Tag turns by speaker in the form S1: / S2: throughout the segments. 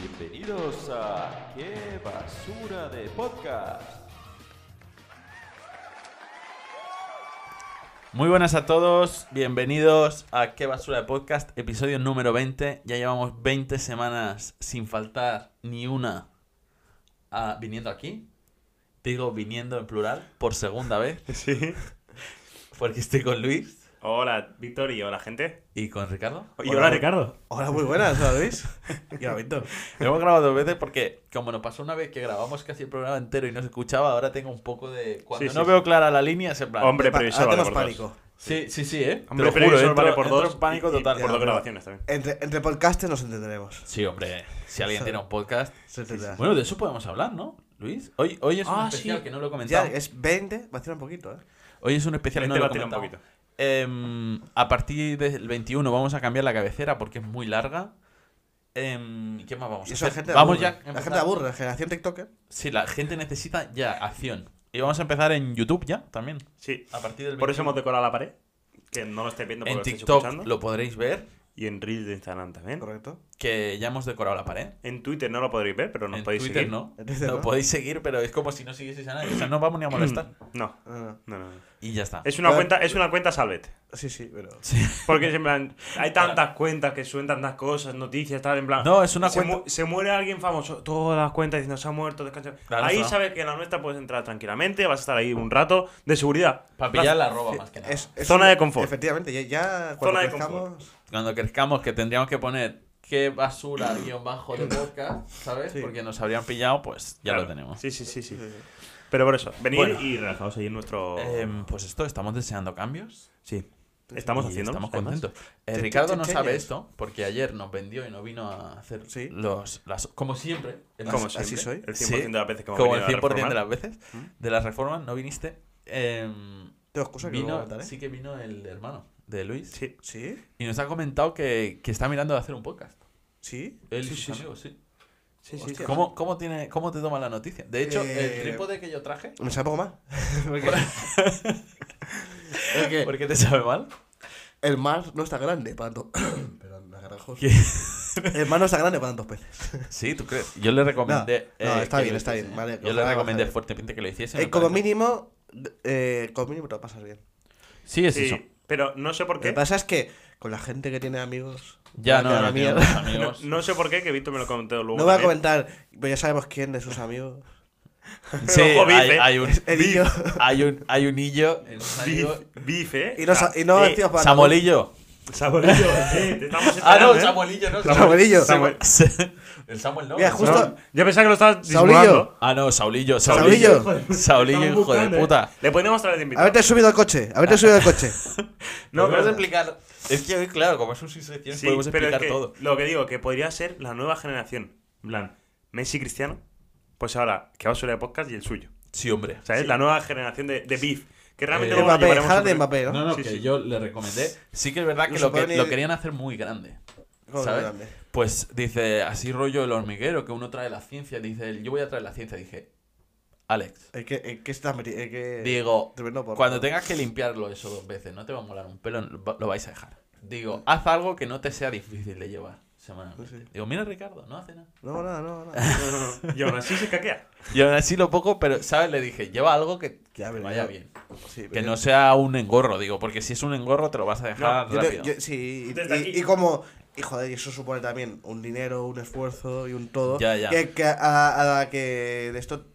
S1: Bienvenidos a Qué basura de podcast. Muy buenas a todos, bienvenidos a Qué basura de podcast, episodio número 20. Ya llevamos 20 semanas sin faltar ni una a- viniendo aquí. Digo viniendo en plural por segunda vez,
S2: Sí.
S1: porque estoy con Luis
S2: Hola, Víctor, y hola, gente.
S1: y con Ricardo.
S2: Y hola, Ricardo.
S3: Hola, muy buenas, ¿hola Luis? Y hola, Víctor.
S1: Hemos grabado dos veces porque, como nos pasó una vez que grabamos casi el programa entero y no se escuchaba, ahora tengo un poco de. Cuando
S2: Sí,
S1: no
S2: sí,
S1: veo clara la línea, es en plan.
S2: Hombre,
S3: Pa-
S2: previsor
S3: ahora
S2: vale
S3: tenemos
S2: por
S3: pánico.
S2: dos.
S1: Sí, sí, sí, ¿eh?
S2: Hombre,
S1: Te lo juro,
S2: previsor
S1: entro-
S2: vale por
S1: entro
S2: dos.
S1: en pánico
S2: y- y-
S1: total.
S2: por
S3: Ya,
S2: dos
S3: pero-
S2: grabaciones también.
S3: Entre, entre podcasters nos entenderemos.
S1: Sí, hombre. Si alguien tiene un podcast.
S3: Se entenderá.
S1: Bueno, de eso podemos hablar, ¿no, Luis? Hoy, hoy es un
S2: Ah,
S1: especial
S2: sí.
S1: que no lo he
S3: ya,
S1: comentado.
S3: es 20, vacila un poquito, ¿eh?
S1: Hoy es un especial que no
S2: Vente,
S1: lo he
S2: bátela un
S1: comentado.
S2: poquito.
S1: Em, a partir del 21 vamos a cambiar la cabecera porque es muy larga. Em, ¿y ¿Qué más vamos
S3: Y
S1: a
S3: eso la
S1: hacer?
S3: gente
S1: vamos
S3: aburre.
S1: ya. a
S3: La gente
S1: empezar.
S3: aburre, la generación TikToker.
S1: Sí, la gente necesita ya acción. Y vamos a empezar en YouTube ya también.
S2: Sí.
S1: A partir del
S2: Por eso
S1: 21.
S2: hemos decorado la pared. Que no lo estéis viendo porque
S1: en
S2: lo estáis
S1: TikTok
S2: escuchando.
S1: lo podréis ver,
S2: Y en Reels de Instagram también.
S3: Correcto.
S1: que ya hemos decorado la pared.
S2: En Twitter no lo podréis ver, pero nos
S1: en
S2: podéis
S1: Twitter
S2: seguir.
S1: no.
S3: En Twitter
S1: No
S3: no.
S1: podéis seguir, pero es como si no siguieseis a nadie. O sea, no vamos ni a molestar.
S2: No,
S3: Ah, No, no,
S2: no, no. no.
S1: Y ya está.
S2: Es una
S3: Claro.
S2: cuenta, es una cuenta salvete.
S3: Sí, sí, pero.
S2: Porque es en plan, hay tantas cuentas que suben tantas cosas, noticias, tal, en plan.
S1: No, es una
S2: se
S1: cuenta-
S2: mu- se muere alguien famoso, todas las cuentas diciendo se ha muerto, descansa.
S1: Claro,
S2: ahí
S1: eso no.
S2: sabes que en la nuestra puedes entrar tranquilamente, vas a estar ahí un rato de seguridad.
S1: Para pillar la arroba más que nada.
S3: Es, es
S2: Zona
S3: un-
S2: de confort.
S3: Efectivamente, ya, ya cuando
S2: Zona de
S3: crezcamos.
S1: Cuando crezcamos que tendríamos que poner qué basura guión bajo de podcast, ¿sabes?
S3: Sí.
S1: Porque nos habrían pillado, pues ya
S2: Claro.
S1: lo tenemos.
S2: Sí, sí, sí, sí.
S3: Sí, sí.
S2: Pero por eso, venid
S1: Bueno.
S2: y relajaos ahí en nuestro.
S1: Em, pues esto, estamos deseando cambios.
S2: sí. Estamos
S1: Y
S2: haciendo.
S1: Estamos contentos. Eh,
S3: Che-
S1: Ricardo
S3: che-
S1: no
S3: che-
S1: sabe
S3: cheñas.
S1: esto porque ayer nos vendió y no vino a hacer
S3: Sí.
S1: los, las, como siempre, en las-
S2: Como
S3: Así- así
S2: siempre,
S1: soy.
S2: El 100%
S1: Sí.
S2: de las veces que hemos
S1: como el
S2: venido a
S1: 100% de
S2: reformar.
S1: las veces,
S3: Mm.
S1: de las reformas no viniste. Em,
S3: Tengo excusa que
S1: vino-
S3: no voy a contar, ¿eh?
S1: sí que vino el hermano de Luis
S2: Sí.
S3: Sí,
S1: y nos ha comentado que, que está mirando de hacer un podcast.
S3: sí.
S1: Él
S2: Sí,
S1: y sus
S2: sí, sí.
S1: amigos, sí.
S2: Sí, sí,
S3: Hostia.
S1: ¿Cómo, cómo tiene, ¿Cómo te toma la noticia? De hecho, el
S3: Eh,
S1: trípode que yo traje,
S3: Me sabe poco más. Porque, porque
S1: ¿por qué te sabe mal?
S3: el mar no está grande para tanto. Perdón, me agarré
S1: ¿Qué?
S3: El mar no está grande para tantos peces.
S1: Sí, tú crees. Yo le recomendé.
S3: No, no,
S1: eh,
S3: está
S1: que
S3: bien,
S1: lo
S3: está
S1: hiciese.
S3: bien, vale,
S1: Yo le
S3: ojalá,
S1: recomendé
S3: ojalá.
S1: fuertemente que lo hiciese.
S3: Eh,
S1: me
S3: como
S1: parece.
S3: mínimo, eh, como mínimo te lo pasas bien.
S1: Sí, es
S2: Sí,
S1: eso.
S2: Pero no sé por
S3: Lo que
S2: qué.
S3: pasa es que con la gente que tiene amigos.
S1: Ya
S3: me
S1: no,
S3: da
S1: no, no tengo
S3: mierda.
S1: muchos amigos.
S2: No sé por qué, que Víctor me lo comentó luego.
S3: No voy a
S2: también.
S3: comentar, pero ya sabemos quién de sus amigos.
S1: Sí,
S2: Ojo, beef,
S1: hay,
S2: eh.
S1: hay un,
S3: El niño.
S1: hay un hay un hillo en los amigos.
S2: Bif, bif, eh.
S3: Y no, sa- y no
S2: eh,
S3: tíos para.
S1: Samuelillo.
S2: Sabolillo, eh, te estamos
S1: Ah, no,
S2: esperando, eh.
S1: Samuelillo, no.
S3: Samuelillo.
S2: Samuel-
S1: El Samuel no.
S3: Mira,
S1: el
S3: justo-
S1: Samuel.
S2: No, yo pensaba que lo estabas
S3: Saulillo.
S2: disimulando.
S1: Ah, no, Saulillo.
S3: Saulillo.
S1: Saulillo,
S2: Estamos
S1: hijo de
S2: buscando, eh.
S1: puta.
S2: Le podríamos traer de invitado.
S3: Haberte subido al coche, haberte subido al coche.
S2: eh. No,
S1: Podemos
S2: pero-
S1: explicar. Es que hoy, claro, como es un sección,
S2: Sí,
S1: podemos
S2: pero es
S1: explicar
S2: que
S1: todo.
S2: Lo que digo, que podría ser la nueva generación. En plan, Messi Cristiano. Pues ahora, que va a subir el podcast y el suyo.
S1: Sí, hombre.
S2: ¿Sabes? La nueva generación de, de beef. Que realmente
S1: Eh,
S2: luego lo
S3: Mbappé,
S2: llevaremos
S3: jala de
S2: súper-
S3: Mbappé, ¿no?
S1: No, no,
S2: Sí,
S1: que
S2: sí.
S1: yo le recomendé. Sí que es verdad que
S3: Nos
S1: lo, que,
S3: pone-
S1: lo querían hacer muy grande.
S3: Como
S1: ¿sabes?
S3: grande.
S1: Pues dice, así rollo el hormiguero, que uno trae la ciencia. Dice, él, yo voy a traer la ciencia. Dije, Alex,
S3: ¿En qué, en qué estás metido? ¿En qué-
S1: digo,
S3: Tremendo porro.
S1: cuando tengas que limpiarlo eso dos veces, no te va a molar un pelo, lo lo vais a dejar. Digo, haz algo que no te sea difícil de llevar semanalmente.
S2: Pues
S3: Sí.
S1: Digo, mira Ricardo, no hace nada.
S3: No, nada, no, nada.
S2: Y aún así se caquea.
S1: Y aún así lo poco, pero, ¿sabes? Le dije, lleva algo que, que
S3: Ya,
S1: te
S3: pero
S1: vaya
S3: ya-
S1: bien.
S3: Sí,
S1: Que
S3: pero-
S1: no sea un engorro, digo, porque si es un engorro te lo vas a dejar
S3: yo te-
S1: rápido.
S3: yo- sí, y,
S2: Desde aquí.
S3: y- y como. Y joder, y eso supone también un dinero, un esfuerzo y un todo.
S1: Ya, ya.
S3: Que, que a, a- que de esto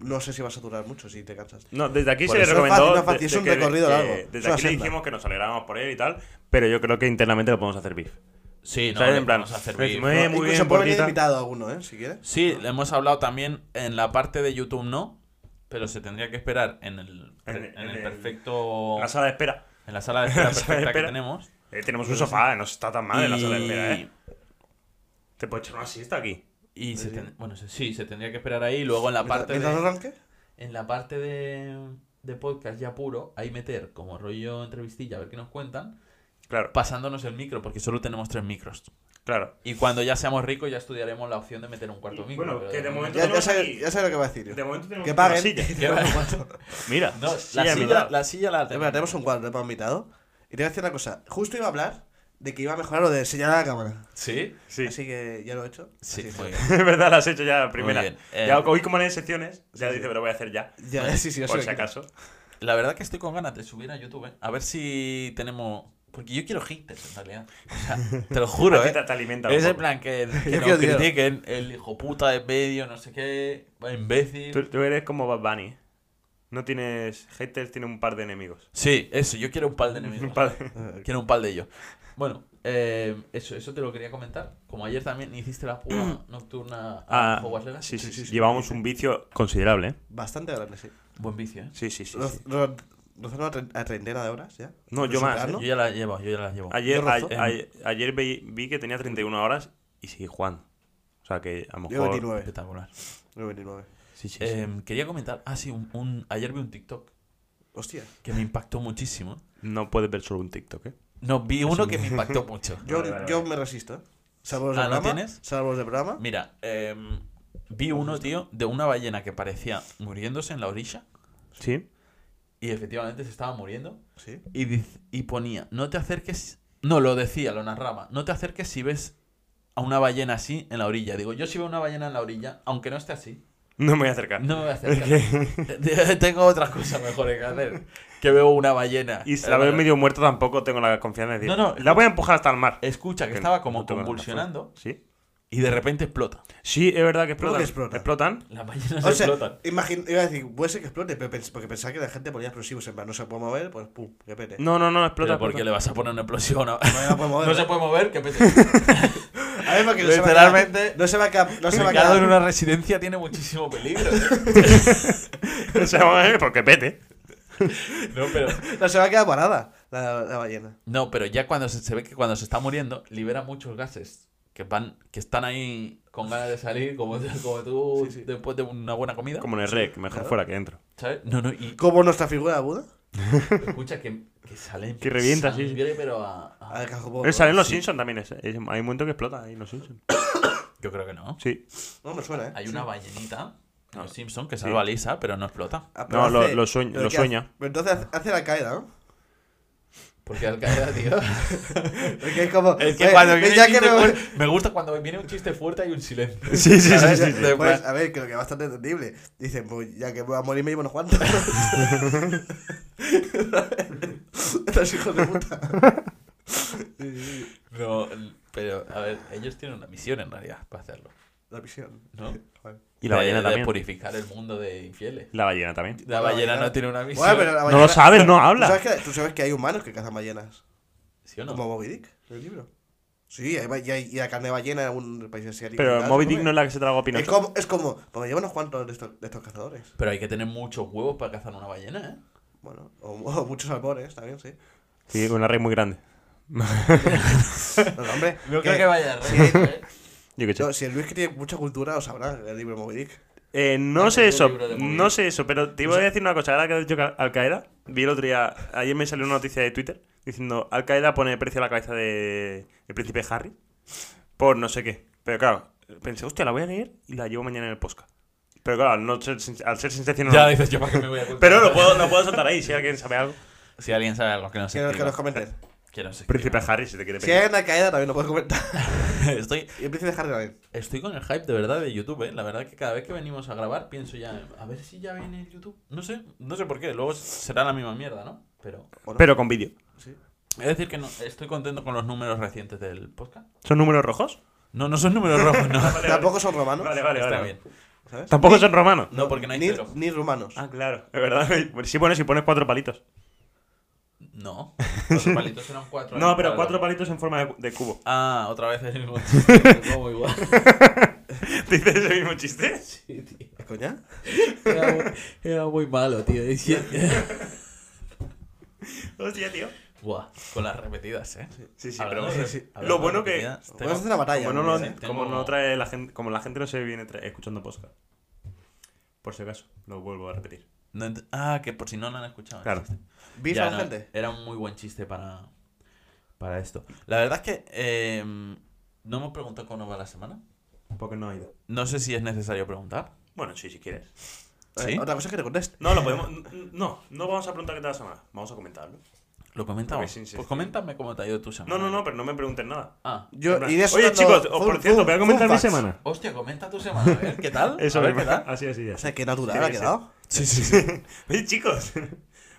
S3: no sé si vas a durar mucho si te cansas.
S2: No, desde aquí
S3: Por
S2: se le
S3: eso es
S2: recomendó.
S3: fácil, no es
S2: de-
S3: fácil, es
S2: de
S3: un
S2: que-
S3: recorrido
S2: que-
S3: largo, es
S2: Desde
S3: una
S2: aquí le
S3: senda.
S2: dijimos que nos alegrábamos por él y tal. Pero yo creo que internamente lo podemos hacer beef.
S1: Sí, no,
S2: ¿Sabes?
S1: le
S2: En plan,
S1: vamos a hacer
S2: me-
S1: beef.
S2: me- Eh, muy
S3: Incluso
S2: bien,
S3: puede venir
S2: Borjita.
S3: invitado a alguno, ¿eh? Si quieres.
S1: Sí, le hemos hablado también en la parte de YouTube, no, pero se tendría que esperar en el,
S2: En-
S1: en
S2: en
S1: el
S2: el-
S1: perfecto.
S2: La sala de espera.
S1: En la sala de espera
S2: la sala de
S1: perfecta que
S2: espera.
S1: tenemos.
S2: Eh, tenemos un sofá, no está tan mal en la sala de espera,
S1: Y-
S2: ¿eh? Te puedes echar una siesta aquí.
S1: Y se ten- bueno, se- sí, se tendría que esperar ahí. y Luego en la
S3: Mientras-
S1: parte
S3: mientras no
S1: de,
S3: arranque.
S1: en la parte de, de podcast ya puro, ahí meter como rollo entrevistilla, a ver qué nos cuentan,
S2: Claro,
S1: pasándonos el micro, porque solo tenemos tres micros.
S2: claro.
S1: Y cuando ya seamos ricos ya estudiaremos la opción de meter un cuarto micro.
S2: Bueno,
S1: pero
S2: que de momento-
S3: Ya, ya
S2: Tenemos
S3: sabes,
S2: aquí-
S3: ya sabes lo que va a decir.
S2: De momento tenemos
S3: que
S2: una
S3: paguen.
S2: silla.
S1: ¿Qué va?
S2: Mira,
S1: No,
S2: silla
S1: la
S2: a mi
S1: silla,
S2: lado.
S1: la silla la
S3: Espera,
S1: tenemos.
S3: tenemos un cuadro para invitado. Y te voy a decir una cosa. Justo iba a hablar de que iba a mejorar lo de señalar a la cámara.
S1: ¿Sí?
S2: Sí,
S3: Así que ya lo he hecho.
S1: Sí,
S3: Así
S1: muy
S3: que-
S1: bien.
S2: es verdad, lo has hecho ya la primera.
S1: bien. Eh,
S2: ya hoy como en secciones, ya
S3: sí,
S2: dice, pero voy a hacer ya.
S3: Ya, sí, sí, ya se
S2: por
S3: lo
S2: si
S3: quito.
S2: acaso.
S1: La verdad que estoy con ganas de subir a YouTube. ¿eh? A ver si tenemos. Porque yo quiero haters en realidad. O sea, te lo juro,
S2: A ti
S1: ¿eh?
S2: te, te alimenta. un
S1: Es en
S2: poco.
S1: plan que, que
S3: Yo
S1: nos
S3: quiero dinero.
S1: critiquen el hijo puta de medio, no sé qué, imbécil.
S2: Tú, tú eres como Bad Bunny. ¿eh? No tienes haters, tienes un par de enemigos.
S1: Sí, eso, yo quiero un par de enemigos.
S2: Un par de-
S3: Eh,
S1: Quiero un par de ellos. Bueno, eh, eso, eso te lo quería comentar. Como ayer también hiciste la fuga nocturna a
S2: Ah,
S1: Hogwarts Legacy.
S2: sí, sí,
S3: Sí,
S2: sí,
S3: sí,
S2: Llevamos un vicio considerable, ¿eh?
S3: Bastante grande, sí.
S1: Buen vicio, ¿eh?
S2: Sí, sí, sí.
S3: Roz-
S2: sí.
S3: ro- Rozando a tre- a treintena de horas ya.
S2: No, yo
S3: Incluso
S2: más,
S3: verano.
S1: Yo ya la llevo, yo ya la llevo.
S2: Ayer,
S3: Yo rozo.
S2: a- a- ayer vi, vi que tenía 31 horas y sigue jugando. O sea que a lo
S3: Yo
S2: mejor.
S3: 29.
S1: Espectacular.
S3: Yo 29.
S2: Sí, sí, sí.
S1: Eh, quería comentar, ah, sí, un, un- ayer vi un TikTok
S3: Hostia.
S1: que me impactó muchísimo.
S2: No puedes ver solo un TikTok, ¿eh?
S1: No, vi uno que me impactó mucho.
S3: Yo,
S2: Vale, vale,
S3: yo
S2: vale.
S3: me resisto. ¿eh? Salvo los
S1: Ah,
S3: de
S1: ¿no
S3: programa.
S1: tienes?
S3: Salvo los de programa.
S1: Mira, em, vi uno, tío, de una ballena que parecía muriéndose en la orilla
S2: Sí.
S1: y efectivamente se estaba muriendo.
S3: Sí.
S1: Y, diz- y ponía, no te acerques. No, lo decía, lo narraba. No te acerques si ves a una ballena así en la orilla. Digo, yo si veo una ballena en la orilla, aunque no esté así,
S2: No me voy a acercar.
S1: no me voy a acercar. Tengo otras cosas mejores que hacer que veo una ballena.
S2: Y si la veo medio muerta tampoco tengo la confianza de
S1: No,
S2: decir.
S1: no.
S2: La voy a empujar hasta el mar.
S1: Escucha, que
S2: Que
S1: estaba
S2: no
S1: como
S2: tengo la
S1: convulsionando
S2: razón. Sí.
S1: y de repente explota.
S2: Sí, es verdad que
S3: ¿Cómo
S2: explotan.
S3: que
S2: explotan.
S1: Las ballenas
S3: O sea,
S1: explotan.
S3: imagin- iba a decir, puede ser que explote, pero pens- porque pensaba que la gente ponía explosivos en plan, no se puede mover, pues pum, que pete.
S2: No, no, no, explota.
S1: Pero porque le
S2: explota.
S1: vas a poner una explosión. a-
S3: No se puede mover.
S1: Mm. No se puede mover, que pese.
S3: A ver, porque no se va a
S1: Literalmente,
S3: quedar- No se va a quedar. No se va a
S1: Ubicado
S3: quedar.
S1: en una residencia tiene muchísimo peligro. ¿eh?
S2: O sea, eh, porque pete.
S1: No, pero.
S3: No se va a quedar parada la, la ballena.
S1: No, pero ya cuando se, se ve que cuando se está muriendo, libera muchos gases que van, que están ahí con ganas de salir, como, como tú
S3: Sí, sí.
S1: después de una buena comida.
S2: Como en el rec, mejor
S3: Claro.
S2: fuera que dentro.
S1: ¿Sabes? No, no, y
S3: Como nuestra figura de Buda.
S1: escucha que, que sale
S2: Que revienta, sí, sí.
S1: sangre, pero a, a-
S3: A ver, cajo poco.
S2: Eh, salen los Simpsons también. es- es- hay un momento que explota ahí en los Simpsons.
S1: Yo creo que no.
S2: Sí.
S3: No me suena, eh.
S1: Hay una ballenita, en los Simpson, que
S2: Sí.
S1: salva a Lisa, pero no explota.
S3: Ah,
S2: No, lo-
S3: hace-
S2: lo sueña-
S3: pero
S2: lo
S3: ¿qué hace?
S2: sueña.
S3: Pero entonces hace- hace la caída, ¿no?
S1: Porque al caer, tío.
S3: Porque es como.
S1: Es
S3: eh,
S1: que cuando
S3: eh,
S1: viene
S3: ya
S1: un chiste
S3: que me-
S1: fuerte, me gusta cuando viene un chiste fuerte hay un silencio.
S2: Sí, sí,
S3: A
S2: sí,
S3: ver,
S2: sí.
S3: ya-
S2: sí.
S1: de
S3: pues,
S1: plan-
S3: a ver, que lo que es bastante entendible. Dicen, pues ya que voy a morir me llevo unos cuantos. Estos hijos de puta.
S2: Pues-
S1: No, pero a ver, ellos tienen una misión en realidad para hacerlo,
S3: La misión.
S1: ¿no?
S3: Joder.
S2: Y la
S1: De-
S2: ballena
S1: de
S2: también.
S1: purificar el mundo de infieles.
S2: La ballena también.
S1: La
S3: La
S1: ballena
S3: ballena.
S1: no tiene una misión.
S3: Bueno, pero la
S2: No
S3: ballena-
S2: lo sabes, no
S3: ¿Tú sabes,
S2: habla.
S3: que, tú sabes que hay humanos que cazan ballenas.
S1: ¿Sí o no?
S3: Como Moby Dick, en el libro. Sí, hay ba- y, hay- y la carne de ballena en algún país asiático.
S2: Pero
S3: y tal,
S2: Moby
S3: se
S2: Dick no
S3: come.
S2: es la que se tragó a
S3: Es
S2: Pinocho.
S3: como, es como, pues me llevo unos cuantos de estos, de estos cazadores.
S1: Pero hay que tener muchos huevos para cazar una ballena, ¿eh?
S3: Bueno, o, o muchos albores también, sí.
S2: Sí, con una red muy grande.
S3: No, hombre.
S1: No
S3: que-
S1: creo que vaya a reír, ¿eh?
S2: Yo qué sé.
S3: no, si el Luis que tiene mucha cultura lo sabrá, el libro Moby Dick.
S2: Eh, no
S1: Antes
S2: sé
S1: de un
S2: eso,
S1: libro de Moby
S2: no
S1: Dick.
S2: sé eso, pero te iba a decir una cosa. Ahora que has dicho que Al- Al Qaeda, vi el otro día, ayer me salió una noticia de Twitter diciendo Al Qaeda pone precio a la cabeza de el príncipe Harry por no sé qué. Pero claro, pensé, hostia, la voy a leer y la llevo mañana en el podcast. Pero claro, al, no ser sen- al ser sensacional.
S1: Ya dices, yo para qué me voy a contar.
S2: pero lo puedo, lo puedo soltar ahí si alguien sabe algo.
S1: Si alguien sabe algo que no se
S3: Que, nos- que
S1: escriba.
S3: nos comenten.
S1: Que nos escriba.
S2: Príncipe Harry, si te quiere
S3: Si
S2: pegar.
S3: hay una caída también lo puedes comentar.
S1: Estoy,
S3: Y el príncipe Harry también.
S1: estoy con el hype de verdad de YouTube, ¿eh? La verdad que cada vez que venimos a grabar pienso ya, a ver si ya viene el YouTube. No sé, no sé por qué. Luego será la misma mierda, ¿no? Pero...
S3: ¿O no?
S2: Pero con vídeo.
S3: Sí.
S1: Es decir que no, estoy contento con los números recientes del podcast.
S2: ¿Son números rojos?
S1: No, no son números rojos, no.
S3: Tampoco son romanos.
S2: Vale, vale,
S1: Está
S2: vale.
S1: bien.
S3: ¿sabes?
S2: Tampoco son romanos.
S1: No, porque no hay
S3: ni,
S1: cero.
S3: ni rumanos.
S2: Ah, claro, es verdad. Sí, bueno, si pones cuatro palitos.
S1: No. Cuatro palitos eran cuatro.
S2: No,
S1: Claro.
S2: pero cuatro palitos en forma de- de cubo.
S1: Ah, otra vez el mismo chiste. Como igual.
S2: ¿Dices el mismo chiste?
S1: Sí, tío.
S3: ¿Es coña?
S1: Era muy, era muy malo, tío. Y sí-
S2: Hostia, tío.
S1: Buah, con las repetidas, ¿eh.
S2: Sí, sí,
S1: Hablando
S2: pero
S1: de-
S2: sí.
S1: hablando
S2: Lo
S1: de
S2: bueno que.
S1: repetidas,
S3: Vamos a hacer
S1: tengo-
S3: Pues una batalla.
S2: Como no,
S3: ¿no?
S2: lo-
S3: ¿eh?
S2: como
S1: Tengo-
S2: no trae la gente. Como la gente no se viene tra- escuchando podcast. Por si acaso, lo vuelvo a repetir.
S1: no ent- Ah, que por si no lo han escuchado. el
S2: Claro.
S1: chiste.
S3: ¿Bis
S1: Ya,
S3: a la
S1: no,
S3: gente?
S1: Era un muy buen chiste para, para esto. La verdad es que eh, no hemos preguntado cómo nos va la semana.
S2: Porque no ha ido.
S1: No sé si es necesario preguntar.
S2: Bueno, sí, si quieres.
S1: ¿Sí?
S3: Eh, Otra cosa es que te conteste.
S2: No, lo podemos. n- n- No, no vamos a preguntar qué tal la semana. Vamos a comentarlo.
S1: ¿Lo comentamos?
S2: Porque sí, sí,
S1: pues
S2: sí.
S1: coméntame cómo te ha ido tu semana.
S2: No, no, no, pero no me pregunten nada.
S1: Ah.
S2: En
S3: Yo,
S2: plan,
S3: y de eso
S2: Oye,
S3: cuando-
S2: chicos, os-
S3: fun-
S2: por cierto,
S3: fun-
S2: voy a comentar
S3: fun
S2: mi
S3: facts.
S2: semana.
S1: Hostia, comenta tu semana. A ver, ¿qué tal?
S2: Eso
S1: Ah, a ver,
S2: mismo.
S1: ¿qué tal?
S2: Así, así,
S3: O
S2: así.
S3: sea, qué natural
S2: Tiene
S3: ha
S2: que
S3: quedado.
S1: Sí, sí, sí.
S2: Oye, chicos,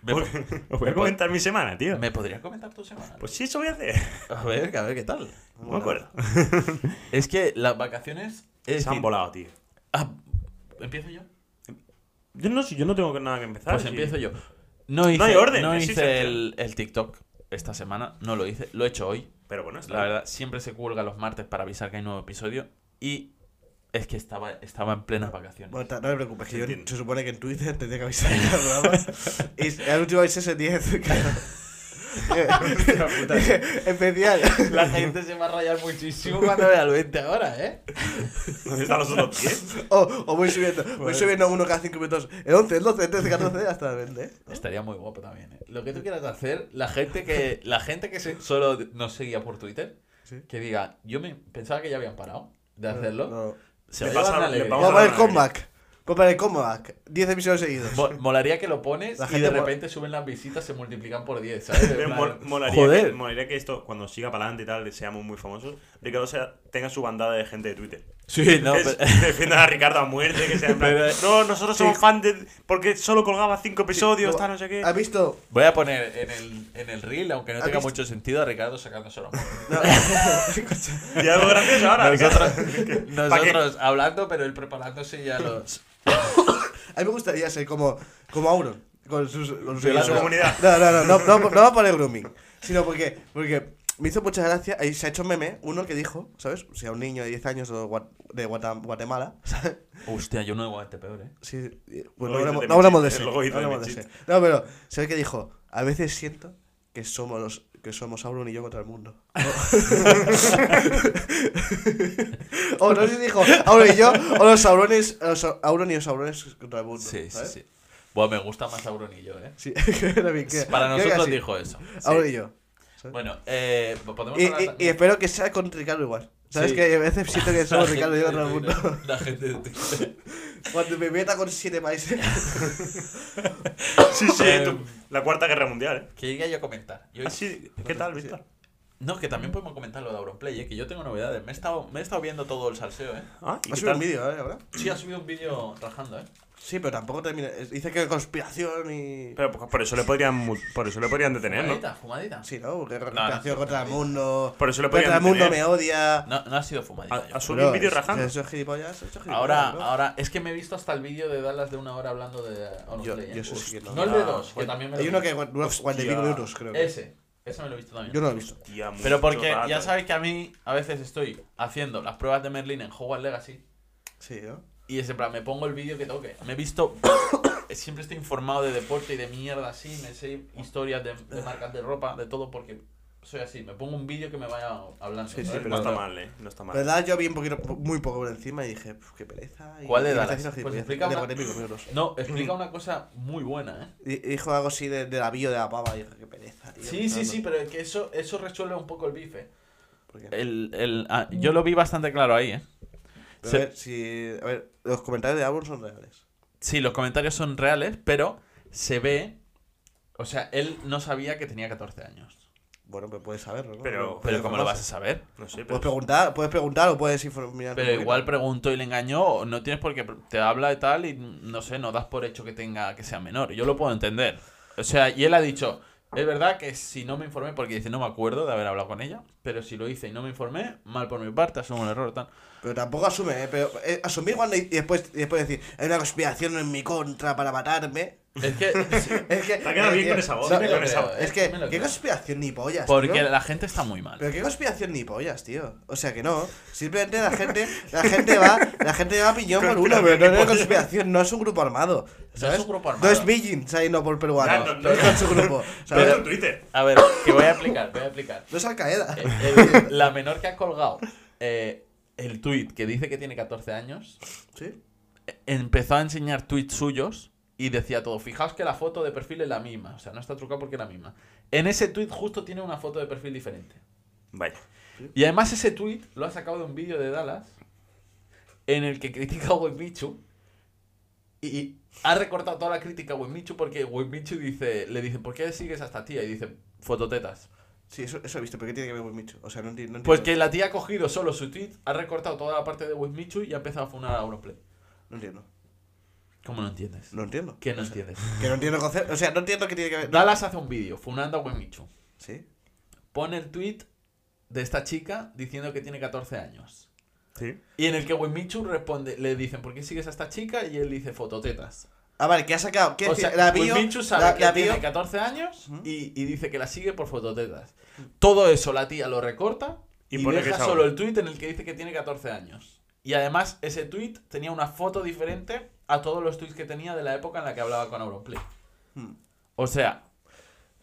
S1: ¿Me,
S2: os
S1: po-
S2: os voy a comentar mi semana, tío.
S1: ¿Me podrías comentar tu semana?
S2: Pues sí, eso voy a hacer.
S1: a ver, a ver, ¿qué tal?
S2: No me acuerdo.
S1: Es que las vacaciones... Es
S2: Se han
S1: decir,
S2: volado, tío.
S1: ah, ¿Empiezo yo?
S2: Yo no, sé, yo no tengo nada que empezar.
S1: Pues
S2: sí.
S1: empiezo yo. No hice,
S2: hay orden,
S1: no
S2: existe
S1: hice
S2: orden.
S1: el, el TikTok esta semana, no lo hice, lo he hecho hoy.
S2: Pero bueno, está
S1: La
S2: bien.
S1: verdad, siempre se cuelga los martes para avisar que hay nuevo episodio y es que estaba, estaba en plenas vacaciones.
S3: Bueno, ta- no te preocupes, que yo
S2: Entiendo.
S3: se supone que en Twitter tendría que avisar que hablaba. Y el último es ese 10.
S2: Hostia puta, tío.
S3: Especial.
S1: La gente se va a rayar muchísimo cuando vea el 20 ahora, ¿eh?
S2: ¿Dónde están los otros 10?
S3: O, o Oh, voy subiendo, voy
S2: Pues-
S3: subiendo uno cada 5 minutos. El 11, el 12, el 13, 14, hasta el 20. ¿no?
S1: Estaría muy guapo también, ¿eh? Lo que tú quieras hacer, la gente que, la gente que se- solo nos seguía por Twitter,
S3: Sí.
S1: que diga, yo me pensaba que ya habían parado de hacerlo.
S3: No.
S1: Se
S2: Le
S1: va a llevar
S2: pasa-
S1: una
S2: le
S1: alegría.
S2: Vamos a
S3: Vamos a poner
S2: la
S3: comeback. Vamos a poner comeback. 10 episodios seguidos.
S1: Mo- Molaría que lo pones
S3: La
S1: y
S3: gente
S1: de
S3: mo-
S1: repente suben las visitas, se multiplican por 10, ¿sabes? En
S2: Pero
S1: plan,
S2: mol- molaría,
S1: Joder.
S2: Que, molaría que esto, cuando siga para adelante y tal, seamos muy famosos, Ricardo sea, tenga su bandada de gente de Twitter.
S1: Sí, no,
S2: Que
S1: pero-
S2: es- defiendan a Ricardo a muerte, que sea en plan,
S1: Pero-
S2: No, nosotros somos
S3: Sí.
S2: fan de. Porque solo colgaba cinco episodios,
S3: Como-
S2: tal, no sé qué.
S3: ¿Has visto?
S1: Voy a poner en el, en el reel, aunque no
S3: ¿Has
S1: tenga
S3: visto?
S1: mucho sentido, a Ricardo sacando solo.
S3: No. Escucha.
S2: Y algo gracioso ahora.
S1: Nosotros,
S2: Ricardo. ¿Para qué?
S1: nosotros hablando, pero él preparándose ya los.
S3: A mí me gustaría ser como, como Auron. Con sus, con
S2: Viola su comunidad.
S3: No, no, no, no, no, no va por el grooming. Sino porque, porque me hizo mucha gracia. Ahí se ha hecho meme uno que dijo, ¿sabes? O sea, un niño de 10 años o Gua- de Guata- Guatemala. ¿sabes?
S1: Hostia, yo no he este peor, ¿eh?
S3: Sí, eh,
S2: Luego
S3: bueno, no hablamos,
S2: dice
S3: no hablamos de
S2: Mechit,
S3: ese.
S2: luego dice
S3: no hablamos de
S2: Mechit.
S3: ese. No, pero se ve que dijo, a veces siento que somos los, que somos Auron y yo contra el mundo. O, no sé si dijo Auron y yo, o los Aurones, los Auron y los Aurones contra el mundo.
S1: Sí, sí,
S3: ¿sabes?
S1: sí. Bueno, me gusta más Auron y yo, ¿eh?
S3: Sí, era bien que-
S1: Para
S3: creo que
S1: nosotros
S3: así.
S1: dijo eso. Sí.
S3: Ahora y yo.
S1: Bueno, eh, podemos
S3: Y,
S1: hablar
S3: y- y
S1: también-
S3: espero que sea con Ricardo igual. ¿Sabes
S1: Sí.
S3: que a veces siento que somos
S1: La
S3: Ricardo y yo
S1: gente
S3: todo el
S1: de
S3: mundo?
S1: Twitter, La gente de Twitter.
S3: Cuando me meta con siete países.
S2: Sí, sí,
S1: Eh,
S2: tú- la cuarta guerra mundial,
S1: Que llegué yo a comentar. Yo
S3: Ah,
S2: ¿eh? Así, ¿Qué tal, Víctor?
S1: No, que también podemos comentar lo de Auronplay, ¿eh? que yo tengo novedades. Me he, estado, me he estado viendo todo el salseo, ¿eh?
S2: Ah, ¿y qué
S3: ¿Has subido un
S2: tal?
S3: vídeo, ¿eh? Ahora.
S1: Sí, ha subido un vídeo rajando, ¿eh?
S3: Sí, pero tampoco termina. es- Dice que conspiración y.
S2: Pero pues, por eso le podrían mu- por eso le podrían detener, ¿no?
S1: Fumadita, fumadita.
S3: Sí, ¿no? Porque
S1: no,
S3: conspiración
S1: no,
S3: contra el mundo.
S2: Por eso le
S3: contra
S2: podían
S3: el mundo
S2: detener.
S3: me odia.
S1: No, no ha sido fumadita.
S2: Ha-
S1: yo
S2: ha
S1: creo.
S2: subido
S3: Pero
S2: un vídeo
S3: es-
S2: rajando.
S3: Eso es gilipollas. Eso es gilipollas.
S1: Ahora,
S3: ¿no?
S1: ahora, es que me he visto hasta el vídeo de Dallas de una hora hablando de Honor
S3: Yo-
S1: Play,
S3: yo
S1: ¿eh?
S3: eso sí que no.
S1: No el de
S2: Ah,
S1: dos, que también me lo
S3: Hay
S1: vi.
S3: uno que dura 40 y pico minutos, creo. que.
S1: Ese, ese me lo he visto también.
S3: Yo no lo he visto.
S2: Hostia,
S1: Pero
S2: mucho
S1: porque ya
S2: rato.
S1: sabéis que a mí a veces estoy haciendo las pruebas de Merlin en Hogwarts Legacy
S3: Sí, ¿no?
S1: y es en plan, me pongo el vídeo que toque. Me he visto. Siempre estoy informado de deporte y de mierda así, me sé historias de, de marcas de ropa, de todo, porque soy así. Me pongo un vídeo que me vaya hablando.
S3: Sí, sí,
S1: ¿sabes?
S2: No está
S1: Cuando-
S2: mal, ¿eh? No está
S3: La
S2: mal.
S3: verdad, yo vi un poquito, muy poco por encima y dije, "Puf, qué pereza. y-
S1: ¿Cuál de
S3: y me está
S1: Dallas?
S3: haciendo
S1: Pues
S3: gilipollas,
S1: explica
S3: de
S1: una-
S3: 40 y pico minutos.
S1: No, explica una cosa muy buena, ¿eh?
S3: Y- y Dijo algo así de, de la bio de la pava. y Dije, qué pereza, tío.
S1: Sí, sí,
S3: No, no,
S1: sí, pero es que eso, eso resuelve un poco el bife.
S3: ¿por qué?
S1: El, el, ah, yo lo vi bastante claro ahí, ¿eh?
S3: Pero
S1: se-
S3: a ver, si, a ver, los comentarios de Auron son reales.
S1: Sí, los comentarios son reales, pero se ve. O sea, él no sabía que tenía 14 años.
S3: Bueno, pues puedes saberlo, ¿no?
S2: Pero-
S3: Puedes
S1: Pero ¿cómo lo vas a
S3: informarse.
S1: saber?
S2: No sé, pero.
S3: Puedes preguntar, puedes preguntar o puedes informar.
S1: Pero igual preguntó y le engañó, o no tienes por qué. pre- Te habla y tal, y no sé, no das por hecho que tenga que sea menor. Yo lo puedo entender. O sea, y él ha dicho. Es verdad que si no me informé, porque dice no me acuerdo de haber hablado con ella, pero si lo hice y no me informé, mal por mi parte, asumo un error tal.
S3: Pero tampoco asume, ¿eh? Pero, eh, asumir cuando y después, y después decir, hay una conspiración en mi contra para matarme.
S1: Es que
S3: Es que.
S2: Te ha quedado
S3: eh,
S2: bien
S3: tío,
S2: con esa voz,
S3: no,
S1: me
S2: eh,
S1: lo
S2: con esa
S1: creo,
S2: voz.
S1: eh.
S3: Es que,
S1: Me lo
S3: ¿qué
S1: creo.
S3: conspiración ni pollas?
S1: Porque
S3: tío?
S1: la gente está muy mal.
S3: Pero qué conspiración ni pollas, tío. O sea que no. Simplemente la gente, la gente va, la gente va piñón por uno, pero no es una conspiración, no es un grupo armado. ¿sabes?
S1: un grupo
S3: No
S1: armado.
S3: es Beijing saliendo por peruano.
S2: Ya, no,
S3: no,
S2: no.
S3: es su grupo.
S2: Pero
S3: ¿sabes?
S2: es en Twitter.
S1: A ver, que voy a explicar, voy a explicar.
S3: no es Al Qaeda.
S1: Eh, el- la menor que ha colgado eh, el tweet que dice que tiene 14 años
S3: ¿Sí?
S1: eh, empezó a enseñar tweets suyos y decía todo. Fijaos que la foto de perfil es la misma, o sea, no está trucada porque es la misma. En ese tweet justo tiene una foto de perfil diferente.
S2: Vaya.
S1: Y además ese tweet lo ha sacado de un vídeo de Dallas en el que critica a Boy Pichu Y ha recortado toda la crítica a Wimichu porque Wimichu dice, le dicen, ¿por qué sigues a esta tía? Y dice, fototetas.
S3: Sí, eso, eso he visto, pero ¿qué tiene que ver con Micho? O sea, no, enti- no entiendo.
S1: Pues que la tía ha cogido solo su tweet, ha recortado toda la parte de Wimichu y ha empezado a funar a Europlay.
S3: No entiendo.
S1: ¿Cómo no entiendes?
S3: No entiendo.
S1: ¿Qué no entiendes?
S3: Que no entiendo el concepto. O sea, no entiendo qué tiene que ver.
S1: Dallas hace un vídeo funando a Wimichu.
S3: Sí.
S1: Pone el tweet de esta chica diciendo que tiene 14 años.
S2: Sí.
S1: Y en el que Wimichu responde, le dicen, ¿por qué sigues a esta chica? Y él dice, fototetas.
S3: Ah, vale, que ha sacado. ¿Qué
S1: o sea,
S3: la bio,
S1: Wimichu sabe
S3: la,
S1: que
S3: la bio-
S1: tiene 14 años
S3: Ujú.
S1: y, y dice que la sigue por fototetas. Todo eso la tía lo recorta y,
S2: Y pone que
S1: deja
S2: es ahora.
S1: solo el tweet en el que dice que tiene 14 años. Y además, ese tweet tenía una foto diferente a todos los tweets que tenía de la época en la que hablaba con Auronplay.
S3: Hmm,
S1: O sea,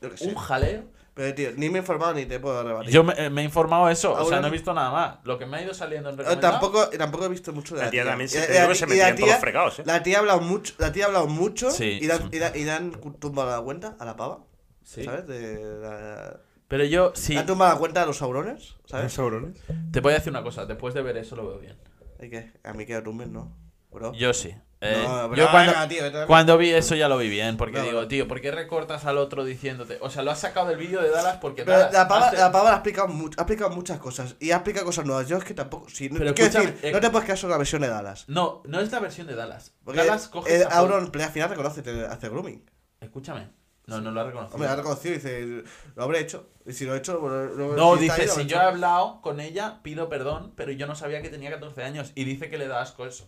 S3: yo qué sé.
S1: un jaleo.
S3: Pero, tío, ni me he informado ni te puedo rebatir.
S1: Yo me, eh, me he informado eso, o sea,
S3: Auron-
S1: no he visto nada más. Lo que me ha ido saliendo en
S3: Eh,
S1: recomendado...
S3: tampoco, tampoco he visto mucho de la,
S2: La tía también se,
S3: Y-
S2: te
S3: y
S2: digo
S3: la-
S2: que se
S3: y
S2: metía
S3: la
S2: en todos los
S3: tía-
S2: fregados, ¿eh?
S3: La tía ha hablado mucho, la tía ha hablado mucho
S1: Sí,
S3: y, le han-
S1: sí.
S3: y le- y le han tumbado la cuenta a la pava,
S1: Sí.
S3: ¿sabes? De la,
S1: Pero yo, sí,
S3: Le han tumbado la cuenta a los saurones, ¿sabes?
S2: Saurones?
S1: te voy a decir una cosa, después de ver eso lo veo bien.
S3: ¿Y qué? A mí que lo tumben, ¿no? Bro.
S1: Yo sí. Eh,
S3: No, pero
S1: yo cuando,
S3: venga, tío, vete a la-
S1: cuando vi eso ya lo vi bien, porque
S3: No,
S1: digo,
S3: no.
S1: tío, ¿por qué recortas al otro diciéndote? O sea, lo has sacado del vídeo de Dallas porque
S3: Pero
S1: Dallas
S3: la pava,
S1: hace-
S3: la pava la ha, explicado mucho, ha explicado muchas cosas y ha explicado cosas nuevas. Yo es que tampoco. Si, no-
S1: Pero
S3: quiero
S1: escúchame,
S3: decir,
S1: eh,
S3: no te puedes quedar solo con la versión de Dallas.
S1: No, no es la versión de Dallas.
S3: Porque
S1: Dallas coge
S3: eh,
S1: esa foto-
S3: Auron Play al final reconoce que hace grooming.
S1: Escúchame. No, no lo ha reconocido.
S3: Hombre, ha reconocido y dice, lo habré hecho. Y si lo he hecho, bueno, lo-
S1: no,
S3: si está
S1: dice,
S3: ahí,
S1: si
S3: lo habré
S1: yo he
S3: hecho".
S1: hablado con ella, pido perdón, pero yo no sabía que tenía 14 años. Y dice que le da asco eso.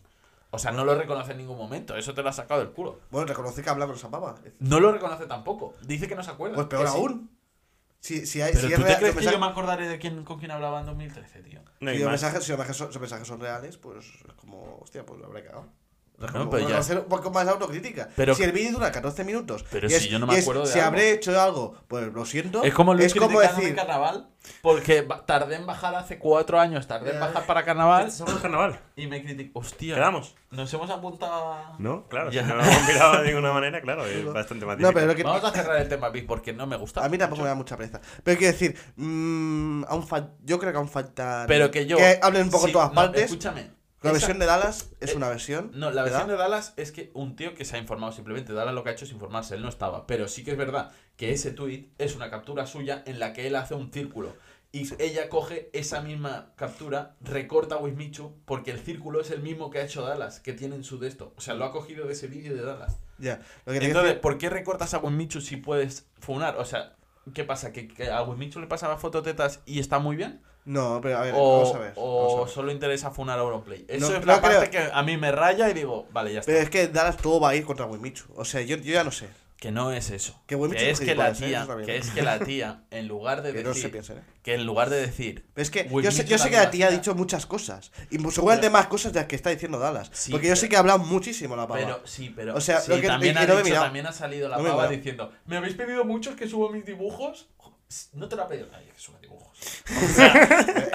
S1: O sea, no lo reconoce en ningún momento. Eso te lo ha sacado del culo.
S3: Bueno, reconoce que habla con esa pava.
S1: No lo reconoce tampoco. Dice que no se acuerda.
S3: Pues peor
S1: Que sí.
S3: aún. Si, si, hay,
S1: Pero
S3: si es
S1: ¿tú te
S3: real-
S1: crees
S3: los
S1: que
S3: mensajes-
S1: yo me acordaré de quién, con quién hablaba en 2013, tío?
S2: No
S3: si
S2: hay
S3: los
S2: más.
S3: mensajes, si los mensajes son, los mensajes son reales, pues es como, hostia, pues lo habré cagado. Es
S1: No,
S3: como
S1: pero ya-
S3: Hacer un poco más de autocrítica.
S1: Pero-
S3: si el vídeo dura 14 minutos.
S1: Pero
S3: y
S1: si
S3: es-
S1: yo no me
S3: y es,
S1: acuerdo de
S3: Si
S1: algo.
S3: habré hecho algo, pues lo siento.
S1: Es como Luis
S3: es como
S1: criticándome
S3: decir.
S1: en carnaval, porque ba- tardé en bajar hace cuatro años, tardé en bajar para carnaval
S2: Estamos en carnaval.
S1: y me criticó. Hostia,
S2: ¿Quedamos?
S1: nos hemos apuntado a...
S2: ¿No? Claro,
S1: Ya.
S2: si no lo hemos mirado de ninguna manera, claro, es bastante más
S3: No,
S2: difícil.
S3: pero lo que,
S1: Vamos a cerrar el tema, Vic, porque no me gusta.
S3: A mí tampoco me da mucha pereza. Pero quiero decir, mm, aún fal- yo creo que aún falta.
S1: Pero que yo...
S3: hablen un poco
S1: sí,
S3: en todas
S1: no,
S3: partes.
S1: Escúchame.
S3: La
S1: esa-
S3: versión de Dallas es
S1: eh,
S3: una versión.
S1: No, la versión
S3: ¿verdad?
S1: de Dallas es que un tío que se ha informado simplemente. Dallas lo que ha hecho es informarse, él no estaba. Pero sí que es verdad que ese tweet es una captura suya en la que él hace un círculo. Y ella coge esa misma captura, recorta a Wismichu, porque el círculo es el mismo que ha hecho Dallas, que tiene en su de esto. O sea, lo ha cogido de ese vídeo de Dallas.
S3: Ya. Lo que te quiero
S1: Entonces, ¿por qué recortas a Wismichu si puedes funar? O sea, ¿qué pasa? ¿Que, que a Wismichu le pasaba fototetas y está muy bien?
S3: decir- No, pero a ver,
S1: ¿O,
S3: vamos a ver.
S1: o
S3: vamos a ver.
S1: solo interesa funar a Auronplay? Eso
S3: No,
S1: es la
S3: no creo.
S1: parte que a mí me raya y digo, vale, ya está.
S3: Pero es que Dallas todo va a ir contra Wimichu. O sea, yo, yo ya no sé.
S1: Que no es eso. Que,
S3: Que Wimichu es
S1: es
S3: un
S1: que la
S3: gilipollas, ¿eh?
S1: tía,
S3: Eso es la
S1: que
S3: verdad.
S1: es que la tía, en lugar de
S3: Que no se
S1: decir,
S3: piensen, ¿eh?
S1: que en lugar de decir,
S3: Pero es que yo
S1: Wimichu
S3: sé, yo sé que
S1: también
S3: la tía ha
S1: vacía.
S3: dicho muchas cosas. Y seguramente
S1: Pero-
S3: más cosas de las que está diciendo Dallas.
S1: Sí,
S3: porque yo sé
S1: pero-
S3: que ha hablado muchísimo la pava.
S1: pero sí, pero
S3: O sea,
S1: sí,
S3: lo que-
S1: también,
S3: y
S1: ha
S3: no me he
S1: dicho-
S3: mirado.
S1: también ha salido la
S3: No me he
S1: pava
S3: mirado.
S1: diciendo, me habéis pedido muchos que suba mis dibujos. No te lo ha pedido nadie que suba dibujos.
S3: Eh,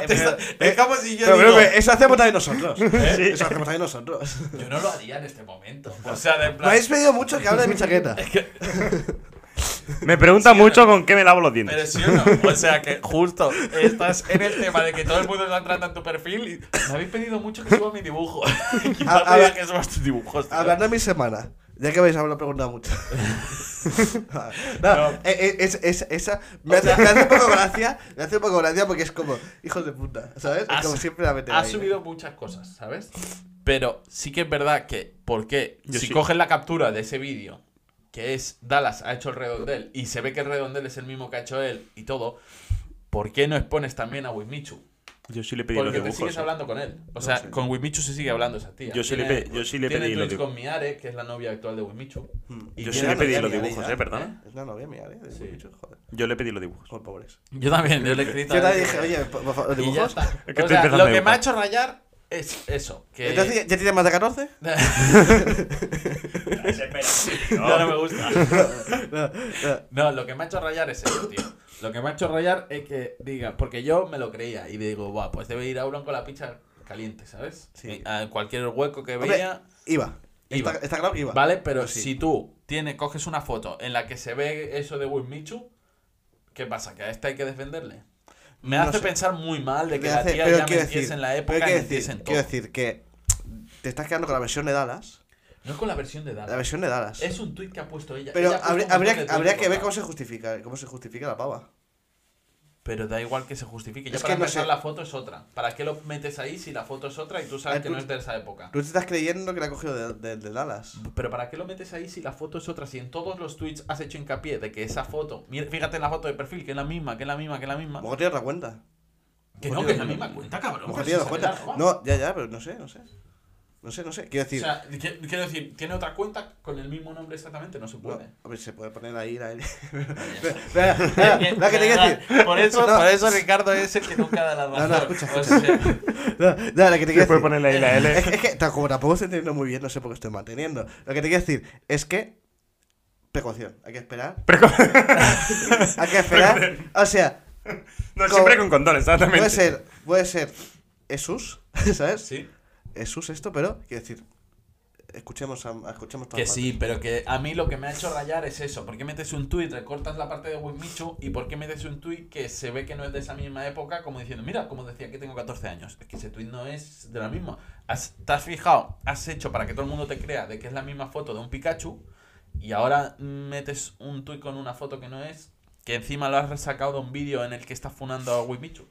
S1: Te
S3: pero-
S1: está- es como si yo
S3: eh, pero-
S1: digo,
S3: pero eso hacemos también nosotros.
S2: Sí.
S3: ¿Eh? Eso hacemos también nosotros.
S1: yo no lo haría en este momento. O sea, de en
S3: Me
S1: plan,
S3: habéis pedido mucho que hable de mi chaqueta.
S2: Me pregunta
S1: Sí,
S2: mucho con qué me lavo los dientes.
S1: pero sí o no. O sea, que justo estás en el tema de que todo el mundo está entrando en tu perfil y me habéis pedido mucho que suba mi dibujo. Quizás
S3: A- a
S1: te diga
S3: ver-
S1: que subas tus dibujos. tío.
S3: Hablando de mi semana, ya que vais a haberlo preguntado mucho. no, eh, eh, es, es- esa me hace, me hace un poco gracia, me hace un poco gracia porque es como, hijos de puta, ¿sabes? Es
S1: Ha
S3: como
S1: su-
S3: siempre la meten
S1: ha
S3: ahí.
S1: subido muchas cosas, ¿sabes? Pero sí que es verdad que, ¿por qué?
S2: Yo
S1: si
S2: sí.
S1: coges la captura de ese vídeo, que es Dallas ha hecho el redondel, y se ve que el redondel es el mismo que ha hecho él y todo, ¿por qué no expones también a Wismichu?
S2: Yo sí le pedí los
S1: Porque te
S2: dibujos.
S1: sigues
S2: ¿eh?
S1: hablando con él. O sea,
S3: sé.
S1: con Wismichu se sigue hablando esa tía.
S2: Yo sí le
S1: Tiene-
S2: pe- yo sí le
S1: tiene
S2: pedí los
S1: tweets
S2: dibu-
S1: con Miare, que es la novia actual de Wismichu.
S3: Mm.
S1: Y
S2: Yo
S1: tiene-
S2: sí le pedí
S3: novia
S2: los
S3: mía,
S2: dibujos,
S3: ya.
S2: ¿eh? Perdona.
S3: Es una novia mía, ¿eh? De
S1: Sí.
S3: mucho, joder.
S2: Yo le pedí los dibujos.
S3: Por pobres.
S1: Yo también, yo le he escrito
S3: Yo
S1: a
S3: te
S1: él.
S3: dije, oye, por por favor, los
S1: Y ya
S3: dibujos.
S1: está.
S2: Es que
S1: O
S2: estoy
S1: sea,
S2: empezando
S1: lo
S2: a
S1: que me ha
S2: gustar.
S1: hecho rayar es eso. Que...
S3: Entonces, ¿ya- ¿ya tienes más de 14?
S2: eh.
S1: no, no me gusta.
S3: No, no.
S1: No, lo que me ha hecho rayar es eso, tío. Lo que me ha hecho rayar es que diga, porque yo me lo creía y digo, guau, pues debe ir Auron con la picha caliente, ¿sabes? Y
S3: Sí.
S1: A cualquier hueco que
S3: Hombre,
S1: veía,
S3: Iba.
S1: Iba.
S3: Está, está claro que iba.
S1: ¿vale? Pero
S3: Pues sí.
S1: si tú tienes, coges una foto en la que se ve eso de Will Michu, ¿qué pasa? ¿Que a este hay que defenderle? Me
S3: No
S1: hace
S3: sé.
S1: pensar muy mal de que
S3: Me
S1: la
S3: hace-
S1: tía
S3: pero
S1: ya
S3: quiero
S1: metiese
S3: decir-
S1: en la
S3: pero
S1: época y
S3: quiero
S1: metiese
S3: decir-
S1: en todo.
S3: Quiero decir que te estás quedando con la versión de Dallas.
S1: No es con la versión de Dallas.
S3: La versión de Dallas.
S1: Es un tuit que ha puesto ella.
S3: Pero
S1: Ella ha puesto
S3: habría,
S1: un montón
S3: habría,
S1: de tuits
S3: habría que
S1: con
S3: ver
S1: Dallas.
S3: cómo se justifica, cómo se justifica la pava.
S1: Pero da igual que se justifique. Ya
S3: Es
S1: para
S3: que no
S1: empezar,
S3: sé.
S1: la foto es otra. ¿Para qué lo metes ahí si la foto es otra y tú sabes
S3: Ah,
S1: que
S3: tú-
S1: no es de esa época?
S3: Tú te estás creyendo que la ha cogido de, de- de Dallas.
S1: Pero ¿para qué lo metes ahí si la foto es otra? Si en todos los tweets has hecho hincapié de que esa foto. Mira, fíjate en la foto de perfil, que es la misma, que es la misma, que es la misma.
S3: Mejor tiene otra cuenta.
S1: Que no, que es la misma cuenta, cabrón.
S3: Mejor
S1: pero si
S3: tiene otra
S1: se
S3: cuenta.
S1: la roba.
S3: No, ya, ya, pero no sé, no sé. No sé, no sé. Quiero
S1: O
S3: decir.
S1: sea, qui- quiero decir, tiene otra cuenta con el mismo nombre exactamente, no se
S3: no,
S1: puede.
S3: a ver, se puede poner ahí la.
S1: está.
S3: Espera, espera, no, que te quiero decir.
S1: Por eso,
S3: No.
S1: por eso Ricardo es el que nunca da la razón.
S3: No, no, escucha,
S1: O
S3: escucha.
S1: sea,
S3: No, no, lo que
S2: Se
S3: te quiero
S2: puede
S3: decir.
S2: ponerle ahí la L.
S3: Es, es que ta- como tampoco estoy entendiendo muy bien, no sé por qué estoy manteniendo. Lo que te quiero decir es que. Precaución, hay que esperar. hay que esperar. O sea,
S2: No,
S3: Como-
S2: siempre con condones, exactamente.
S3: puede ser. Puede ser. Jesús, ¿sabes?
S1: sí.
S3: Jesús esto, pero. Quiero decir. Escuchemos, a, escuchemos todas
S1: Que
S3: partes.
S1: sí, pero que a mí lo que me ha hecho rayar es eso. ¿Por qué metes un tuit, recortas la parte de Wismichu y por qué metes un tuit que se ve que no es de esa misma época como diciendo, mira, como decía que tengo 14 años? Es que ese tuit no es de la misma. Has- ¿Te has fijado? Has hecho para que todo el mundo te crea de que es la misma foto de un Pikachu y ahora metes un tuit con una foto que no es, que encima lo has sacado de un vídeo en el que estás funando a Wismichu.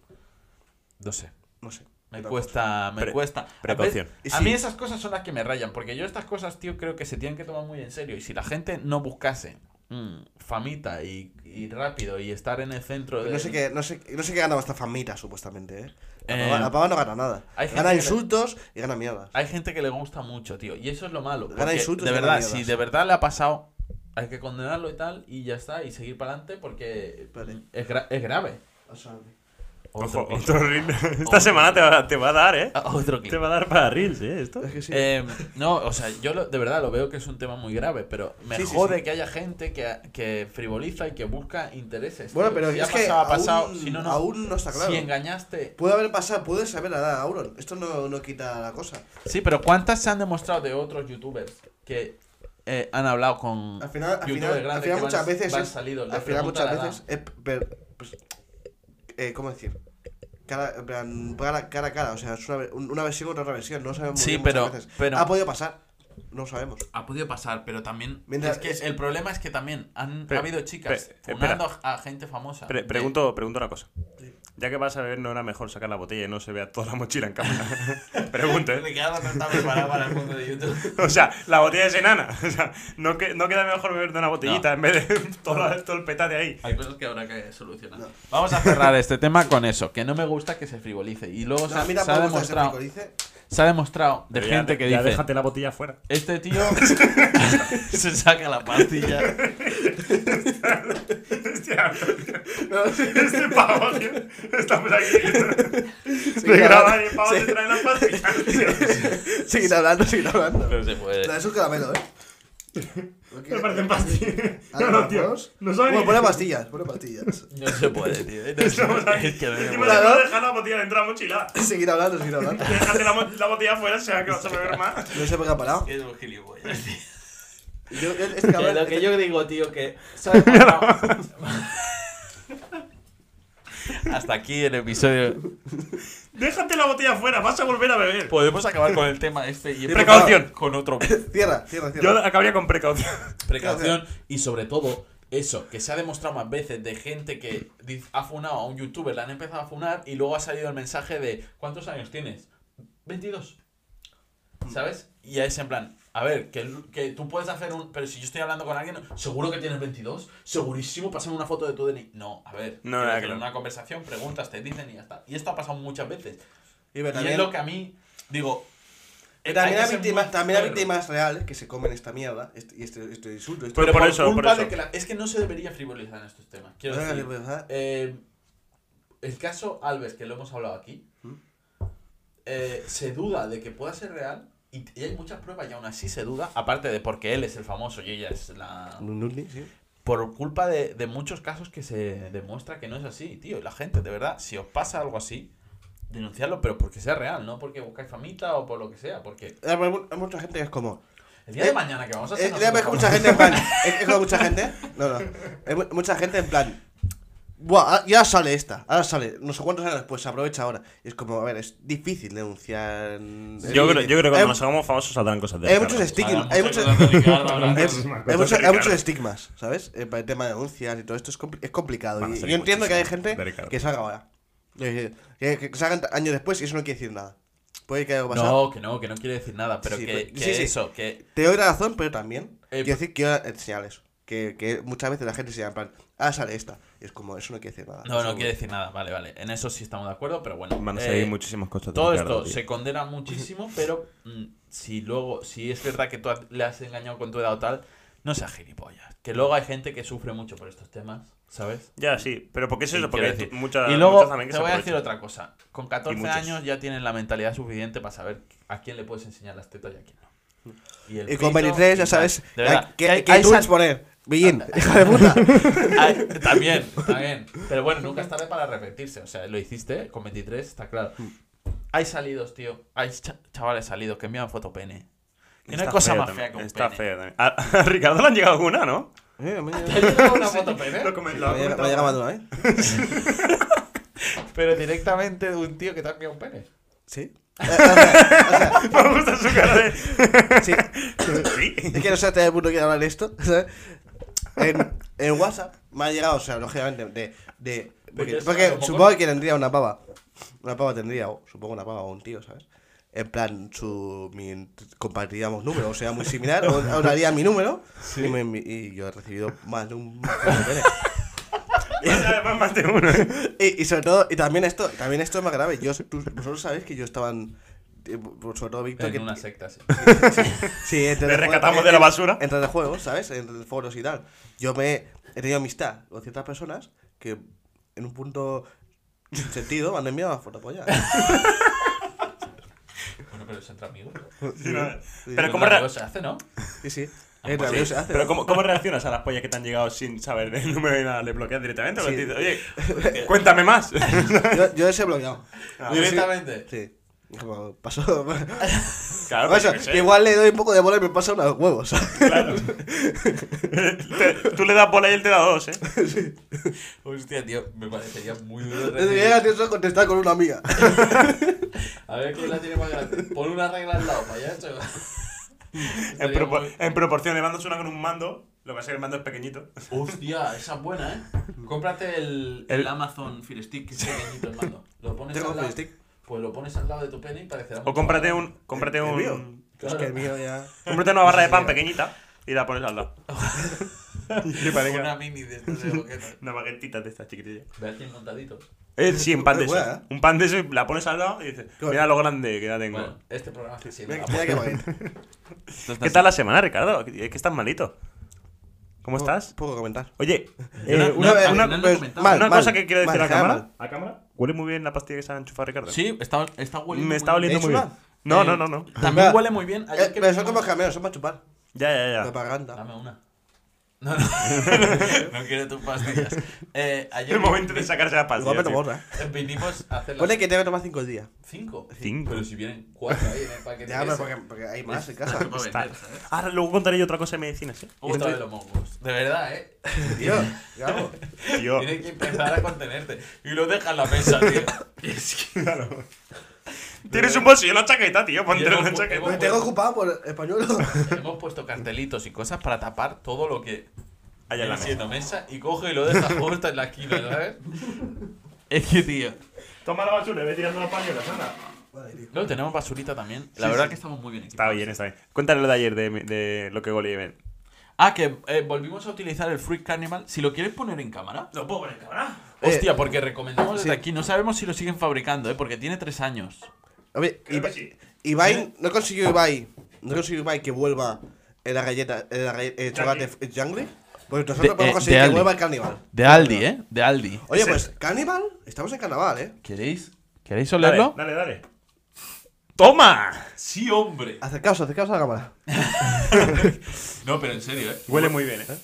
S1: No sé.
S3: No sé.
S1: Me
S3: Otra
S1: cuesta, me
S2: Pre-
S1: cuesta.
S2: precaución.
S1: A,
S3: Y
S1: a
S3: sí.
S1: mí esas cosas son las que me rayan, porque yo estas cosas, tío, creo que se tienen que tomar muy en serio. Y si la gente no buscase mm, famita y, y rápido y estar en el centro de...
S3: No sé, qué, no, sé, no sé qué ganaba esta famita, supuestamente. ¿eh? La,
S1: Eh,
S3: pava, la pava no gana nada.
S1: hay gente
S3: Gana
S1: que-
S3: insultos y gana mierdas.
S1: Hay gente que le gusta mucho, tío, y eso es lo malo.
S3: Gana
S1: porque
S3: insultos
S1: de
S3: y gana
S1: verdad,
S3: mierdas.
S1: si de verdad le ha pasado, hay que condenarlo y tal, y ya está, y seguir para adelante porque
S3: Vale.
S1: es, gra- es grave.
S2: Ojo,
S1: clip.
S2: otro reel.
S1: Otro
S2: Esta semana te va, te va a dar, ¿eh?
S1: Otro clip.
S2: Te va a dar para reels, ¿eh? Esto.
S3: Es que sí.
S1: Eh, no, o sea, yo lo- de verdad lo veo que es un tema muy grave, pero me
S3: Sí, sí,
S1: jode
S3: sí.
S1: que haya gente que, que frivoliza y que busca intereses.
S3: bueno,
S1: tío.
S3: pero
S1: si
S3: es
S1: ha
S3: que
S1: pasado, ha pasado,
S3: aún,
S1: si no, no.
S3: aún no está claro.
S1: Si engañaste.
S3: Puede haber pasado, puede saber a Auron. Esto no, no quita la cosa.
S1: Sí, pero ¿cuántas se han demostrado de otros youtubers que eh, han hablado con
S3: Al final, al
S1: youtubers
S3: final,
S1: grandes
S3: al final
S1: que van-
S3: muchas veces.
S1: van
S3: es-
S1: salidos? Les
S3: al final
S1: preguntan
S3: muchas
S1: la
S3: veces. es per- pues, eh, ¿Cómo decir? Cara, en plan, cara, cara a cara. O sea, es una, ve- un- una versión contra otra versión. No sabemos muy
S1: Sí,
S3: bien muchas
S1: pero-
S3: veces.
S1: pero-
S3: Ha podido pasar. No sabemos.
S1: ha podido pasar, pero también
S3: Mientras-
S1: es que
S3: es-
S1: el problema es que también han
S2: Pero-
S1: ha habido chicas
S2: pero-
S1: funando a a gente famosa.
S2: Pre-
S1: De-
S2: pregunto, pregunto una cosa. Ya que vas a beber, ¿no era mejor sacar la botella y no se vea toda la mochila en cámara? pregunto, ¿eh?
S1: Ricardo no está preparado para el mundo de YouTube.
S2: O sea, la botella es enana. O sea, no, que, no queda mejor beber de una botellita en vez de todo, la- todo el petate ahí.
S1: Hay cosas que habrá que solucionar. Vamos a cerrar este tema con eso, que no me gusta que se frivolice. Y luego se,
S3: No, a mí
S1: ha- se
S3: tampoco
S1: ha
S3: me gusta ese
S1: demostrado,
S3: fricolice.
S1: se ha demostrado de
S2: Pero ya
S1: gente
S2: de-
S1: que
S2: ya
S1: dice,
S2: déjate la botella fuera.
S1: este tío se saca la pastilla.
S2: Hostia, este pavo, tío. Estamos aquí. Se
S3: claro.
S2: graban y el pavo
S3: Sí.
S2: se trae las pastillas. tío.
S3: Seguir hablando, seguir hablando.
S1: No se puede.
S3: La de sus caramelos, ¿eh?
S2: Me parecen pastillas.
S3: Ah,
S2: No, no, tío.
S3: vamos.
S2: No saben
S3: Bueno,
S2: ni-
S3: pone pastillas, pone pastillas.
S1: No se puede, tío. No se puede. Es que no se
S2: Encima
S1: puede.
S2: de
S3: Claro.
S2: no dejar la botella dentro de la mochila.
S3: Seguir hablando, seguir hablando.
S2: Déjate la, mo- la botella fuera, o sea que vas a beber más.
S3: No sé por qué ha parado.
S1: Es un gilipollas, tío.
S3: Yo- yo- este
S1: Que
S3: cabrón-
S1: lo que
S3: este-
S1: yo digo, tío, que. ¿sabes? Hasta aquí el episodio.
S2: Déjate la botella fuera, vas a volver a beber.
S1: Podemos acabar con el tema este y empezar
S2: Precaución.
S1: con otro.
S3: Cierra, cierra,
S2: Yo
S3: cierra.
S2: acabaría con precaución.
S1: precaución y sobre todo eso, que se ha demostrado más veces de gente que diz- ha funado a un youtuber, le han empezado a funar y luego ha salido el mensaje de ¿cuántos años tienes? 22. ¿Sabes? Y es en plan, a ver, que, el- que tú puedes hacer un... Pero si yo estoy hablando con alguien, seguro que tienes 22, segurísimo, pásame una foto de tu DNI. No, a ver,
S2: No,
S1: creo
S2: nada,
S1: que en
S2: claro.
S1: una conversación preguntas, te dicen y ya está. Y esto ha pasado muchas veces.
S3: Y
S1: Y
S3: ve,
S1: es
S3: también,
S1: lo que a mí, digo... eh, hay
S3: también
S1: que
S3: hay
S1: ser
S3: víctimas,
S1: muy
S3: también hay
S1: perro.
S3: víctimas reales que se comen esta mierda este- y este, este insulto. Este,
S2: Pero por eso, por
S1: culpa
S2: eso.
S1: de que la- Es que no se debería frivolizar en estos temas. Quiero
S3: Ahora
S1: decir,
S3: que puedes hacer-
S1: eh, el caso Alves, que lo hemos hablado aquí,
S3: ¿Mm?
S1: eh, se duda de que pueda ser real y, y hay muchas pruebas y aún así se duda, aparte de porque él es el famoso y ella es la...
S3: Nudni, sí.
S1: Por culpa de, de muchos casos que se demuestra que no es así, tío. Y la gente, de verdad, si os pasa algo así, denunciarlo, pero porque sea real, no porque buscáis famita o por lo que sea, porque
S3: Hay mu- hay mucha gente que es como.
S1: el día de
S3: Eh,
S1: mañana que vamos a
S3: Eh,
S1: hacer...
S3: ya ves que mucha gente en plan. Es es como mucha gente. No, no. Hay mu- mucha gente en plan. Buah, ah, ya sale esta, ahora sale, no sé cuántos años después, se aprovecha ahora. Y es como, a ver, es difícil denunciar.
S2: Yo, creo, yo creo que cuando
S3: hay,
S2: nos hagamos famosos saldrán cosas de
S3: hay
S2: esas,
S3: muchos
S2: claro.
S3: sticky,
S1: Habrá
S3: hay
S1: muchas
S3: muchos,
S1: cosas de Ricardo, habrá-
S3: hay-
S2: muchas
S3: hay
S2: cosas
S3: muchos-
S2: de
S3: hay
S2: Ricardo.
S3: muchos estigmas, ¿sabes? Eh, para el tema de denuncias y todo esto es, compli- es complicado.
S2: Van a
S3: Y
S2: salir
S3: yo entiendo que hay
S2: muchísimas
S3: gente
S2: de Ricardo.
S3: que salga ahora. Eh, Que, que salgan años después y eso no quiere decir nada. Puede que haya pasado.
S1: No, que no, que no quiere decir nada, pero
S3: Sí,
S1: que,
S3: pero-
S1: que
S3: sí, sí.
S1: eso, que...
S3: Te doy la razón, pero también
S1: Eh,
S3: quiero decir, quiero enseñar eso. Que, que muchas veces la gente se llama en plan, ah, sale esta. Y es como, eso no quiere decir nada.
S1: No,
S3: Eso-
S1: no quiere decir nada, vale, vale. En eso sí estamos de acuerdo, pero bueno.
S2: Ah, Van a
S1: eh,
S2: salir muchísimas cosas de
S1: Todo
S2: Ricardo,
S1: esto
S2: tío.
S1: se condena muchísimo, pero mm, si luego, si es verdad que tú has- le has engañado con tu edad o tal, no seas gilipollas. Que luego hay gente que sufre mucho por estos temas, ¿sabes?
S2: Ya, sí, pero porque es
S1: Sí,
S2: eso, porque
S1: quiero
S2: hay
S1: decir.
S2: muchas
S1: y luego
S2: muchas Ah, también que
S1: te
S2: se
S1: voy a decir
S2: aprovechan.
S1: otra cosa. Con 14
S2: muchos.
S1: años ya tienen la mentalidad suficiente para saber a quién le puedes enseñar las tetas y a quién no. Y, el
S3: Hmm. Y con
S1: pito
S3: 23,
S1: y
S3: ya
S1: tal.
S3: sabes,
S1: De verdad,
S3: que,
S1: hay-
S3: que,
S1: hay
S3: tweets
S1: sat-
S3: poner. Billín, hija de puta.
S1: Ay, también, también. Pero bueno, nunca es tarde para arrepentirse. O sea, lo hiciste con 23, está claro. Hay salidos, tío. Hay cha- chavales salidos que envían foto pene. Que no hay
S2: Está
S1: cosa
S2: feo
S1: más
S2: también,
S1: fea que un
S2: Está
S1: pene.
S2: feo también. A, a Ricardo le han llegado alguna, ¿no?
S3: Eh, me
S1: ¿Te
S3: llega-
S1: ha llegado una foto pene?
S2: Lo comen- lo
S3: me
S2: han
S3: llega- me
S2: comentado.
S3: llega más de una, ¿eh?
S1: Pero directamente de un tío que te ha enviado un pene.
S3: Sí.
S2: Me gusta su cara de- Sí.
S3: Sí. Es que no sé hasta qué punto quiero hablar de esto. ¿sabes? En, en WhatsApp me ha llegado, o sea, lógicamente, de. de porque
S1: Porque-
S3: porque
S1: a lo mejor-
S3: supongo que tendría una pava. Una pava tendría, o supongo una pava o un tío, ¿sabes? En plan, su, mi- compartiríamos número, o sea, muy similar, o, o daría mi número. Y, me envi- y yo he recibido más de un.
S2: Además, más de uno. ¿eh?
S3: Y, y sobre todo, y también esto, también esto es más grave. Yo, tú- vosotros sabéis que yo estaba en- eh, sobre todo Víctor,
S1: En
S3: que,
S1: una secta, sí.
S3: Sí, entre
S2: Le
S3: los juegos-
S2: rescatamos de la basura.
S3: Entre los juegos, ¿sabes? Entre foros y tal. Yo me he tenido amistad con ciertas personas que en un punto sin sentido me han enviado a fotopollas.
S1: Bueno, pero es entre amigos.
S2: Sí, no.
S3: Sí.
S2: Pero,
S1: Entre
S2: ¿cómo, re-
S1: amigos se hace, ¿no?
S3: Sí, sí. Eh, también se hace.
S2: Pues pero ¿cómo, cómo reaccionas a las pollas que te han llegado sin saber el número y nada? ¿Le bloqueas directamente? o
S3: Sí.
S2: le dices, Oye, cuéntame más.
S3: Yo, yo les he bloqueado.
S2: Ah,
S3: Yo sí-
S1: directamente.
S3: Sí. Como pasó.
S2: Claro,
S3: Bueno,
S2: pues yo qué sé.
S3: igual le doy un poco de bola y me pasa unos huevos.
S2: Claro. Te- tú le das bola y él te da dos, ¿eh?
S1: Hostia, tío, me parecería muy duro.
S3: Es bien
S1: recibir-
S3: gracioso contestar con una amiga.
S1: A ver quién la tiene más grande. Pon una regla al lado, payaso.
S2: En,
S1: Estaría
S2: propo-
S3: pues.
S1: muy-
S2: en proporción, le mandas una con un mando. Lo que pasa es que el mando es pequeñito.
S1: Hostia, esa es buena, ¿eh? Cómprate el, el,
S2: El-
S1: Amazon Fire Stick, que es pequeñito el mando. Lo pones
S3: Tengo
S1: al lado,
S3: Fire Stick.
S1: Pues lo pones al lado de tu pene y parecerá
S2: O
S1: mucho
S2: cómprate
S1: más
S2: un. Cómprate
S3: El
S2: un.
S3: mío. Es
S1: Claro.
S3: que el mío ya.
S2: Cómprate una barra de pan
S3: Sí.
S2: pequeñita y la pones al lado.
S1: grande.
S2: Que parezca-
S1: Una mini de estos de boquete.
S2: Una baguetita de estas chiquitillas.
S1: De aquí montadito.
S2: Eh, sí, un pan de
S3: Es
S2: eso.
S3: buena, ¿eh?
S2: Un pan de eso y la pones al lado y dices,
S3: Claro.
S2: mira lo grande que ya tengo.
S1: Bueno, este programa es que sirve.
S3: Mira, mira qué bonito.
S2: ¿Qué tal la semana, Ricardo? Es que estás malito. ¿Cómo estás?
S3: Poco comentar.
S2: Oye,
S1: Yo no-
S2: eh,
S1: no-
S2: una,
S1: al
S2: una-
S1: final no he
S2: pues,
S1: comentado.
S2: una cosa que quiero decir
S3: mal,
S2: a
S3: queda
S2: cámara.
S3: mal.
S2: ¿A cámara? Huele muy bien la pastilla que se ha enchufado, Ricardo.
S1: Sí, está, está hueliendo
S2: Me
S1: muy
S2: está
S1: bien.
S2: oliendo muy
S3: ¿Es
S2: bien.
S3: una?
S2: No,
S1: Eh,
S2: no, no, no.
S1: También
S3: Mira.
S1: huele muy bien. Ayer
S3: Eh,
S1: que
S3: pero son como
S1: vinimos-
S3: cameos, son para chupar.
S2: Ya, ya,
S1: Ah.
S3: La
S2: ya.
S3: propaganda.
S1: Dame una. No, no. no quiero tus pastillas. Eh, ayer
S2: El momento de sacarse la
S3: Igual
S2: pastilla.
S3: me lo
S2: tío.
S3: borra. ¿eh?
S1: vinimos a hacer las
S3: Pone que tengo que tomar 5 días.
S1: cinco.
S2: Cinco.
S1: Pero si vienen cuatro ahí eh, en el paquete.
S3: Ya, pero
S1: ese.
S3: porque, porque hay más en
S1: Para
S3: casa.
S1: vender, ¿sabes?
S2: Ahora luego contaré yo otra cosa de medicina, ¿sí?
S1: Otra de los mongos. De verdad, ¿eh?
S3: Tío, ¿qué hago?
S2: Tío.
S1: Tienes que empezar a contenerte. Y lo dejas en la mesa, tío. Es que...
S2: Tienes un bolsillo en la chaqueta, tío. Ponte
S1: Yo
S2: en la
S1: no-
S2: chaqueta.
S3: Me tengo ocupado por español.
S1: Hemos puesto cartelitos y cosas para tapar todo lo que
S2: Allá en
S1: viene
S2: la mesa.
S1: siendo mesa y coge y lo deja justo en la esquina, ¿sabes? Es que, tío.
S2: Toma la basura y ve tirando las pañuelas, anda.
S1: No, tenemos basurita también. La verdad que estamos muy bien
S2: Está
S1: equipados.
S2: bien, está bien. Cuéntale lo de ayer de, de lo que golé ven.
S1: Ah, que eh, volvimos a utilizar el Fruit Carnival. Si lo quieres poner en cámara.
S2: Lo puedo poner, cabrón.
S1: Hostia, porque recomendamos desde
S3: sí.
S1: aquí. No sabemos si lo siguen fabricando, ¿eh? Porque tiene tres años.
S3: Oye,
S2: Creo
S3: Iba-
S2: que sí.
S3: Ibai, no consiguió Ibai, no consiguió Ibai que vuelva en la galleta, en la galleta, eh, chocolate
S2: Jungle.
S3: eh, jungle. Pues nosotros
S1: De- eh,
S3: podemos
S1: de
S3: conseguir que
S1: Aldi.
S3: vuelva el carnaval.
S1: De Aldi, ¿eh? De Aldi.
S3: Oye,
S2: Ese-
S3: pues, carnaval, estamos en carnaval, eh.
S1: ¿Queréis? ¿Queréis
S2: Dale,
S1: olerlo?
S2: dale, dale. ¡Toma!
S1: Sí, hombre.
S3: Acercaos, acercaos a la cámara.
S1: No, pero en serio, ¿eh?
S2: Huele muy bien, ¿eh?
S3: Yo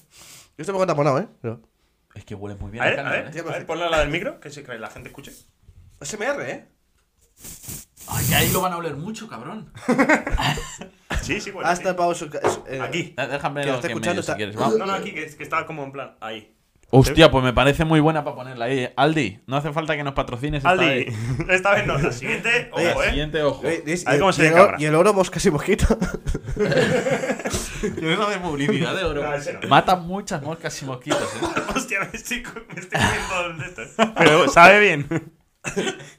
S3: estoy un poco taponado, eh. Pero...
S1: Es que huele muy bien.
S2: A ver,
S1: el
S2: a
S1: canal,
S2: ver,
S1: ¿eh?
S3: ¿eh?
S2: a ver, ponlo al lado del micro, que si que la gente escuche.
S3: SMR, eh.
S1: Ay, que ahí lo van a oler mucho, cabrón.
S2: Sí, sí, huele.
S3: Hasta el pavo su... es- eh,
S2: Aquí.
S1: Déjame
S3: Que lo
S1: lo
S3: está
S1: que en
S3: escuchando,
S1: medio, si
S3: está-
S1: quieres.
S2: sí.
S1: Vamos.
S2: No, no, aquí, que, que estaba como en plan, ahí.
S1: Hostia, pues me parece muy buena para ponerla ahí. Aldi, no hace falta que nos patrocines esta
S2: Aldi,
S1: vez.
S2: esta vez no, la siguiente, ojo,
S1: La
S2: eh.
S1: siguiente, ojo.
S3: Oye, ¿ves?
S2: A ver
S3: Y-
S2: cómo se
S3: y el-
S2: cabra.
S3: Y el oro mosca y mosquito.
S1: Yo de publicidad de oro.
S2: No, ese no.
S1: Mata muchas moscas y mosquitos, ¿eh?
S2: Hostia, me estoy, co- me estoy comiendo el de esto. Pero sabe bien.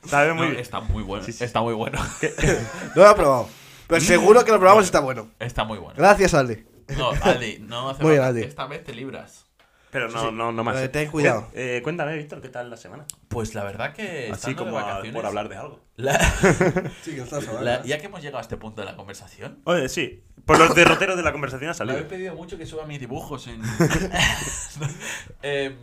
S2: sabe muy
S1: No,
S2: bien.
S1: está muy bueno.
S2: Sí, sí.
S1: Está muy bueno.
S3: No lo he probado.
S2: Mm.
S3: Pero seguro que lo probamos y está bueno.
S1: Está muy bueno.
S3: Gracias, Aldi.
S1: No, Aldi, no hace
S3: Muy bien,
S1: falta.
S3: Aldi.
S1: Esta vez te libras.
S2: Pero no, no, no
S3: Eh,
S2: más.
S3: ten cuidado.
S2: Eh, eh, cuéntame, Víctor, ¿qué tal la semana?
S1: Pues la verdad que
S2: Así
S1: estando
S2: como
S1: de
S2: a-
S1: vacaciones,
S2: por hablar de algo.
S1: la-
S3: Sí, que
S1: la- ya que hemos llegado a este punto de la conversación,
S2: Oye, sí. Por los derroteros de la conversación ha
S1: me
S2: salido.
S1: habéis pedido mucho que suba mis dibujos en... eh,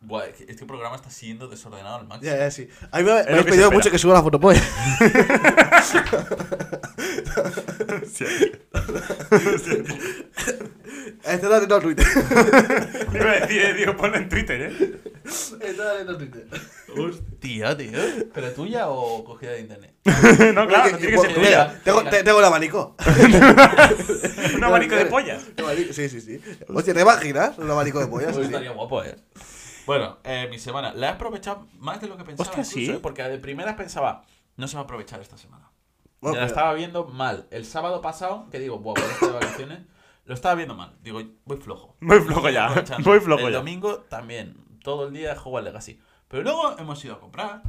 S1: buah, este programa está siendo desordenado al máximo.
S3: Ya, ya, sí. A mí me, me
S2: lo que
S3: habéis
S2: se
S3: pedido
S2: espera.
S3: mucho que suba la foto, pues.
S2: Sí.
S3: Está atento a Twitter.
S2: Iba a decir, digo, ponlo en Twitter, ¿eh?
S3: Está atento a Twitter.
S1: Hostia, tío. ¿Pero tuya o cogida de internet?
S2: No, claro, no tiene que ser
S1: Porque-
S2: tuya.
S1: tuya.
S3: Tengo, te- tengo el abanico.
S2: Un abanico Pues de pollas.
S3: Un abanico, Sí, sí, sí. Hostia, ¿te imaginas? Un abanico de pollas.
S1: Hoy
S3: sí.
S1: estaría guapo, eh. Bueno, eh, mi semana. La he aprovechado más de lo que pensaba.
S2: Hostia,
S1: incluso,
S2: ¿sí?
S1: eh, Porque de primeras pensaba, no se va a aprovechar esta semana.
S3: Bueno,
S1: Ya la
S3: pues, pero-
S1: estaba viendo mal. El sábado pasado, que digo, buah, voy a estar de vacaciones, lo estaba viendo mal. Digo, voy flojo.
S2: Voy flojo ya,
S1: Aprovechando.
S2: voy flojo
S1: El
S2: ya.
S1: domingo también, todo el día juego al Legacy. Pero luego hemos ido a comprar.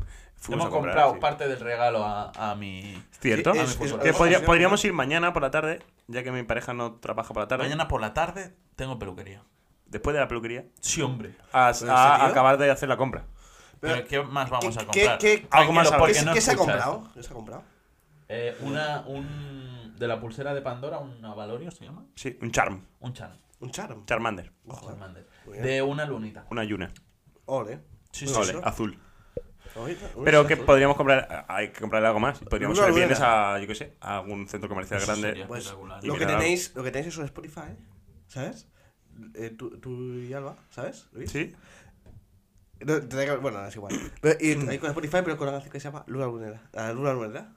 S1: hemos
S2: Fuimos a comprar,
S1: comprado
S2: sí.
S1: parte del regalo a, a mi...
S2: ¿Cierto?
S1: a mi
S3: Es- es-
S1: futuro.
S2: Que
S3: es-
S2: podría- podríamos ir mañana por la tarde, ya que mi pareja no trabaja por la tarde.
S1: Mañana por la tarde tengo peluquería.
S2: Después de la peluquería.
S1: Sí, hombre.
S2: A,
S3: ¿Pero en
S2: Ah, a
S3: serio?
S2: acabar de hacer la compra.
S1: ¿Pero,
S3: Pero,
S1: qué más vamos a
S3: ¿qué-
S1: comprar?
S3: qué- qué-
S1: Tranquilo,
S2: algo más
S1: porque
S3: ¿Qué,
S1: no
S3: qué se ha
S1: escuchas.
S3: comprado? ¿Qué se ha comprado?
S1: Eh, una, un... De la pulsera de Pandora, un Avalorio se llama.
S2: Sí, un charm.
S1: Un Chan.
S3: Un charm.
S2: Charmander.
S3: Ojo, eh.
S1: Charmander.
S3: Muy bien.
S1: De una lunita.
S2: Una yuna.
S3: Ole.
S1: Sí,
S3: Muy
S1: sí,
S2: Ole,
S1: sí.
S3: bien.
S2: azul.
S3: Oye, oye,
S2: Pero que
S3: ojo.
S2: podríamos comprar. Hay que comprar algo más. Podríamos
S3: Una
S2: ir viernes
S3: luna.
S2: a, yo qué sé, a algún centro comercial
S1: Eso
S2: grande.
S1: sería.
S3: Pues,
S1: espectacular.
S2: Y
S3: lo, que
S2: mira,
S3: tenéis, lo que tenéis es un Spotify, ¿sabes? Eh, tú, tú y Alba, ¿sabes? Luis?
S2: Sí.
S3: No, tendría que- bueno, es igual. Pero, y
S2: Mm.
S3: ahí con Spotify, pero con una canción que se llama Luna Lunera. La Luna Lunera.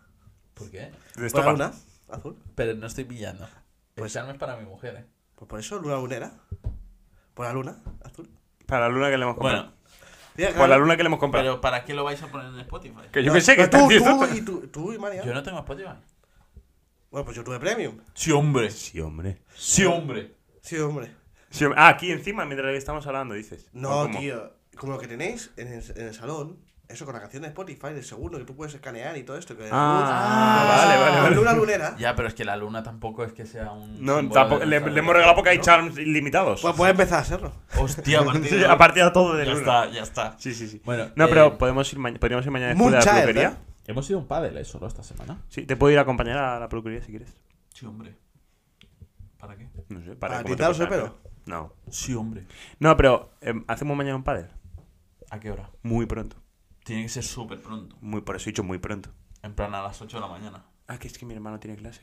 S1: ¿Por qué?
S2: De
S3: Por
S2: estopa.
S3: la luna azul.
S1: Pero no estoy pillando.
S3: Pues-
S1: Pues Charme es para mi mujer, ¿eh?
S3: Pues por eso, Luna Lunera. Por la luna azul.
S2: Para la luna que le hemos comprado.
S1: Bueno,
S3: Tía,
S2: Por la
S3: claro.
S2: luna que le hemos comprado.
S1: pero ¿para qué lo vais a poner en Spotify?
S2: Que yo
S3: No,
S2: qué sé, que
S3: no,
S2: está
S3: tú,
S2: diciendo-
S3: tú y tú, tú y María.
S1: Yo no tengo Spotify.
S3: Bueno, pues yo tuve premium.
S1: Sí, hombre.
S2: Sí, hombre.
S1: Sí, hombre.
S3: Sí, hombre.
S2: Sí, hombre. Ah, aquí encima, mientras que estamos hablando, dices. ¿O
S3: No,
S2: cómo?
S3: tío. Como lo que tenéis en el, en el salón, eso con la canción de Spotify, el segundo que tú puedes escanear y todo esto. Que
S2: Ah,
S1: vale, vale, vale.
S3: Luna lunera.
S1: Ya, pero es que la luna tampoco es que sea un...
S2: No,
S1: símbolo
S2: tampoco,
S1: de
S2: le,
S1: nuestra
S2: le hemos
S1: vida.
S2: regalado porque hay charms ilimitados.
S3: Pues puedes empezar a hacerlo.
S1: Hostia, Martín.
S2: Sí, a partir de todo de
S1: Ya
S2: luna.
S1: está, ya está.
S2: Sí, sí, sí.
S1: Bueno,
S2: no,
S1: eh,
S2: pero podemos ir mañana, podríamos ir mañana después de la
S3: Moonchild,
S2: peluquería.
S3: ¿eh?
S1: Hemos ido un pádel, ¿eh? Solo esta semana.
S2: Sí, te puedo ir a acompañar a la peluquería si quieres.
S1: Sí, hombre. ¿Para qué?
S2: No sé, para
S3: ¿Para
S2: cómo te
S3: pintaros el
S2: cortas
S3: pelo?
S2: No.
S1: Sí, hombre.
S2: No, pero eh, hacemos mañana un pádel.
S1: ¿A qué hora?
S2: Muy pronto.
S1: Tiene que ser súper pronto.
S2: Muy, por eso he dicho muy pronto.
S1: En plan, a las 8 de la mañana.
S2: Ah, que es que mi hermano tiene clase.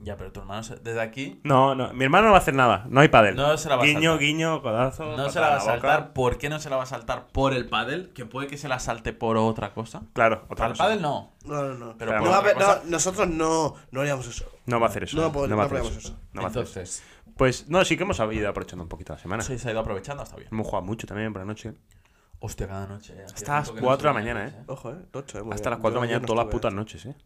S1: Ya, pero tu hermano, se- desde aquí,
S2: No, no, mi hermano no va a hacer nada. No hay pádel.
S1: No se la va a
S2: Guiño,
S1: saltar.
S2: guiño, codazo.
S1: no se la
S2: patada
S1: va a
S2: en boca.
S1: saltar. ¿Por qué no se la va a saltar? Por el pádel, que puede que se la salte por otra cosa.
S2: Claro, otra
S1: Para el
S2: cosa.
S1: pádel no.
S3: No, no, no.
S1: Pero
S3: No,
S2: por
S3: a
S1: otra
S3: ver,
S1: cosa-
S3: no, nosotros no, no haríamos eso.
S2: No va a hacer eso.
S3: No, pues,
S2: va a
S3: no
S2: hacer
S3: probemos eso.
S2: No va a hacer eso.
S1: Entonces,
S2: Pues no, sí que hemos ido aprovechando un poquito la semana.
S1: sí, se ha ido aprovechando, está bien.
S2: Hemos jugado mucho también por la noche.
S1: Hostia, cada noche. eh. Hacía
S2: Hasta las
S1: tiempo que
S2: 4 de la
S1: subía
S2: mañana,
S1: antes,
S3: Ojo, eh. Tocho, eh. muy
S2: Hasta
S3: bien.
S2: las 4 de la
S3: Yo- yo
S2: mañana
S3: no
S2: todas las
S3: estuve.
S2: putas noches, eh.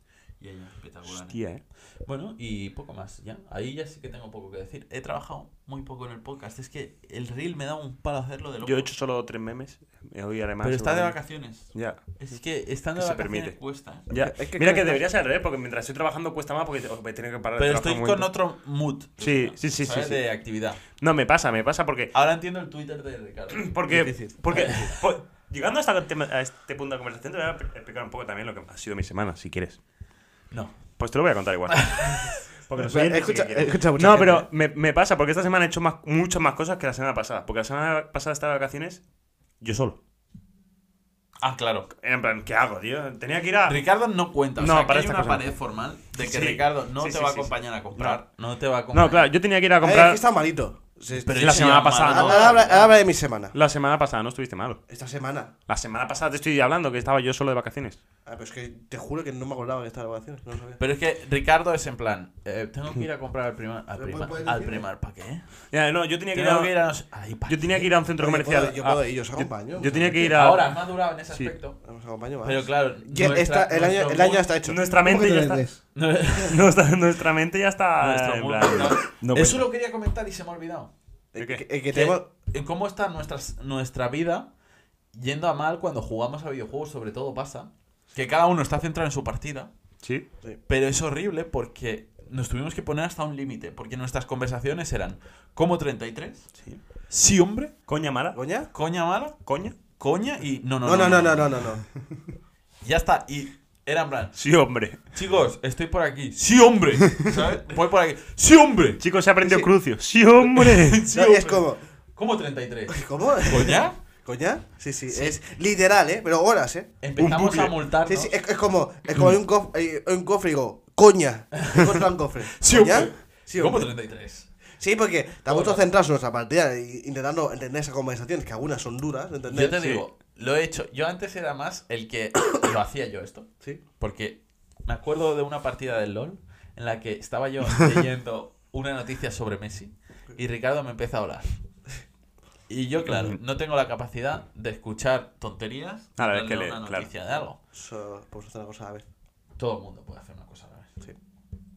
S1: Y ella, espectacular. eh.
S2: Hostia, eh.
S1: Bueno, y poco más, ya. Ahí ya sí que tengo poco que decir. He trabajado muy poco en el podcast. Es que el reel me da un palo hacerlo de loco.
S2: Yo he hecho solo 3 memes. Me voy además.
S1: Pero está de
S2: seguramente.
S1: vacaciones.
S2: Ya.
S1: Es que estando
S2: Que
S1: de
S2: se
S1: vacaciones
S2: permite.
S1: cuesta. ¿eh?
S2: Ya.
S3: Es que
S2: Mira que
S3: conectas-
S2: debería ser al revés, porque mientras estoy trabajando cuesta más porque te- os voy a tener que parar de
S1: Pero
S2: trabajar
S1: estoy
S2: un
S1: con
S2: momento.
S1: otro mood.
S2: Sí, sí, sí,
S1: ¿sabes?
S2: sí, sí.
S1: De actividad.
S2: No, me pasa, me pasa porque.
S1: Ahora entiendo el Twitter de Ricardo.
S2: Porque.
S3: Difícil.
S2: porque po- llegando hasta el tema- a este punto de conversación, te voy a explicar un poco también lo que ha sido mi semana, si quieres.
S1: No.
S2: Pues te lo voy a contar igual. Porque no soy
S3: Pero
S2: el que
S3: escucha-
S2: sí que quiere.
S3: escucha mucha
S2: No,
S3: gente.
S2: pero me, me pasa, porque esta semana he hecho más, muchas más cosas que la semana pasada. Porque la semana pasada estaba de vacaciones yo solo.
S1: Ah, claro.
S2: Era en plan, ¿qué hago, tío? Tenía que ir a.
S1: Ricardo no cuenta. O
S2: No,
S1: sea,
S2: para
S1: que hay
S2: esta
S1: una
S2: cosa no.
S1: pared formal de que
S2: Sí.
S1: Ricardo no
S2: Sí,
S1: te
S2: sí,
S1: va a
S2: sí,
S1: acompañar
S2: sí.
S1: a comprar. No. te va a acompañar.
S2: No, claro, yo tenía que ir a
S3: Eh, es que
S2: comprar.
S3: está malito. Se-
S1: Pero
S3: se-
S2: la
S1: eso
S2: semana
S1: ya mal,
S2: pasada,
S3: Ahora
S2: no.
S1: ¿no?
S3: ahora habla, eh. ahora habla de mi semana.
S2: La semana pasada no estuviste malo.
S3: Esta semana.
S2: La semana pasada te estoy hablando que estaba yo solo de vacaciones.
S3: Ah, pero es que te juro que no me acordaba de estas grabaciones, no lo sabía.
S1: Pero es que Ricardo es en plan, eh, tengo que ir a comprar al primar. ¿Al
S3: Pero
S1: primar,
S3: puedes
S1: al
S3: decirlo.
S1: primar para qué?
S2: Ya, no, yo tenía que ir
S1: Tengo
S2: a,
S1: que ir a. no sé- Ay, ¿pa'
S2: yo tenía
S1: qué?
S2: que ir a un centro
S3: Oye,
S2: comercial.
S3: puedo- yo puedo
S2: a-
S3: ir, os acompaño,
S2: yo- Yo
S3: homás.
S2: tenía que ir a.
S1: Ahora, más durado en ese
S2: Sí.
S1: aspecto.
S3: Nos acompaño más.
S1: Pero claro.
S3: ¿Quién
S1: nuestra-
S3: está- el, año,
S1: nuestro eh,
S3: el año
S1: mood-
S3: está hecho.
S2: Nuestra
S4: ¿Cómo
S2: mente
S4: que
S2: ya
S4: te
S2: está,
S4: vendes?
S2: nuestra, nuestra mente ya está.
S1: nuestro
S2: en
S1: mood
S2: plan,
S1: está-
S2: no cuenta.
S1: Eso lo quería comentar y se me ha olvidado.
S3: El
S2: ¿Qué?
S3: que, el que
S1: Que-
S3: tenemos-
S1: en ¿Cómo está nuestras, nuestra vida yendo a mal cuando jugamos a videojuegos? Sobre todo pasa que cada uno está centrado en su partida,
S2: Sí.
S1: pero es horrible porque nos tuvimos que poner hasta un límite, porque nuestras conversaciones eran como 33,
S2: sí.
S1: sí hombre,
S2: Coña mala.
S3: ¿Coña?
S1: coña mala,
S2: Coña.
S1: coña y no, no,
S3: No, no, no, no, no, no. no.
S1: Ya está, y era en plan,
S2: Sí, hombre.
S1: chicos, estoy por aquí, sí hombre, ¿sabes? Voy por aquí, sí hombre,
S2: Chicos, se aprendió
S3: Sí.
S2: crucio. Sí, hombre.
S1: sí,
S3: No, y
S1: hombre.
S3: es como,
S1: ¿Cómo 33?
S3: ¿cómo?
S1: ¿Coña?
S3: ¿Coña? Sí, sí, es literal, ¿eh? Pero horas, ¿eh?
S1: Empezamos
S2: bucle.
S1: a multarnos.
S3: Sí, eh, sí, es, es como, es como hay un, cof- hay un cofre y digo, coña. He encontrado un cofre. ¿Coña? Sí,
S1: ¿Cómo
S3: hombre.
S1: 33?
S3: Sí, porque estamos
S1: Hola.
S3: todos centrados en nuestra partida e intentando entender esas conversaciones, que algunas son duras, ¿entendés?
S1: Yo te
S2: Sí.
S1: digo, lo he hecho. Yo antes era más el que lo hacía yo esto.
S3: Sí.
S1: Porque me acuerdo de una partida del LOL en la que estaba yo leyendo una noticia sobre Messi y Ricardo me empieza a hablar. Y yo, claro, no tengo la capacidad de escuchar tonterías
S2: A la vez
S1: de
S2: que
S1: leer una
S2: leer, claro.
S1: noticia de algo.
S3: So, pues hacer una cosa, a ver.
S1: Todo el mundo puede hacer una cosa a la vez.
S3: Sí.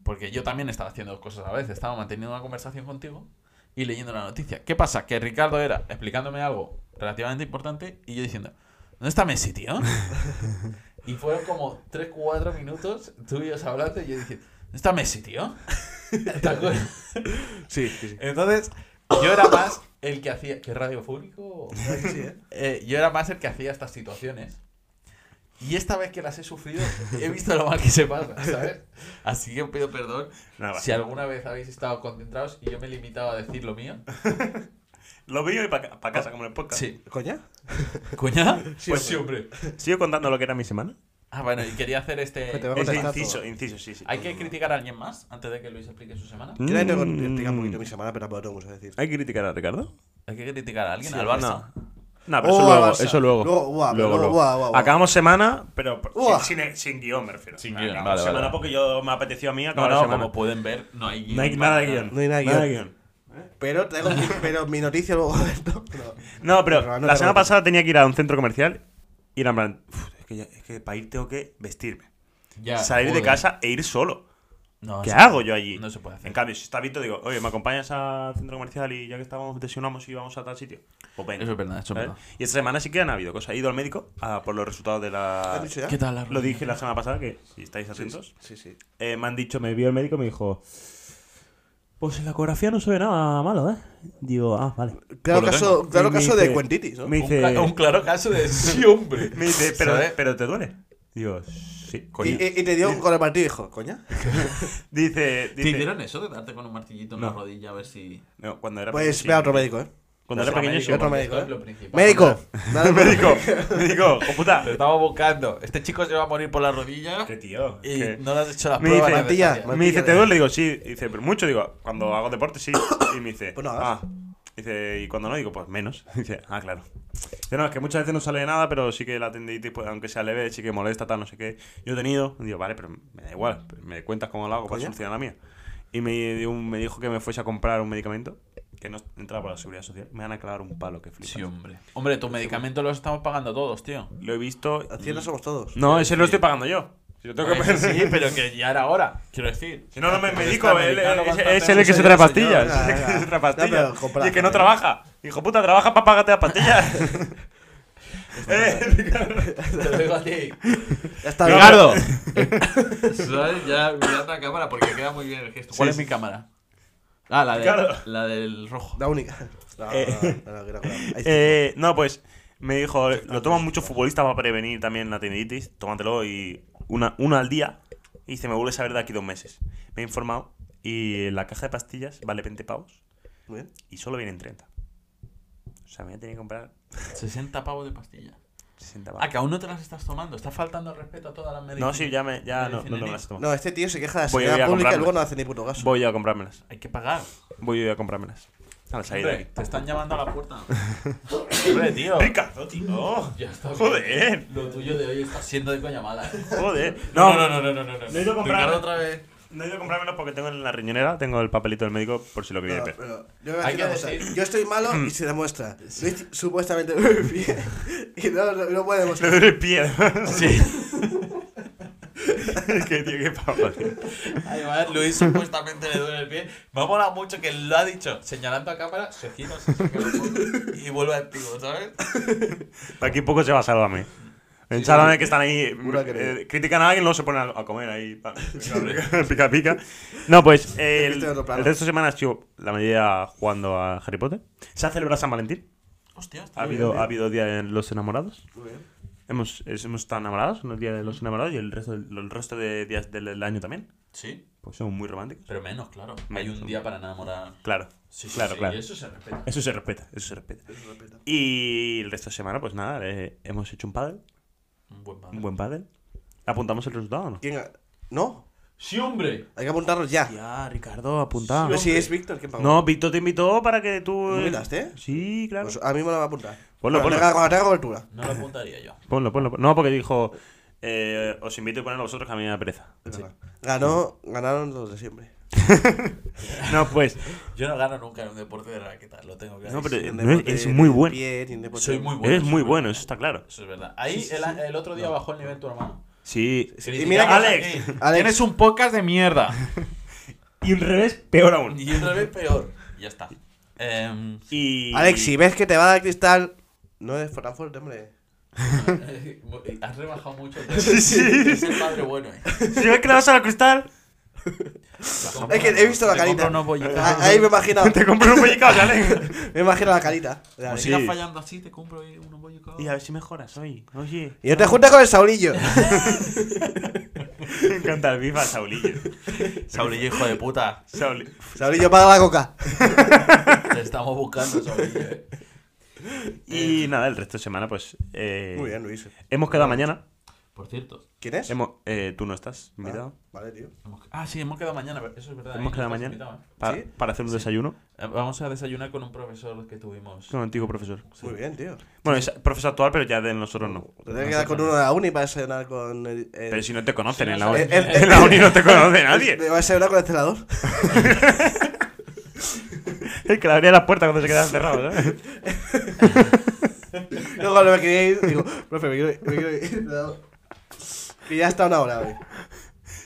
S1: Porque yo también estaba haciendo dos cosas a la vez. Estaba manteniendo una conversación contigo y leyendo la noticia. ¿Qué pasa? Que Ricardo era explicándome algo relativamente importante y yo diciendo, ¿dónde está Messi, tío? y fueron como 3, 4 minutos tú y yo hablando y yo diciendo, ¿dónde está Messi, tío? ¿Te acuerdas?
S3: Sí, sí, sí.
S1: Entonces, yo era más el que hacía... ¿Qué radiofónico?
S3: Sí, ¿eh?
S1: Eh, yo era más el que hacía estas situaciones. Y esta vez que las he sufrido, he visto lo mal que se pasa, ¿sabes? Así que pido perdón
S2: Nada.
S1: si alguna vez habéis estado concentrados y yo me he limitado a decir lo mío.
S2: Lo veo y para casa, como en el podcast.
S1: Sí.
S3: ¿Coña?
S1: ¿Coña?
S3: Sí,
S1: pues sí, hombre.
S2: ¿Sigo contando lo que era mi semana?
S1: Ah, bueno, y quería hacer este...
S3: Que Pues te va a
S2: Ese
S3: contestar
S2: inciso,
S3: todo.
S2: inciso, sí, sí.
S1: ¿Hay que criticar a alguien más antes de que Luis explique su semana?
S3: Yo también tengo que
S2: Mm.
S3: explicar un poquito mi semana, pero tampoco tengo mucho que decir.
S2: ¿Hay que criticar a Ricardo?
S1: ¿Hay que criticar a alguien? ¿Al Barça?
S2: No. No, pero
S3: Oh,
S2: eso,
S3: al
S2: luego,
S3: Barça.
S2: eso luego.
S3: Luego, guau, luego, guau, guau, guau.
S2: Acabamos semana, pero por-
S3: Guau.
S2: sin, sin- sin guión me refiero.
S1: Sin guión,
S2: Acabamos
S1: vale, vale.
S2: semana porque yo me apeteció a mí
S1: No,
S2: acabar
S1: no,
S2: semana.
S1: como pueden ver, no hay guión.
S2: No hay nada de guión.
S3: No hay nada de
S2: guión.
S3: Pero, traigo mi, pero mi noticia luego. No, no.
S2: No, pero
S3: Pero no
S2: la semana
S3: te preocupes.
S2: pasada tenía que ir a un centro comercial y era en plan, "Uf, es que, ya- es que para ir tengo que vestirme,
S1: Ya,
S2: salir
S1: joder.
S2: de casa e ir solo.
S1: No,
S2: ¿Qué
S1: sí.
S2: hago yo allí?
S1: No se puede hacer.
S2: En cambio, si está Vito, digo, oye, ¿me acompañas al centro comercial y ya que estábamos, desionamos y vamos a tal sitio? Pues venga.
S1: Eso es verdad, eso es
S2: ¿Sabes?
S1: verdad.
S2: Y esta semana sí que han habido cosas. He ido al médico a por los resultados de la.
S3: ¿Has dicho ya?
S1: ¿Qué tal la
S2: Lo
S1: reunión?
S2: dije la semana pasada, que si estáis atentos.
S3: Sí, sí.
S2: Eh, me han dicho, me vio el médico y me dijo. Pues en la ecografía no se ve nada malo, ¿eh? Digo, ah, vale.
S1: Pues
S3: Claro,
S1: lo
S3: caso,
S2: tengo.
S3: claro
S2: Y me
S3: caso de
S2: dice-
S3: cuentitis, ¿no?
S2: Me
S1: Un, cla-
S2: dice.
S1: un claro caso de sí, hombre.
S2: Me dice, pero,
S1: ¿Sabes?
S2: pero te duele. Digo, sí,
S3: Y, eh,
S2: coño.
S3: y- y te dio con el partido y dijo, ¿coña?
S2: Dice,
S1: ¿Te
S2: dice.
S1: hicieron eso de darte con un martillito en la
S2: No.
S1: rodilla a ver si...
S2: No, cuando era
S3: Pues
S2: pequeño,
S3: ve a
S2: sí.
S3: otro médico, ¿eh?
S2: Cuando era
S1: Otro
S2: pequeño, sí.
S1: médico,
S3: otro
S1: porque esto es lo
S3: médico, ¿eh?
S1: principal.
S3: ¡Médico! Dale,
S2: Médico, médico, oh puta.
S1: Te estaba buscando. Este chico se va a morir por la rodilla
S2: Qué tío.
S1: y
S2: qué-
S1: no le has hecho las
S2: Me
S1: pruebas.
S2: dice,
S1: necesarias.
S3: "Mantilla,
S2: Me dice,
S3: de-
S2: ¿te duele? Digo, sí. Y dice, pero mucho. Digo, cuando hago deporte, sí. Y me dice,
S3: Pues no
S2: ah.
S3: hagas.
S2: Dice, y cuando no, digo, pues menos. Dice, ah, claro. Dice, no, es que muchas veces no sale nada, pero sí que la tendinitis, pues, aunque sea leve, sí que molesta, tal, no sé qué. Yo he tenido, digo, vale, pero me da igual. pero Me cuentas cómo lo hago para
S3: Coño.
S2: solucionar la mía. Y me, dio un- me dijo que me fuese a comprar un medicamento que no entraba por la seguridad social. Me van a clavar un palo, que flipas.
S1: Sí, hombre. Hombre, tus medicamentos los estamos pagando todos, tío.
S2: Lo he visto.
S3: Así no somos todos.
S2: No, ese lo estoy pagando yo. Si lo tengo
S3: Ah,
S2: que
S1: Eh,
S2: pagar.
S1: sí, pero que ya era hora. Quiero decir.
S2: Si no, no me
S1: Pero
S2: medico,
S3: Este
S1: está
S2: él-
S1: medicando
S2: es,
S1: bastante
S2: es él el que se
S1: mucho
S2: trae
S1: ya el señor.
S2: pastillas.
S3: señor.
S2: es el que se trae
S3: Ya,
S2: pastillas.
S3: pero compra,
S2: y el que no
S3: ¿eh?
S2: trabaja. Hijo puta, trabaja para pagarte las pastillas. Eh,
S1: Te lo digo a ti.
S3: Ya está.
S2: Ricardo.
S1: ¿Sabes? Ya mirando la cámara porque queda muy bien el gesto.
S2: Sí,
S1: ¿Cuál es
S2: sí.
S1: mi cámara? Ah, la, de,
S2: Claro.
S1: la del rojo.
S3: La única. No, no,
S2: Eh.
S3: no, no, no, no, no, no. Ahí está.
S2: Eh, no, pues me dijo, lo toman muchos futbolistas para prevenir también la tendinitis. Tómatelo y una, una al día. Y se me vuelve a saber de aquí dos meses. Me he informado y la caja de pastillas vale 20 pavos
S3: Muy bien.
S2: y solo vienen 30. O sea, me voy a tener que comprar
S1: 60 pavos de pastilla.
S2: 60
S1: Ah,
S2: pavos.
S1: que aún no te las estás tomando. Estás faltando al respeto a todas las medicinas.
S2: No, sí, ya, me, ya no, no,
S1: Medicina
S2: no
S1: ni-
S2: me las tomo.
S3: No, este tío se queja de la
S2: Voy a ir a
S3: seguridad pública y
S2: comprarme.
S3: luego no hace ni puto caso.
S2: Voy a comprármelas.
S1: Hay que pagar.
S2: Voy a ir a comprármelas. a la salida de
S1: Hombre,
S2: aquí.
S1: te están llamando a la puerta. Hombre, tío. Oh,
S2: Ricardo, tío. No.
S1: Ya está bien.
S2: Joder.
S1: Lo tuyo de hoy está siendo de coña mala. ¿eh?
S2: Joder.
S1: No, no, no, no, no, no.
S2: No he ido a comprar-
S1: Ricardo otra vez.
S2: No he ido a comprármelo porque tengo en la riñonera, tengo el papelito del médico por si lo quería
S1: Ah.
S3: No,
S2: ver.
S3: pero yo, voy a
S1: Hay
S3: decir
S1: que
S3: una cosa.
S1: decir-
S3: yo estoy malo y se demuestra. Luis supuestamente me fía y no, no, no puede
S2: Le
S3: demostrar.
S2: duele el pie. Sí. que tío, qué pavo, tío.
S1: Además, Luis supuestamente le duele el pie. Me ha molado mucho que lo ha dicho señalando a cámara, se gira, se saca la foto y vuelve activo, ¿sabes?
S2: Aquí poco se va a Sálvame. En
S1: Sí,
S2: Sálvame
S1: sí.
S2: que están ahí,
S3: Pura querella.
S2: eh, critican a alguien, luego se ponen a, a comer ahí, pa, pica pica. No, pues eh, el,
S3: Este es otro plano.
S2: el resto de semana estuvo la mayoría jugando a Harry Potter. Se ha celebrado San Valentín.
S1: Hostia, está
S2: Ha
S1: bien.
S2: habido, ha habido Día de los Enamorados.
S3: Muy bien.
S2: Hemos, es- hemos estado enamorados, en el Día de los Enamorados y el resto, el resto de días del, del año también.
S1: Sí,
S2: Pues somos muy románticos.
S1: pero menos, claro. Hay
S2: Menos.
S1: un día para enamorar.
S2: Claro,
S1: Sí, sí,
S2: claro,
S1: sí,
S2: claro.
S1: Y eso se respeta.
S2: Eso se respeta, eso se respeta.
S3: Eso respeta.
S2: Y el resto de semana, pues nada, eh, hemos hecho un pádel,
S1: Un buen padre.
S2: un buen pádel. ¿Apuntamos el resultado o no?
S3: ¿Quién ga- ¿No?
S1: ¡Sí, hombre!
S3: Hay que apuntarnos ya.
S2: Ya, Ricardo, apunta.
S3: Pero si es Víctor, ¿quién pagó?
S2: No, Víctor te invitó para que tú.
S3: ¿Me invitaste?
S2: Sí, claro.
S3: Pues a mí me lo va a apuntar.
S2: Ponlo,
S3: Cuando
S2: ponlo.
S3: tenga- Cuando tenga cobertura.
S1: No lo apuntaría yo.
S2: Ponlo, ponlo. ponlo. No, porque dijo. eh, os invito y ponedlo vosotros que a mí me da pereza.
S3: Es verdad. Ganó, ganaron los de siempre.
S2: No, pues.
S1: Yo no gano nunca en un deporte de raqueta, lo tengo claro.
S2: No, pero
S3: Ni en
S2: no es,
S3: deporte
S2: es
S3: de
S2: muy bueno.
S3: pie, ni en deporte-
S1: Soy muy bueno.
S2: Es
S1: soy
S2: muy
S1: bueno.
S2: bueno, eso está claro.
S1: Eso es verdad. Ahí el, el otro día bajó el nivel tu hermano.
S2: Sí.
S1: Criticamos
S3: mira que-
S1: aquí.
S2: Alex,
S3: Alex.
S1: Tienes un podcast de mierda.
S2: Y un revés, peor aún.
S1: Y otra vez peor. Y Ya está. Em,
S2: Y.
S3: Alex, si ves que te va a dar cristal, no es tan fuerte, hombre.
S1: has rebajado mucho.
S2: Sí, sí.
S1: Es el padre bueno, eh.
S2: Si ves que le vas a la cristal,
S3: Es que he visto la
S1: Te
S3: carita.
S1: compro unos bollicaos.
S3: Ah, Ahí me imagino,
S2: te compro un bollicao, Alex.
S3: me imagino la carita.
S1: Como
S2: Sí.
S1: sigas fallando así, te compro ahí unos bollicaos.
S2: Y a ver si mejoras hoy. Oye.
S3: Y no te juntas con el Saurillo.
S2: Me encanta el bifa, Saulillo.
S1: Saurillo, hijo de puta.
S2: Sauli-
S3: Saurillo paga la coca.
S1: Te estamos buscando, Saurillo. eh.
S2: Y nada, el resto de semana, pues. eh,
S3: Muy bien, Luis.
S2: Hemos quedado mañana.
S1: Por cierto.
S3: ¿Quién es?
S2: Hemos, eh, tú no estás
S3: Ah,
S2: invitado.
S3: Vale, tío.
S1: hemos- Ah, sí, hemos quedado mañana. pero Eso es verdad.
S2: Hemos
S1: ahí no estás
S2: quedado mañana
S1: invitado, eh.
S2: pa-
S3: ¿Sí?
S2: para hacer un desayuno
S1: Eh, Vamos a desayunar con un profesor que tuvimos.
S2: con un antiguo profesor.
S3: Muy bien, tío.
S2: Bueno, es profesor actual, pero ya de nosotros no.
S3: Te tienes que quedar con uno de la uni para desayunar con el. el-
S2: Pero si no te conocen
S1: Sí,
S2: en,
S1: no
S2: la uni,
S1: sabes.
S2: en la uni no te conoce nadie.
S3: Te vas a desayunar con el celador.
S2: El que le abría las puertas cuando se quedaban cerrados. ¿sabes?
S3: Luego cuando me quería ir, digo, profe, me quiero ir. Me quiero ir. No. Y ya está una hora, güey.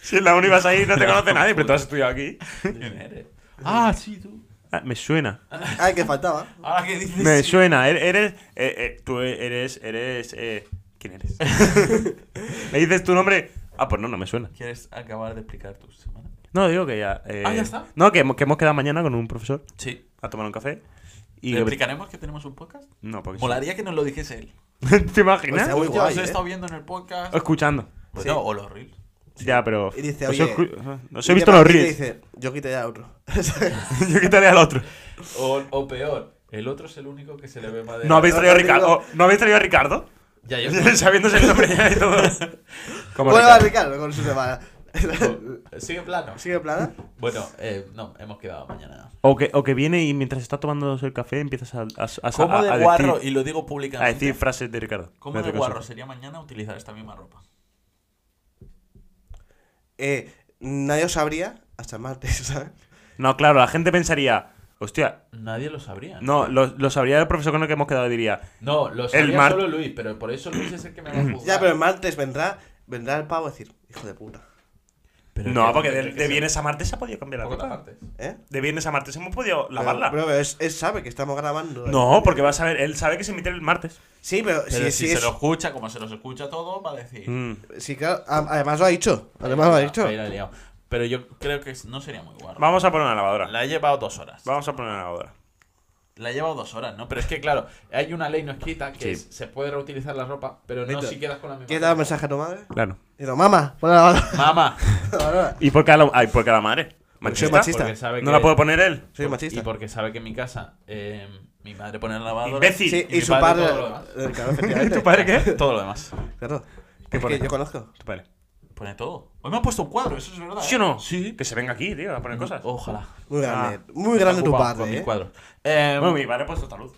S2: Si en la uni vas ahí no te conoce nadie, pero tú has estudiado aquí.
S1: ¿Quién eres? Ah, sí, tú. Ah,
S2: Ah, me suena.
S3: Ay, que faltaba.
S1: Ahora que dices.
S2: Me suena. Er- Eres. eh, eh, tú eres. Eres. eh, ¿Quién eres? me dices tu nombre. Ah, pues no, no me suena.
S1: ¿Quieres acabar de explicar tu semana?
S2: No, digo que ya. eh,
S1: Ah, ya está.
S2: No, que hemos, que hemos quedado mañana con un profesor
S1: Sí.
S2: a tomar un
S1: ¿Y
S2: café.
S1: Pues
S2: Y
S1: ¿Le explicaremos que tenemos un podcast?
S2: No, porque.
S1: Molaría que nos lo dijese él.
S2: ¿Te imaginas?
S3: Está muy
S1: Yo
S3: guay,
S1: os he
S3: eh.
S1: estado viendo en el podcast.
S2: O Escuchando.
S1: Bueno, o los reels.
S2: Ya, pero.
S3: Y dice,
S2: os he
S3: oye,
S2: escu- ajá, os
S3: Y
S2: he
S3: te
S2: visto
S3: va-
S2: los
S3: y te
S2: reels.
S3: dice, yo quité ya otro.
S2: Yo quitaré al otro.
S1: O, o peor, el otro es el único que se le ve madera.
S2: ¿No habéis traído a
S3: no, no,
S2: Ricardo? ¿No habéis traído a Ricardo?
S1: Ya, ya.
S2: Sabiéndose el nombre ya y todo. Como
S3: Bueno, va
S2: Ricardo.
S3: Ricardo con su semana.
S1: Sigue plano.
S3: ¿Sigue plana?
S1: Bueno, eh, no, hemos quedado mañana.
S2: o, que, o que viene y mientras está tomando el café empiezas a, a, a-
S1: ¿Cómo
S2: a-
S1: de
S2: a
S1: guarro?
S2: decir,
S1: Y lo digo
S2: a
S1: públicamente.
S2: decir frases de Ricardo.
S1: ¿Cómo de
S2: Ricardo.
S1: guarro sería mañana utilizar esta misma ropa?
S3: Eh, nadie os sabría hasta el martes, ¿sabes?
S2: No, claro, la gente pensaría. Hostia,
S1: Nadie lo sabría.
S2: no, lo, lo sabría el profesor con el que hemos quedado, diría.
S1: No, lo sabía
S2: El mar-
S1: solo Luis, pero por eso Luis es el que me va a juzgar.
S3: Ya, pero el martes vendrá, vendrá el pavo a decir, hijo de puta.
S1: Pero
S2: no,
S1: que-
S2: porque de,
S1: que
S2: de
S1: se-
S2: viernes a martes se ha podido cambiar la
S1: poco
S2: ropa.
S1: tapantes.
S3: ¿Eh?
S2: De viernes a martes hemos podido
S3: Pero-
S2: lavarla.
S3: Pero, pero es- él sabe que estamos grabando. ¿eh?
S2: No, porque vas a ver, él sabe que se emite el martes.
S3: Sí, pero,
S1: Pero si
S3: sí, sí
S1: se
S3: es-
S1: lo escucha, como se los escucha todo, va a decir.
S2: Mm.
S3: sí, claro, a- además lo ha dicho. Además lo ha
S1: "Ah,
S3: dicho.
S1: ahí la he liado". Pero yo creo que no sería muy guarro.
S2: Vamos a poner una lavadora.
S1: La he llevado dos horas.
S2: Vamos a poner una lavadora.
S1: La he llevado dos horas, ¿no? Pero es que, claro, hay una ley no escrita que
S2: Sí.
S1: es- se puede reutilizar la ropa, pero no
S3: Neta.
S1: si quedas con la misma.
S3: ¿Quieres dar un mensaje a tu madre?
S2: Claro.
S3: Digo, mamá, pon la lavadora.
S1: Mamá.
S3: lavadora".
S2: ¿Y por qué a la, ay, por qué a la madre? ¿Machista?
S3: soy machista.
S1: Porque sabe
S2: ¿No
S1: que-
S2: la puede poner él?
S3: Soy
S1: por-
S3: machista.
S1: Y porque sabe que en mi casa eh, mi madre pone la lavadora.
S2: ¡Imbécil!
S3: Sí,
S1: y
S3: y,
S1: mi
S3: su
S1: padre
S3: padre.
S1: todo lo demás.
S3: eh, Claro, efectivamente.
S2: ¿Tu padre qué?
S1: Todo lo demás.
S3: Claro.
S2: ¿Qué
S3: Es
S2: pone?
S3: que yo conozco.
S2: Tu padre.
S1: Pone todo. Hoy me han puesto un cuadro, eso es verdad.
S2: ¿Sí
S1: ¿eh?
S2: o no?
S1: Sí. Oh.
S2: Que se venga aquí, tío, a poner cosas.
S1: Ojalá.
S3: Muy
S2: Ah,
S3: grande. muy grande tu
S1: Ocupado con
S3: padre,
S1: mis
S3: ¿eh?
S1: cuadros. Eh,
S2: Bueno, mi padre ha puesto esta luz.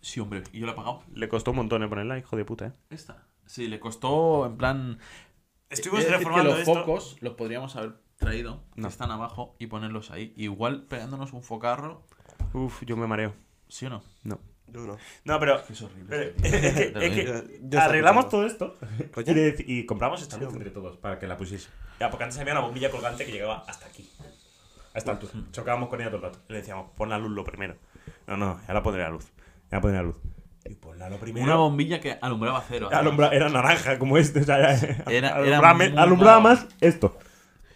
S1: Sí, hombre. Y yo la he pagado.
S2: Le costó un montón eh, ponerla, hijo de puta, eh.
S1: Esta. Sí, le costó en plan.
S2: Estuvimos
S1: Es decir,
S2: reformando
S1: que los
S2: esto.
S1: focos los podríamos haber traído, que
S2: No.
S1: están abajo, y ponerlos ahí. Igual pegándonos un focarro,
S2: Uf, yo me mareo.
S1: ¿sí o no?
S2: No.
S3: Yo no.
S2: No, pero.
S1: Que es horrible. este
S2: pero-
S1: tío.
S2: es que,
S1: Te lo
S2: es que
S1: digo.
S3: Yo- yo
S2: arreglamos
S3: escuchando.
S2: todo esto
S3: Coño.
S2: y, le- y compramos esta
S3: Sí,
S2: luz
S3: hombre.
S2: entre todos para que la pusiese. Ya, porque antes había una bombilla colgante que llegaba hasta aquí. A esta altura. Chocábamos con ella todo el rato. Y le decíamos, pon la luz lo primero. No, no, ya la pondré la luz. Ya la pondré la luz. Y ponla lo primero.
S1: Una bombilla que alumbraba cero. además.
S2: Alumbra- era naranja como este. O sea, era-
S1: Era-
S2: alumbraba,
S1: era
S2: me-
S1: muy
S2: alumbraba
S1: malo.
S2: más esto.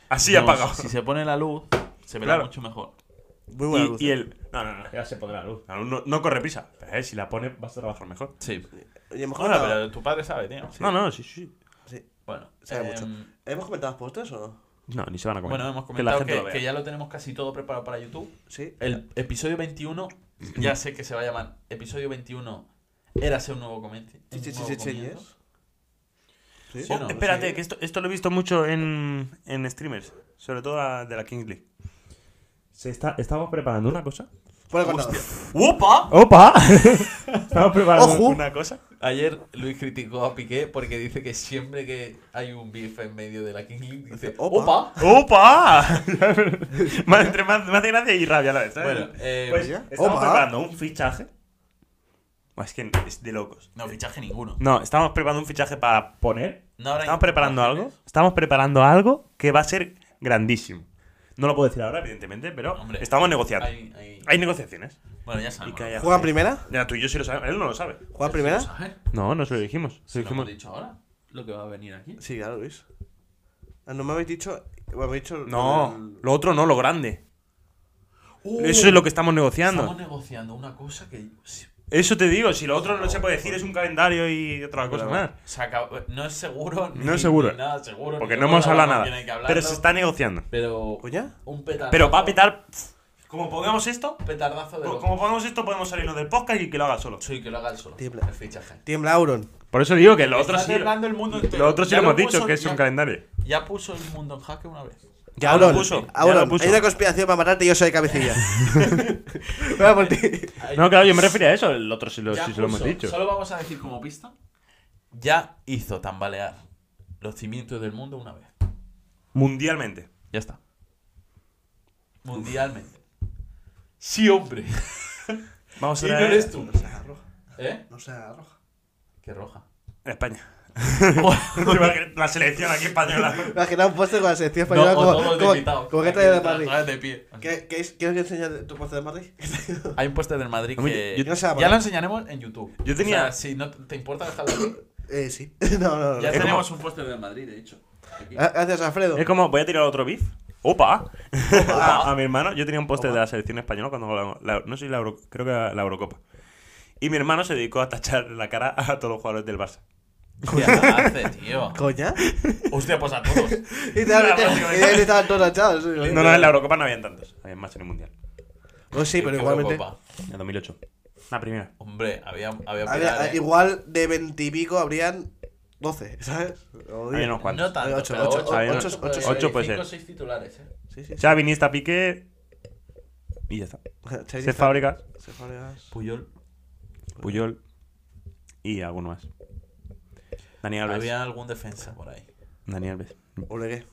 S2: Así
S1: No,
S2: apagado.
S1: Si se pone la luz, se verá
S2: Claro.
S1: mucho mejor.
S3: Muy buena
S2: y,
S3: luz.
S2: y
S3: ¿eh?
S2: el. No, no, no, ya se pondrá la luz. La luz no, no corre prisa. Pero eh, si la pone, vas a trabajar mejor.
S1: Sí.
S3: Oye, hemos
S1: Bueno,
S3: comentado-
S1: pero tu padre sabe, tío.
S2: No, no, sí, sí.
S3: sí,
S1: Bueno,
S3: sabe
S1: em,
S3: mucho. ¿Hemos comentado los postres o no?
S2: No, ni se van a comer.
S1: Bueno, hemos
S2: Que la
S1: comentado
S2: gente
S1: que,
S2: lo vea.
S1: que ya lo tenemos casi todo preparado para YouTube.
S3: Sí.
S1: El episodio 21, ya sé que se va a llamar episodio 21, érase un nuevo comienzo.
S3: Sí, sí,
S1: un
S3: sí,
S1: nuevo
S3: sí, sí,
S1: comienzo.
S3: yes. Sí.
S1: Sí, o no,
S2: Oh,
S1: no
S2: espérate, que esto, esto lo he visto mucho en, en streamers, sobre todo a- de la Kings League. Se está, estábamos preparando una cosa.
S3: Ponle contador.
S1: ¡Upa!
S2: ¡Opa! estamos preparando
S3: Ojo.
S2: una cosa.
S1: Ayer Luis criticó a Piqué porque dice que siempre que hay un beef en medio de la King League, dice
S3: Opa.
S1: ¡Opa!
S2: ¡Opa! más, entre, más, me hace gracia y rabia a la vez. ¿sabes?
S1: Bueno, eh,
S2: pues,
S3: ¿ya?
S2: estamos
S3: Opa.
S2: preparando un fichaje. Buah, Es que es de locos.
S1: No, fichaje ninguno.
S2: No, estamos preparando un fichaje para poner.
S1: No habrá
S2: Estamos preparando algo.
S1: incorporaciones.
S2: Estamos preparando algo que va a ser grandísimo. No lo puedo decir ahora, evidentemente, pero
S1: Hombre,
S2: estamos negociando.
S1: Hay- hay-
S2: Hay negociaciones.
S1: Bueno, ya
S2: Y
S1: sabemos.
S2: que haya-
S3: ¿Juegan primera?
S2: Ya, tú y yo sí lo sabemos. Él no lo sabe.
S3: ¿Juegan
S1: ¿Lo
S3: primera?
S1: sabes?
S2: No, no se lo dijimos. Se
S1: ¿Lo
S2: lo
S1: hemos
S2: dijimos.
S1: dicho ahora? Lo que va a venir aquí.
S3: Sí, claro, Luis. Ah, No me habéis dicho. Bueno, me habéis dicho.
S2: No,
S3: el-
S2: lo otro no, lo grande.
S1: ¡Uh!
S2: Eso es lo que estamos
S1: Estamos
S2: negociando.
S1: negociando una cosa que
S2: Eso te digo, si lo otro no se puede decir es un calendario y otra cosa
S3: Pero-
S2: más.
S1: se acabó- No es seguro. Ni,
S2: No es seguro.
S1: ni nada seguro.
S2: Porque
S1: ni
S2: no hemos hablado
S1: con quién hay que
S2: nada.
S1: hablarlo,
S2: Pero se está negociando.
S1: Pero.
S3: ¿Coña?
S1: Un petardazo.
S2: Pero va a petar. Como pongamos esto,
S1: Un petardazo de.
S2: co-
S1: loco.
S2: como pongamos esto, podemos salirnos del podcast y que lo haga solo.
S1: Sí, que lo haga el solo.
S3: Tiembla.
S1: El fichaje.
S3: Tiembla Auron.
S2: Por eso digo que lo otro
S1: Está
S2: sí.
S1: temblando el mundo entero.
S2: Lo otro sí
S1: Ya
S2: lo hemos dicho,
S1: puso-
S2: que es
S1: ya-
S2: un calendario.
S1: Ya puso el mundo en jaque una vez.
S2: Ya lo
S3: Auron,
S2: puso, ya
S3: Auron,
S2: lo puso.
S3: hay una conspiración para matarte y yo soy cabecilla. Voy a por ti.
S1: Ahí-
S2: No, claro, yo me refería a eso. El otro sí lo,
S1: ya
S2: sí se lo hemos
S1: puso-
S2: dicho.
S1: Solo vamos a decir como pista. Ya hizo tambalear los cimientos del mundo una vez.
S2: Mundialmente.
S1: Ya está. Mundialmente. Sí, hombre.
S2: Vamos a
S1: Y no
S2: ver-
S1: eres tú.
S3: No sea roja.
S1: ¿Eh?
S3: No sea roja.
S1: Qué roja.
S2: España. la selección aquí española.
S3: Imagina un póster con la selección española
S1: No, o
S3: Pues como,
S1: todos
S3: como,
S1: invitados.
S3: como que
S1: Aquí
S3: trae de
S1: detrás,
S3: Madrid.
S1: detrás de pie.
S3: ¿Qué, qué es- ¿Quieres que enseñe tu póster de Madrid?
S1: Hay un póster del Madrid
S2: Hombre,
S1: que
S2: yo-
S3: yo no sé la
S1: ya
S3: palabra.
S1: lo enseñaremos en YouTube.
S2: Yo tenía-
S1: O sea, si no te te importa dejarlo aquí.
S3: eh, sí. No, no, no.
S1: Ya
S2: Es como-
S1: tenemos un póster del Madrid, de hecho. Aquí.
S3: Ah, Gracias, Alfredo.
S2: Es como, voy a tirar otro beef. ¡Opa! A, a mi hermano, yo tenía un póster de la selección española cuando jugaba la- no sé si la Euro- creo que era la Eurocopa. Y mi hermano se dedicó a tachar la cara a todos los jugadores del Barça.
S1: Hostia, ¿qué hace, tío?
S3: ¿Coña?
S1: Hostia, pues a todos.
S3: Literalmente.
S2: La próxima vez.
S3: Literalmente estaban todos achados. sí.
S2: No, no, en la Eurocopa no habían tantos. Habían más en el Mundial.
S3: Oh, sí, pero
S1: Qué
S3: igualmente.
S1: guapa.
S2: En el 2008. La primera.
S1: Hombre, había, había
S3: Habría-
S1: pilar, ¿eh?
S3: Igual de veintipico habrían doce, ¿sabes? O
S2: Había
S3: diez.
S2: unos cuantos.
S1: No tanto,
S3: Ocho,
S1: pero
S3: ocho,
S1: ocho, ocho,
S2: ocho, ocho,
S1: puede
S2: ocho,
S1: ser.
S2: puede
S1: Cinco o
S2: ser.
S1: seis titulares, ¿eh?
S3: Sí, sí. sí.
S2: Xavi, Iniesta, Piqué... Y ya está. Se fábricas,
S3: Se fábricas.
S1: Puyol.
S2: Puyol y alguno más. Dani Alves.
S1: Había algún defensa por ahí.
S2: Dani Alves.
S3: Olegué.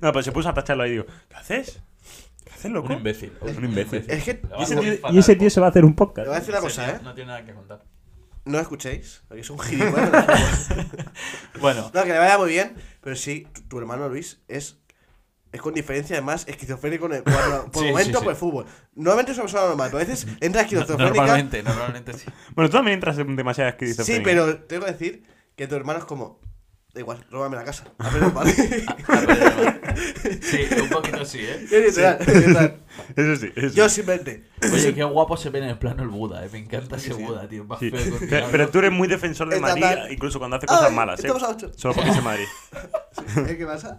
S2: No, pues se puso a tacharlo ahí y digo, ¿qué haces? ¿Qué haces, loco?
S1: Un imbécil.
S2: Un imbécil.
S3: Es que.
S1: Le va
S2: Y ese,
S1: muy
S2: tío,
S1: fatal,
S2: y ese tío se va a hacer un
S3: Te
S2: podcast.
S3: voy a decir una cosa,
S1: Ese
S3: ¿eh?
S1: tío No tiene nada que contar.
S3: No escuchéis. Porque es un gilipollas.
S1: Bueno,
S3: No, que le vaya muy bien. Pero sí, tu, tu hermano Luis es. Es con diferencia, además, esquizofrénico en el cuadro. Por
S1: Sí,
S3: momento,
S1: sí, sí.
S3: por el fútbol. Normalmente es una persona normal, pero a veces entra esquizofrénica.
S1: normalmente, normalmente sí.
S2: Bueno, tú también entras en demasiadas crisis.
S3: Sí, pero tengo que decir que tu hermano es como. Da igual, róbame la casa. A ver, vale.
S1: Ah, pero- Sí, un poquito sí, ¿eh?
S3: Es literal, es literal.
S2: Eso sí, eso sí.
S3: Yo simplemente.
S1: Oye, qué guapo se ve en el plano el Buda, ¿eh? Me encanta ese
S3: Sí, sí.
S1: Buda, tío. Más
S2: Sí.
S1: feo que un
S2: Pero,
S1: diablo.
S2: pero tú eres muy defensor de
S3: Está
S2: Madrid,
S3: mal.
S2: incluso cuando hace cosas
S3: Ay,
S2: malas, ¿eh?
S3: estamos a ocho.
S2: Solo porque es de Madrid.
S3: ¿Eh? ¿Qué pasa?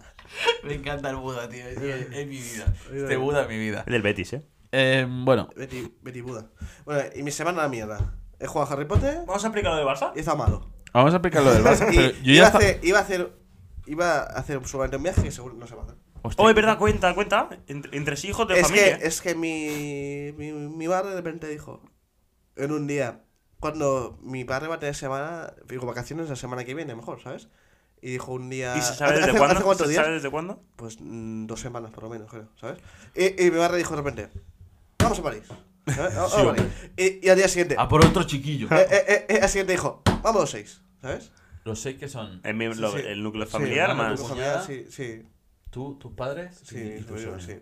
S1: Me encanta el Buda, tío. Es, es- es mi vida. Este
S3: Mira.
S1: Buda es mi vida.
S2: Es del Betis, ¿eh?
S1: Eh, bueno,
S3: Betty, Betty Buda. Bueno, y mi semana la mierda. He jugado a Harry Potter
S2: ¿Vamos a aplicar lo de Barça?
S3: y está malo.
S1: vamos a explicar lo del Barça.
S3: Y
S1: pero yo
S3: iba,
S1: ya
S3: a
S1: esta-
S3: hacer, iba a hacer iba a hacer solamente un viaje que seguro no se va a hacer.
S1: Hostia.
S2: Oh, es verdad, cuenta, cuenta. Entre, entre sí hijos de
S3: Es que, eh,
S2: familia.
S3: es que mi, mi, mi padre de repente dijo, en un día, cuando mi padre va a tener semana, digo, vacaciones la semana que viene, mejor, ¿sabes? Y dijo un día...
S2: ¿Y se sabe
S3: ¿Hace-
S2: desde
S3: hace-
S2: cuándo?
S3: hace cuántos
S2: ¿Se
S3: días?
S2: sabe desde cuándo?
S3: Pues mm, dos semanas por lo menos, creo, ¿sabes? Y, y mi madre dijo de repente, vamos a París. ¿sabes? Vamos a París. Y, y al día
S2: Ah.
S3: siguiente,
S1: A Ah, por otro chiquillo.
S3: eh, eh, eh, eh, al siguiente dijo, vamos los seis, ¿sabes?
S1: Los seis que son
S2: El, miembro-
S3: Sí, sí.
S2: el núcleo
S3: Sí,
S2: familiar
S1: el núcleo
S2: más.
S3: Tu
S1: familiar.
S3: cuñada, Sí, sí,
S1: tú, tus padres
S3: sí,
S1: y, y tus
S3: sí,
S1: sobrinos.
S3: sí,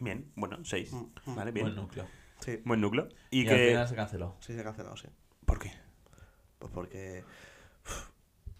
S2: Bien, bueno, seis.
S3: Mm, mm.
S2: Vale, bien.
S1: Buen
S2: Buen,
S1: núcleo.
S3: sí,
S2: núcleo. Y,
S1: Y, al
S2: que.
S1: final se canceló.
S3: sí, se ha cancelado, sí.
S2: ¿Por qué?
S3: Pues porque uf,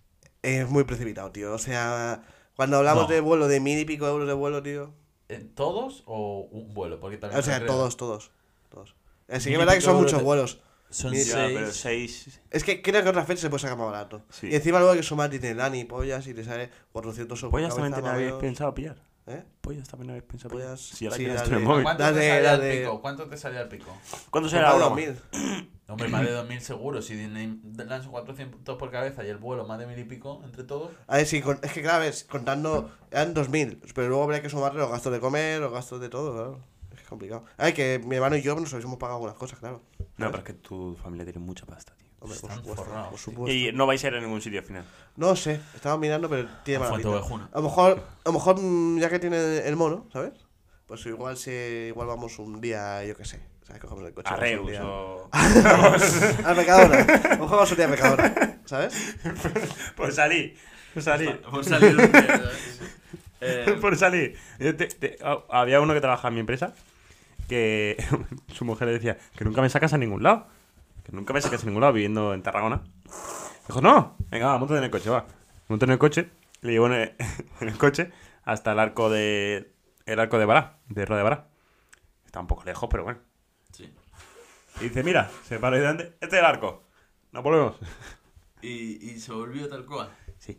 S3: es muy precipitado, tío. O sea, cuando hablamos
S1: No.
S3: de vuelo, de mil y pico euros de vuelo, tío.
S1: ¿En ¿Todos o un vuelo? Porque también
S3: O sea,
S1: creo-
S3: todos, todos, todos. Así
S1: Mil
S3: que
S1: y
S3: es verdad que
S1: pico
S3: son
S1: euros
S3: muchos
S1: de-
S3: vuelos.
S1: Son
S3: Mira,
S1: seis.
S2: Ya, pero seis.
S3: Es que creo que otra fecha se puede sacar más barato.
S2: Sí.
S3: Y encima luego hay que sumar dinelani y pollas y te sale 400 euros. por
S2: Pollas también
S3: cabeza,
S2: te Pues la
S3: más o
S2: habéis
S3: menos.
S2: pensado pillar. Pues
S3: ¿Eh?
S2: Pollas también habéis pensado pillar.
S3: Pollas,
S2: Si ahora
S3: Pues sí,
S2: tienes
S3: la
S2: tú en el
S3: de-
S2: móvil.
S1: ¿Cuánto
S3: Dale,
S1: te salía al
S3: dale.
S1: pico? ¿Cuánto te salía al pico?
S2: ¿Cuánto
S3: Pues
S2: será la
S3: pago
S2: broma?
S3: 2000.
S1: Hombre, más de 2.000 seguro. Si Disneyland son 400 por cabeza y el vuelo más de 1.000 y pico entre todos.
S3: A ver, sí, con- es que claro, es, contando, eran 2000, pero luego habría que sumarle los gastos de comer, los gastos de todo, claro. Es complicado. A ver, que mi hermano y yo nos habíamos pagado algunas cosas, claro.
S2: No, pero es que tu familia tiene mucha pasta, tío.
S3: Hombre, por
S1: Están
S3: supuesto,
S1: forrados,
S3: por
S1: tío.
S3: supuesto.
S2: Y no vais a ir a ningún sitio al final.
S3: No sé, estaba mirando, pero tiene
S1: A
S3: mala pinta.
S1: Fuentovejuna.
S3: A lo mejor, a lo mejor mm, ya que tiene el mono, ¿sabes? Pues igual se, igual vamos un día, yo qué sé, ¿sabes? Cogemos el coche.
S2: A
S3: vamos un
S2: Reus
S3: día-
S2: o.
S3: Al Mercadona. A lo mejor vamos un día al Mercadona, ¿sabes?
S2: Por salir. Por salir.
S1: Por salir un día, eh,
S2: por salir. Yo te- te- ah, había uno que trabajaba en mi empresa que su mujer le decía que nunca me sacas a ningún lado. Que nunca me sacas a ningún lado viviendo en Tarragona. Dijo, no, venga, va, montate en el coche, va. Monté en el coche, le llevo en el, en el coche hasta el arco de. El arco de Bará, de Roda de Bará. Está un poco lejos, pero bueno.
S1: sí.
S2: Y dice, mira, se para ahí delante, este es el arco. Nos volvemos.
S1: Y, y se volvió tal cual.
S2: Sí.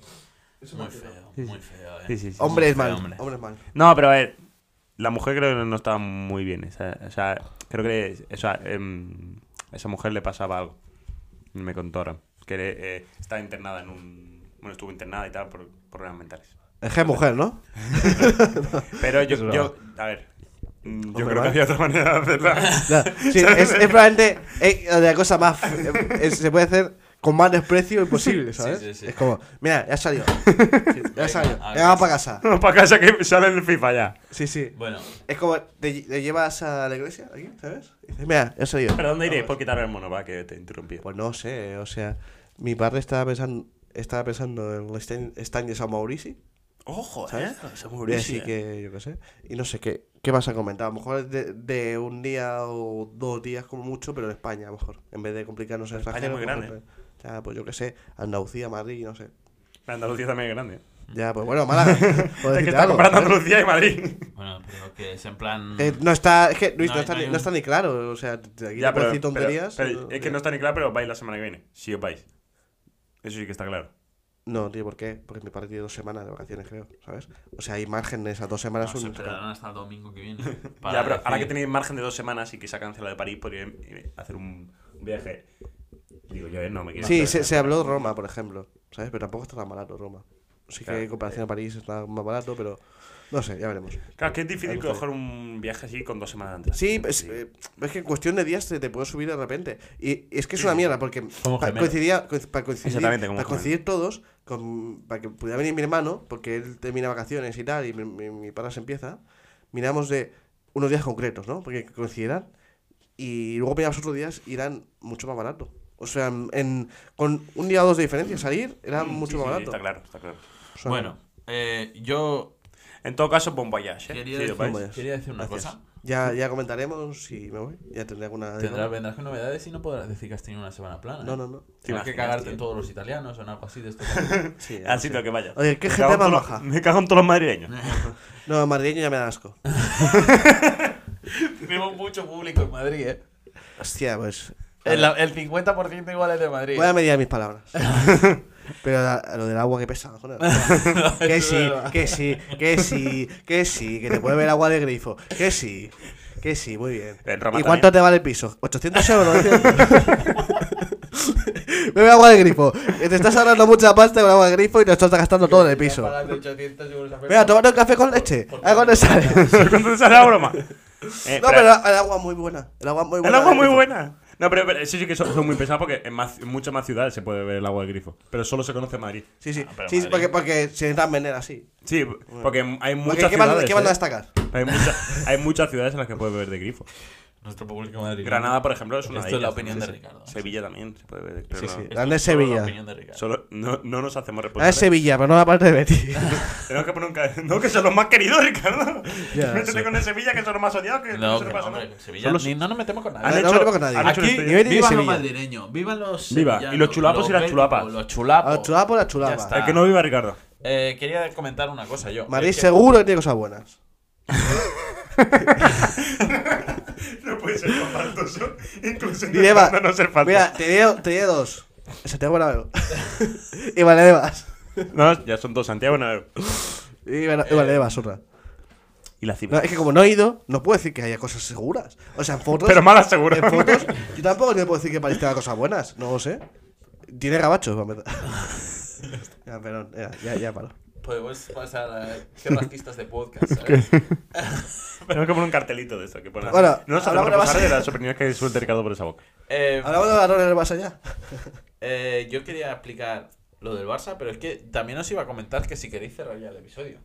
S1: Muy feo,
S2: Sí, sí.
S1: muy feo. Eh.
S2: Sí, sí, sí.
S3: Hombre es
S1: Hombre,
S3: mal,
S1: hombre.
S3: hombre es mal.
S2: No, pero a ver, la mujer creo que no estaba muy bien. esa- O sea, creo que o sea, em, a esa mujer le pasaba algo. Me contó ahora. Que eh, estaba internada en un... Bueno, estuvo internada y tal por problemas mentales.
S3: Es que es mujer, ¿no?
S2: Pero yo...
S3: Eso
S2: yo a ver, mm, yo
S3: Hombre,
S2: creo que
S3: ¿vale?
S2: había otra manera de hacerla.
S3: Ya, sí, es, es probablemente eh, la cosa más. es- se puede hacer con más desprecio imposible, ¿sabes?
S1: sí, sí.
S3: Es como, mira, ya salió. Ya
S1: Venga,
S3: salió.
S1: a
S3: Ya
S1: casa.
S3: va para casa.
S2: Vamos para casa que sale el FIFA ya.
S3: Sí, sí.
S1: Bueno,
S3: Es como, te, lle- te llevas a la iglesia aquí, ¿sabes? Y dices, mira, ya salió.
S2: ¿Pero dónde iréis? Por quitar el mono, va, que te interrumpí.
S3: Pues no sé, o sea, mi padre estaba pensando, estaba pensando en Stan- Stanley San Maurici.
S2: ¡Ojo, eh,
S3: ¿Sabes?
S2: Eso es
S3: Y así que, yo qué sé. Y no sé qué, qué vas a comentar. A lo mejor de, de un día o dos días, como mucho, pero en España, a lo mejor. En vez de complicarnos en
S2: España es
S3: extranjero.
S2: muy
S3: pues,
S2: grande.
S3: pues, ya, pues yo qué sé, Andalucía, Madrid, no sé.
S2: Andalucía también es grande.
S3: Ya, pues bueno, Málaga. puedo
S2: Mm. Es que
S3: decirte
S2: está
S3: algo,
S2: comparando
S3: ¿sabes?
S2: Andalucía y Madrid.
S1: bueno, pero que es en plan.
S3: Eh, no está, es que Luis,
S1: No
S3: no,
S1: hay-
S3: está,
S1: no
S3: ni,
S1: hay
S3: no
S1: un-
S3: está ni claro. O sea, de aquí te puedo decir tonterías.
S2: pero- es que
S3: ya.
S2: no está ni claro, pero vais la semana que viene. Si os vais. Eso sí que está claro.
S3: No, tío, ¿por qué? Porque mi padre tiene dos semanas de vacaciones, creo, ¿sabes? O sea, hay margen de esas dos
S1: no,
S3: semanas.
S1: se
S3: un-
S1: esperarán hasta el domingo que viene. para
S2: Ya, pero ahora que
S1: decir-
S2: tenéis margen de dos semanas y que se ha cancelado de París, podría hacer un un viaje. Digo yo, eh, no me quiero.
S3: Sí, se, se habló de Roma, por ejemplo, ¿sabes? Pero tampoco está tan barato Roma. Sí
S2: Claro. eh.
S3: que en comparación a París está más barato, pero no sé, ya veremos.
S2: Claro, es que es difícil
S3: Ahí está.
S2: coger un viaje así con dos semanas de antelación.
S3: Sí, es, eh, es que en cuestión de días te, te puedes subir de repente. Y y es que es una mierda, porque
S1: Como
S3: pa-
S1: gemelos.
S3: coincidía, coinc- para coincidir,
S2: Exactamente, como
S3: para coincidir todos, con- para que pudiera venir mi hermano, porque él termina vacaciones y tal, y mi, mi, mi pana se empieza, miramos de unos días concretos, ¿no? Porque coincidirán. Y luego miramos otros días y eran mucho más barato. O sea, en, con un día o dos de diferencia salir era mucho
S2: Sí,
S3: más
S2: sí,
S3: barato.
S2: Está claro, está claro.
S3: O sea,
S1: Bueno, eh, yo
S2: En todo caso, bon voyage, ¿eh?
S1: quería,
S2: Sí, os vais.
S1: decir,
S3: vayas.
S1: quería decir una
S3: Gracias.
S1: cosa.
S3: Ya, ya comentaremos si me voy. Ya tendré alguna.
S1: Tendrás, vendrás con novedades y no podrás decir que has tenido una semana plana.
S3: No,
S1: ¿eh?
S3: no, no.
S1: Tienes
S2: imaginas,
S1: que cagarte
S2: tío?
S1: en todos los italianos o en algo así de esto.
S3: Sí, ya
S2: Al
S3: lo sé.
S2: sitio que vayas.
S3: Oye, ¿qué
S2: Me
S3: gente
S2: cago en
S3: más
S2: todos
S3: baja?
S2: los- Me cago en todos los madrileños.
S3: No, madrileño ya me da asco.
S1: Tenemos mucho público en Madrid, ¿eh?
S3: Hostia, pues.
S1: El, el 50% igual es de Madrid.
S3: Voy a medir mis palabras. Pero la- lo del agua que pesa, joder. Que sí, que sí, que sí, que sí, que te puede ver agua del grifo. Que sí, que sí, muy bien.
S2: En Roma
S3: ¿Y cuánto
S2: también.
S3: te vale el piso? ¿800 euros? 900? Bebe agua de grifo. Que Te estás ahorrando mucha pasta con agua de grifo y te estás gastando todo en el piso.
S4: Pagando 800 euros a
S3: Venga, tomate un café con leche. Algo te sale.
S2: ¿Cuánto te sale la broma? Eh,
S3: No,
S2: espera.
S3: pero el agua muy buena. El agua muy buena.
S2: El agua es
S3: de
S2: muy
S3: grifo.
S2: buena. No, pero, pero eso sí que son, son muy pesados porque en, más- en muchas más ciudades se puede ver el agua de grifo. Pero solo se conoce en Madrid.
S3: Sí, sí.
S1: Ah, pero
S3: sí, sí,
S1: Madrid.
S3: porque, porque se intentan vender así.
S2: Sí, porque hay
S3: Porque
S2: muchas
S3: ¿qué, van,
S2: ciudades.
S3: ¿Qué van a
S2: eh.
S3: destacar?
S2: hay, mucha- hay muchas ciudades en las que puedes beber de grifo.
S1: Nuestro público madrileño.
S2: Granada, por ejemplo, es una
S1: Esto
S2: de
S1: es la
S2: ellas.
S1: opinión de
S2: Sí.
S1: Ricardo.
S2: Sevilla también se puede beber. pero
S3: Sí,
S2: no.
S3: sí.
S1: Esto
S3: Grande
S1: es solo
S3: Sevilla.
S1: La opinión de Ricardo.
S2: Solo, no, no nos hacemos
S3: Ah, es
S2: responsables.
S3: Sevilla, pero no la parte de Betty.
S2: Tenemos que poner un ca- No, que son los más queridos, Ricardo.
S3: Ya,
S2: Métete
S3: sí.
S2: con el Sevilla, que son los más odiados. Que
S1: No,
S2: se le
S1: que
S2: pasa
S1: hombre,
S2: nada.
S1: que Sevilla
S2: Son los-
S1: ni- no nos metemos con
S2: Han
S1: nadie.
S3: no,
S2: hecho,
S3: no tengo con nadie.
S2: han hecho un
S1: Aquí,
S2: estudio-
S3: Ni Betty ni
S1: vivan los
S3: Sevilla.
S1: madrileños, vivan los
S2: Viva, y
S1: sevillanos,
S2: los chulapos y las
S1: béticos,
S2: chulapas.
S1: Los
S3: A
S1: chulapos.
S3: los chulapos, las
S1: Ya
S3: chulapas.
S1: está.
S2: El que no viva Ricardo.
S1: Eh, quería comentar una cosa yo.
S3: Madrid
S1: Es que-
S3: seguro que tiene cosas buenas.
S2: No puede ser más faltoso. Incluso
S3: Dile, Eva,
S2: intentando no ser faltoso.
S3: Mira, te dio, te dio dos. Santiago Bernabéu. y Valdebebas.
S2: No, ya son dos. Santiago Bernabéu.
S3: Y Bern- y Valdebebas, otra.
S2: Y la
S3: No,
S2: cima.
S3: es que como no he ido, no puedo decir que haya cosas seguras. O sea, en fotos.
S2: Pero malas seguro.
S3: En fotos, yo tampoco te puedo decir que París tenga cosas buenas. No lo sé. Tiene gabachos, va a meter. ya, perdón, ya, ya, ya paro.
S1: Podemos pues, pasar a qué racistas de podcast, ¿sabes?
S2: Tenemos que poner un cartelito de eso. Que ponen
S3: Bueno,
S2: así. no nos hacemos
S3: hablamos de
S2: responsable de
S3: base.
S2: las opiniones que suelta Ricardo por esa boca.
S1: Eh,
S3: Hablamos de varones del más allá.
S1: eh, yo quería explicar lo del Barça, pero es que también os iba a comentar que si queréis cerrar ya el episodio.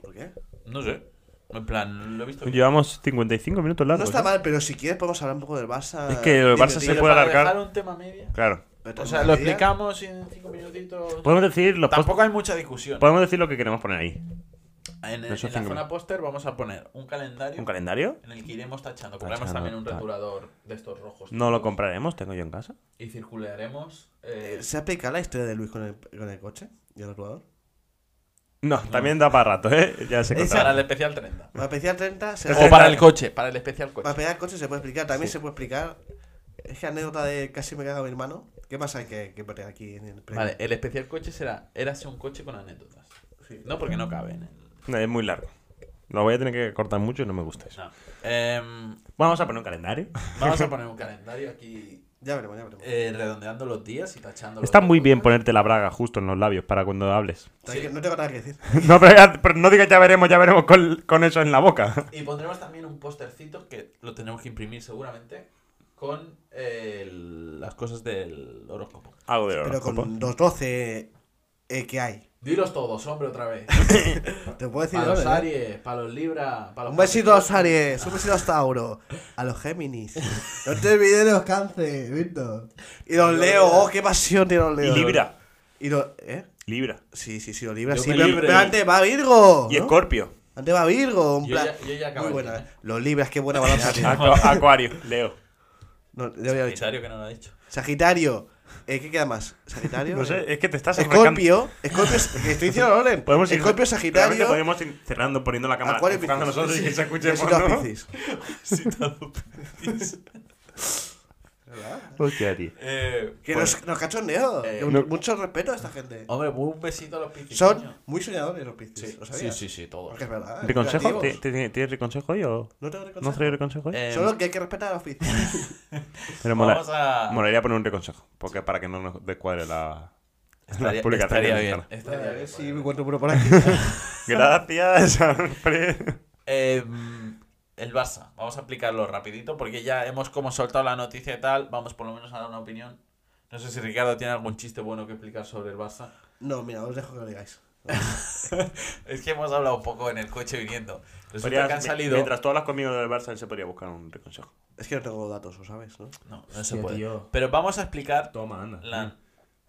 S3: ¿Por qué?
S1: No sé. En plan, lo he visto.
S2: Llevamos 55 minutos
S3: No
S2: largos.
S3: está
S2: ¿eh?
S3: mal, pero si quieres podemos hablar un poco del Barça.
S2: Es que el Barça
S1: Pero
S2: se puede
S1: para
S2: alargar.
S1: dejar un tema media.
S2: Claro.
S1: O sea, lo explicamos en cinco minutitos.
S2: Podemos decir, los post-
S1: Tampoco hay mucha discusión.
S2: podemos decir lo que queremos poner ahí.
S1: En, el-
S2: Eso
S1: en la
S2: cinco
S1: zona
S2: minutos.
S1: póster vamos a poner un calendario
S2: ¿Un calendario?
S1: en el que iremos tachando. Compraremos
S2: Tachando,
S1: también un
S2: tal.
S1: returador de estos rojos.
S2: No lo
S1: típicos.
S2: compraremos, tengo yo en casa.
S1: Y circularemos. eh,
S3: ¿Se aplica la historia de Luis con el, con el coche y el rotulador?
S2: No, también da para rato, ¿eh? Ya se
S1: para
S2: contará.
S1: el especial 30.
S2: Ah.
S3: Para especial 30 se
S1: O para el coche, para el especial
S3: Para
S1: coche.
S3: pegar coche se puede explicar, también se puede explicar. Es que anécdota de casi me caga mi hermano. ¿Qué pasa que, que poner aquí en el premio?
S1: Vale, el especial coche será Érase un coche con anécdotas.
S3: Sí.
S1: No, porque no cabe en el.
S2: No, es muy largo. Lo voy a tener que cortar mucho y no me gusta eso.
S1: no. Em,
S2: Vamos a poner un calendario.
S1: vamos a poner un calendario aquí
S3: Ya veremos, ya veremos.
S1: eh, redondeando los días y tachando. los
S2: Está muy
S1: días.
S2: bien ponerte la braga justo en los labios para cuando hables.
S3: Tranquilo, No tengo nada que decir.
S2: No, pero, ya- pero no digas ya veremos, ya veremos con, con eso en la boca.
S1: Y pondremos también un postercito que lo tenemos que imprimir seguramente con eh, el- las cosas del horóscopo.
S2: Algo de
S3: Pero
S2: horóscopo.
S3: con los 12 eh, que hay.
S1: Dilos todos, hombre, otra vez.
S3: Te puedo decir
S1: Para los
S3: dónres, ¿eh?
S1: Aries, para los Libra, para los
S3: Un besito a los Aries, un besito a los Tauro, a los Géminis. No te olvides de los Cáncer, Víctor. Y los Leo, oh, qué pasión tiene los
S2: Y
S3: Leo.
S2: Libra.
S3: Y los, ¿Eh?
S2: Libra.
S3: Sí, sí, sí, los Libra,
S1: Yo
S3: sí.
S1: me
S3: Pero,
S1: libre.
S3: pero antes va Virgo.
S2: Y
S3: ¿no?
S2: Escorpio.
S3: Antes va Virgo. Un
S1: Yo
S3: plan.
S1: ya- yo ya acabo
S3: Muy
S1: de
S3: buena.
S1: decir,
S3: ¿eh? Los Libras, qué buena
S2: Ah,
S3: balanza tiene.
S2: Acu- Acuario. Leo.
S3: No, ya había dicho.
S1: Sagitario, que no lo ha dicho.
S3: Sagitario. Eh, ¿Qué queda más? Sagitario. Eh,
S2: No sé, es que te estás arrancando.
S3: Escorpio. Escorpio. es- que Estoy diciendo el orden.
S2: Podemos ir
S3: Escorpio,
S2: realmente
S3: Sagitario.
S2: Podemos ir cerrando, poniendo la cámara.
S3: Acuario,
S2: enfocando a
S3: Piscis.
S2: nosotros y que se escuche el
S3: Besito a
S2: fondo.
S3: Piscis.
S1: Eh,
S3: Que
S1: bueno.
S3: nos, nos cachondeo.
S1: Eh,
S3: Que
S2: Pues no-
S3: Mucho respeto a esta gente.
S1: Hombre, un besito a los piscis.
S3: Son
S1: coño.
S3: muy soñadores los piscis.
S1: Sí,
S3: ¿lo
S1: sí,
S3: sabías?
S1: sí, sí, todos.
S3: Porque es verdad.
S2: ¿Reconsejo? ¿Ti-
S3: creativos.
S2: ti- ¿Tienes reconsejo hoy o.?
S3: No tengo
S2: ¿No
S3: reconsejo.
S2: traes reconsejo hoy?
S1: Eh,
S3: Solo que hay que respetar a los piscis.
S2: Pero mola,
S1: vamos a...
S2: molaría poner un reconsejo. Porque para que no nos descuadre la.
S1: Estaría,
S2: las publicaciones
S1: estaría
S2: de
S1: bien.
S2: Instagram.
S1: estaría
S3: A ver
S1: bien,
S3: si
S1: bueno.
S3: me encuentro uno por aquí.
S2: Gracias, Alfred.
S1: Eh, el Barça, vamos a aplicarlo rapidito porque ya hemos como soltado la noticia y tal, vamos por lo menos a dar una opinión. No sé si Ricardo tiene algún chiste bueno que explicar sobre el Barça.
S3: No, mira, os dejo que lo digáis.
S1: Es que hemos hablado un poco en el coche viniendo. Resulta que han
S2: mi-
S1: salido...
S2: Mientras tú hablas conmigo del Barça, él se podría buscar un reconsejo.
S3: Es que no tengo datos, ¿lo sabes? ¿no?
S1: No, no se
S2: Hostia,
S1: puede.
S2: tío.
S1: Pero vamos a explicar...
S2: Toma, anda.
S1: La...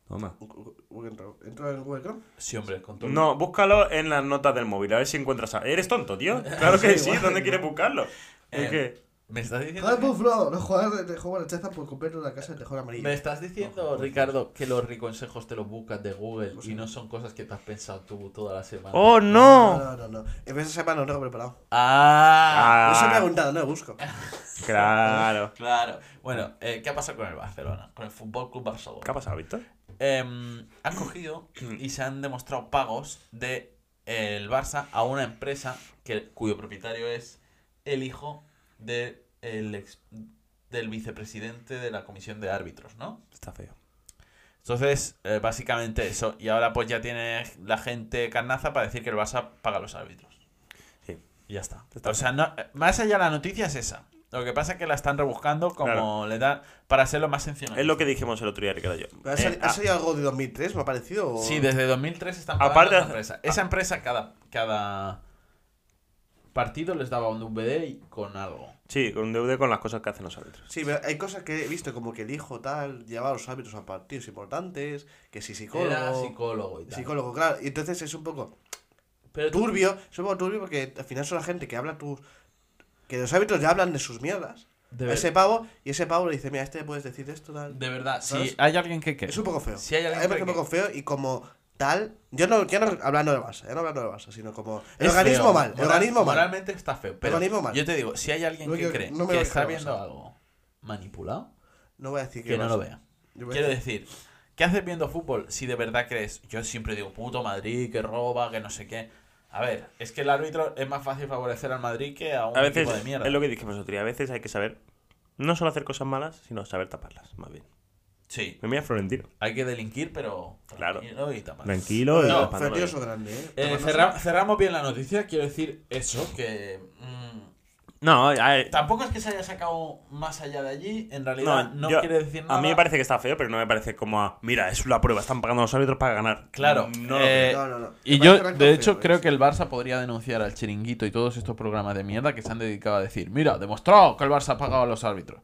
S2: Toma.
S3: Google Entro, entro en Google Chrome.
S1: Sí, hombre, con todo-
S2: No, búscalo en las notas del móvil, a ver si encuentras a... ¿Eres tonto, tío? Claro que sí, ¿dónde quieres buscarlo?
S1: Eh,
S2: Es que...
S1: ¿Me estás diciendo,
S3: Joder, pues, Buffalo, los jugadores de juego rechazan por completo la casa del tejón amarillo.
S1: ¿Me estás diciendo Ricardo, que los reconsejos te los buscas de Google y no son cosas que te has pensado tú toda la semana?
S2: ¡Oh,
S3: No,
S2: no!
S3: no, no, no. En vez de semana no tengo preparado.
S1: ¡Ah!
S3: No se me ha
S2: Ah,
S3: preguntado, no lo busco.
S2: claro.
S1: Claro. Bueno, eh, ¿qué ha pasado con el Barcelona? Con el Fútbol Club Barcelona.
S2: ¿Qué ha pasado, Víctor?
S1: Em, han cogido y se han demostrado pagos de eh, el Barça a una empresa que, cuyo propietario es el hijo de el ex- del vicepresidente de la comisión de árbitros, ¿no?
S2: Está feo.
S1: Entonces, eh, básicamente eso. Y ahora pues ya tiene la gente carnaza para decir que el Barça paga a los árbitros.
S2: Sí.
S1: Y ya está.
S2: está.
S1: O sea, no- eh, más allá de la noticia es esa. Lo que pasa es que la están rebuscando como
S2: Claro.
S1: le dan para hacerlo más sencillo.
S2: Es lo que dijimos el otro día, Ricardo y yo.
S3: ¿Ha,
S2: Eh,
S3: sali- ha
S2: ah,
S3: salido algo de 2003, me ha parecido? o-
S1: Sí, desde 2003 están pagando
S2: Aparte
S1: a
S2: hace-
S1: esa empresa. Esa empresa cada, cada partido les daba un DVD y con algo.
S2: sí, con DVD con las cosas que hacen los árbitros.
S3: Sí, pero hay cosas que he visto, como que el hijo tal llevaba a los árbitros a partidos importantes, que si psicólogo.
S1: Era psicólogo y tal.
S3: psicólogo, claro. Y entonces es un poco
S1: Pero tú-
S3: turbio, es un poco turbio porque al final son la gente que habla tus. que los árbitros ya hablan de sus mierdas.
S1: De
S3: a
S1: ver-
S3: ese pavo, y ese pavo le dice, mira, este puedes decir esto, tal.
S1: de verdad, si
S3: ¿Sabes?
S1: hay alguien que que-
S3: Es un poco feo.
S1: Si hay alguien
S3: es un
S1: que-
S3: poco feo y como tal. Yo no, ya no hablando del Barça, ya no hablando del Barça, sino como. El
S1: Es
S3: organismo
S1: feo.
S3: mal, el
S1: Moral-
S3: organismo mal.
S1: Moralmente está feo. Pero
S3: organismo mal.
S1: Yo te digo, si hay alguien
S3: No
S1: que
S3: quiero-
S1: cree
S3: no me
S1: que
S3: lo
S1: está
S3: creo,
S1: viendo
S3: o sea.
S1: algo manipulado,
S3: No voy a decir
S1: que,
S3: que.
S1: no
S3: Barça.
S1: lo vea.
S3: Yo voy a
S1: Quiero decir, ¿qué haces viendo fútbol si de verdad crees? Yo siempre digo, puto Madrid, que roba, que no sé qué. A ver, es que el árbitro es más fácil favorecer al Madrid que a un
S2: A
S1: equipo
S2: veces,
S1: Oh, de mierda.
S2: es lo que dijimos el otro día, a veces hay que saber no solo hacer cosas malas, sino saber taparlas, más bien.
S1: Sí,
S2: Me mira Florentino.
S1: hay que delinquir, pero
S2: Claro.
S1: tranquilo y tapar.
S2: Tranquilo
S3: Joder,
S2: y
S1: No,
S2: tapándolo
S3: Florentino
S2: bien.
S3: es un grande, ¿eh?
S1: Eh,
S3: Tapándose-
S1: cerra- cerramos bien la noticia, quiero decir eso, que... mm,
S2: No, a ver,
S1: Tampoco es que se haya sacado más allá de allí, en realidad no,
S2: yo-
S1: quiere decir nada.
S2: A mí me parece que está feo, pero no me parece como a, mira, es una prueba, están pagando a los árbitros para ganar.
S1: Claro,
S2: No, lo
S1: eh,
S2: creo.
S3: No, no, no.
S1: Y
S3: Me parece
S1: yo,
S3: un acto
S1: de
S3: feo,
S1: hecho,
S3: ¿eh?
S1: creo que el Barça podría denunciar al Chiringuito y todos estos programas de mierda que se han dedicado a decir, mira, demostrado que el Barça ha pagado a los árbitros.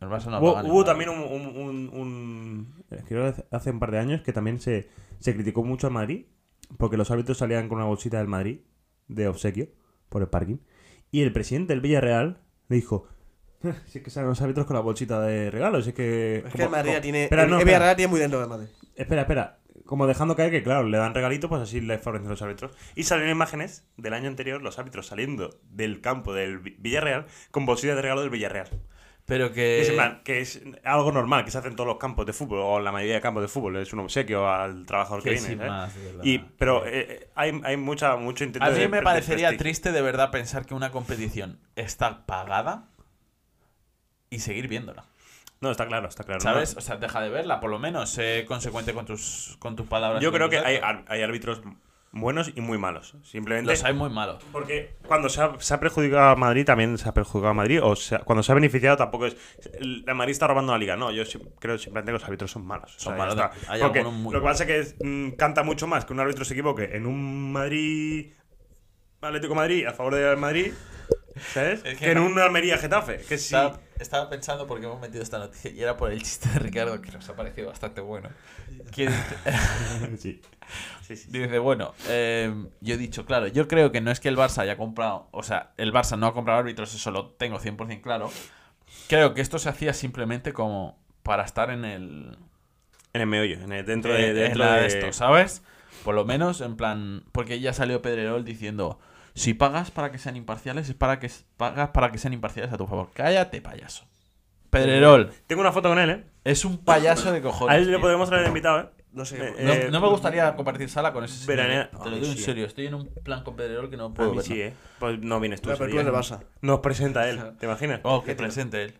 S1: El Barça no ha pagado
S2: Hubo, hubo
S1: ningún
S2: también
S1: árbitro.
S2: un... un, un- un- eh, creo que hace- hace un par de años que también se, se criticó mucho a Madrid porque los árbitros salían con una bolsita del Madrid de obsequio por el parking y el presidente del Villarreal le dijo... Si es que salen los árbitros con la bolsita de regalos, es que...
S3: Es que
S2: como-
S3: el Madrid
S2: como-
S3: ya tiene.
S2: Espera,
S3: el-
S2: no,
S3: el
S2: espera.
S3: Villarreal tiene muy dentro del Madrid.
S2: Espera, espera. Como dejando caer que, claro, le dan regalito, pues así le favorecen los árbitros. Y salieron imágenes del año anterior, los árbitros saliendo del campo del Vi- Villarreal con bolsillas de regalo del Villarreal.
S1: Pero
S2: Y
S1: que...
S2: es en plan, que es algo normal, que se hace en todos los campos de fútbol, o en la mayoría de campos de fútbol, es un obsequio al trabajador que
S1: que
S2: viene.
S1: sin
S2: ¿sabes?
S1: más, de verdad.
S2: y, pero eh, eh, hay, hay mucha, mucho intento
S1: A
S2: de
S1: mí me
S2: pre-
S1: parecería
S2: prestigio.
S1: triste de verdad pensar que una competición está pagada y seguir viéndola.
S2: No, está claro, está claro.
S1: ¿Sabes?
S2: ¿no?
S1: O sea, deja de verla, por lo menos. Sé consecuente con tus, con tus palabras. y
S2: Yo
S1: con
S2: creo que
S1: tus
S2: hay,
S1: actos.
S2: ar- hay árbitros buenos y muy malos. Simplemente
S1: Los hay muy malos.
S2: Porque cuando se ha, se ha perjudicado a Madrid, también se ha perjudicado a Madrid. O sea, cuando se ha beneficiado, tampoco es. el- La Madrid está robando la liga. No, yo sí- creo simplemente que los árbitros son malos. O
S1: Son
S2: sea,
S1: malos,
S2: ya está.
S1: hay
S2: Porque
S1: algunos muy
S2: lo que pasa es que es, mm, canta mucho más que un árbitro se equivoque en un Madrid. Atlético de Madrid a favor del Madrid. ¿Sabes?
S1: Es que
S2: que en
S1: no.
S2: un Almería Getafe. Que sí.
S1: Estaba, estaba pensando por qué hemos metido esta noticia y era por el chiste de Ricardo que nos ha parecido bastante bueno. Que
S2: sí. Sí, sí.
S1: dice, bueno, eh, yo he dicho, claro, yo creo que no es que el Barça haya comprado, o sea, el Barça no ha comprado árbitros, eso lo tengo 100% claro. Creo que esto se hacía simplemente como para estar en el...
S2: En el meollo, en el- dentro
S1: en-
S2: de.
S1: en
S2: Dentro
S1: la
S2: de,
S1: Eh, de esto, ¿sabes? Por lo menos, en plan, porque ya salió Pedrerol diciendo, si pagas para que sean imparciales, es para que s- pagas para que sean imparciales a tu favor. Cállate, payaso. Pedrerol,
S2: Tengo una foto con él, ¿eh?
S1: Es un payaso de cojones.
S2: a él le
S1: tío.
S2: podemos traer de invitado, ¿eh?
S3: No sé.
S2: Eh,
S1: No,
S2: eh,
S1: no me gustaría compartir sala con ese señor. eh.
S2: Veranea-
S1: Te lo
S2: Ay,
S1: digo en
S2: sí.
S1: serio, estoy en un plan con Pedrerol que no
S2: A
S1: puedo
S2: mí
S1: ver.
S2: sí,
S1: nada.
S2: ¿eh? Pues no vienes tú.
S3: la
S2: ese
S3: apertura
S2: día.
S3: del Barça.
S2: Nos presenta él, ¿te imaginas?
S1: Oh, que presente él.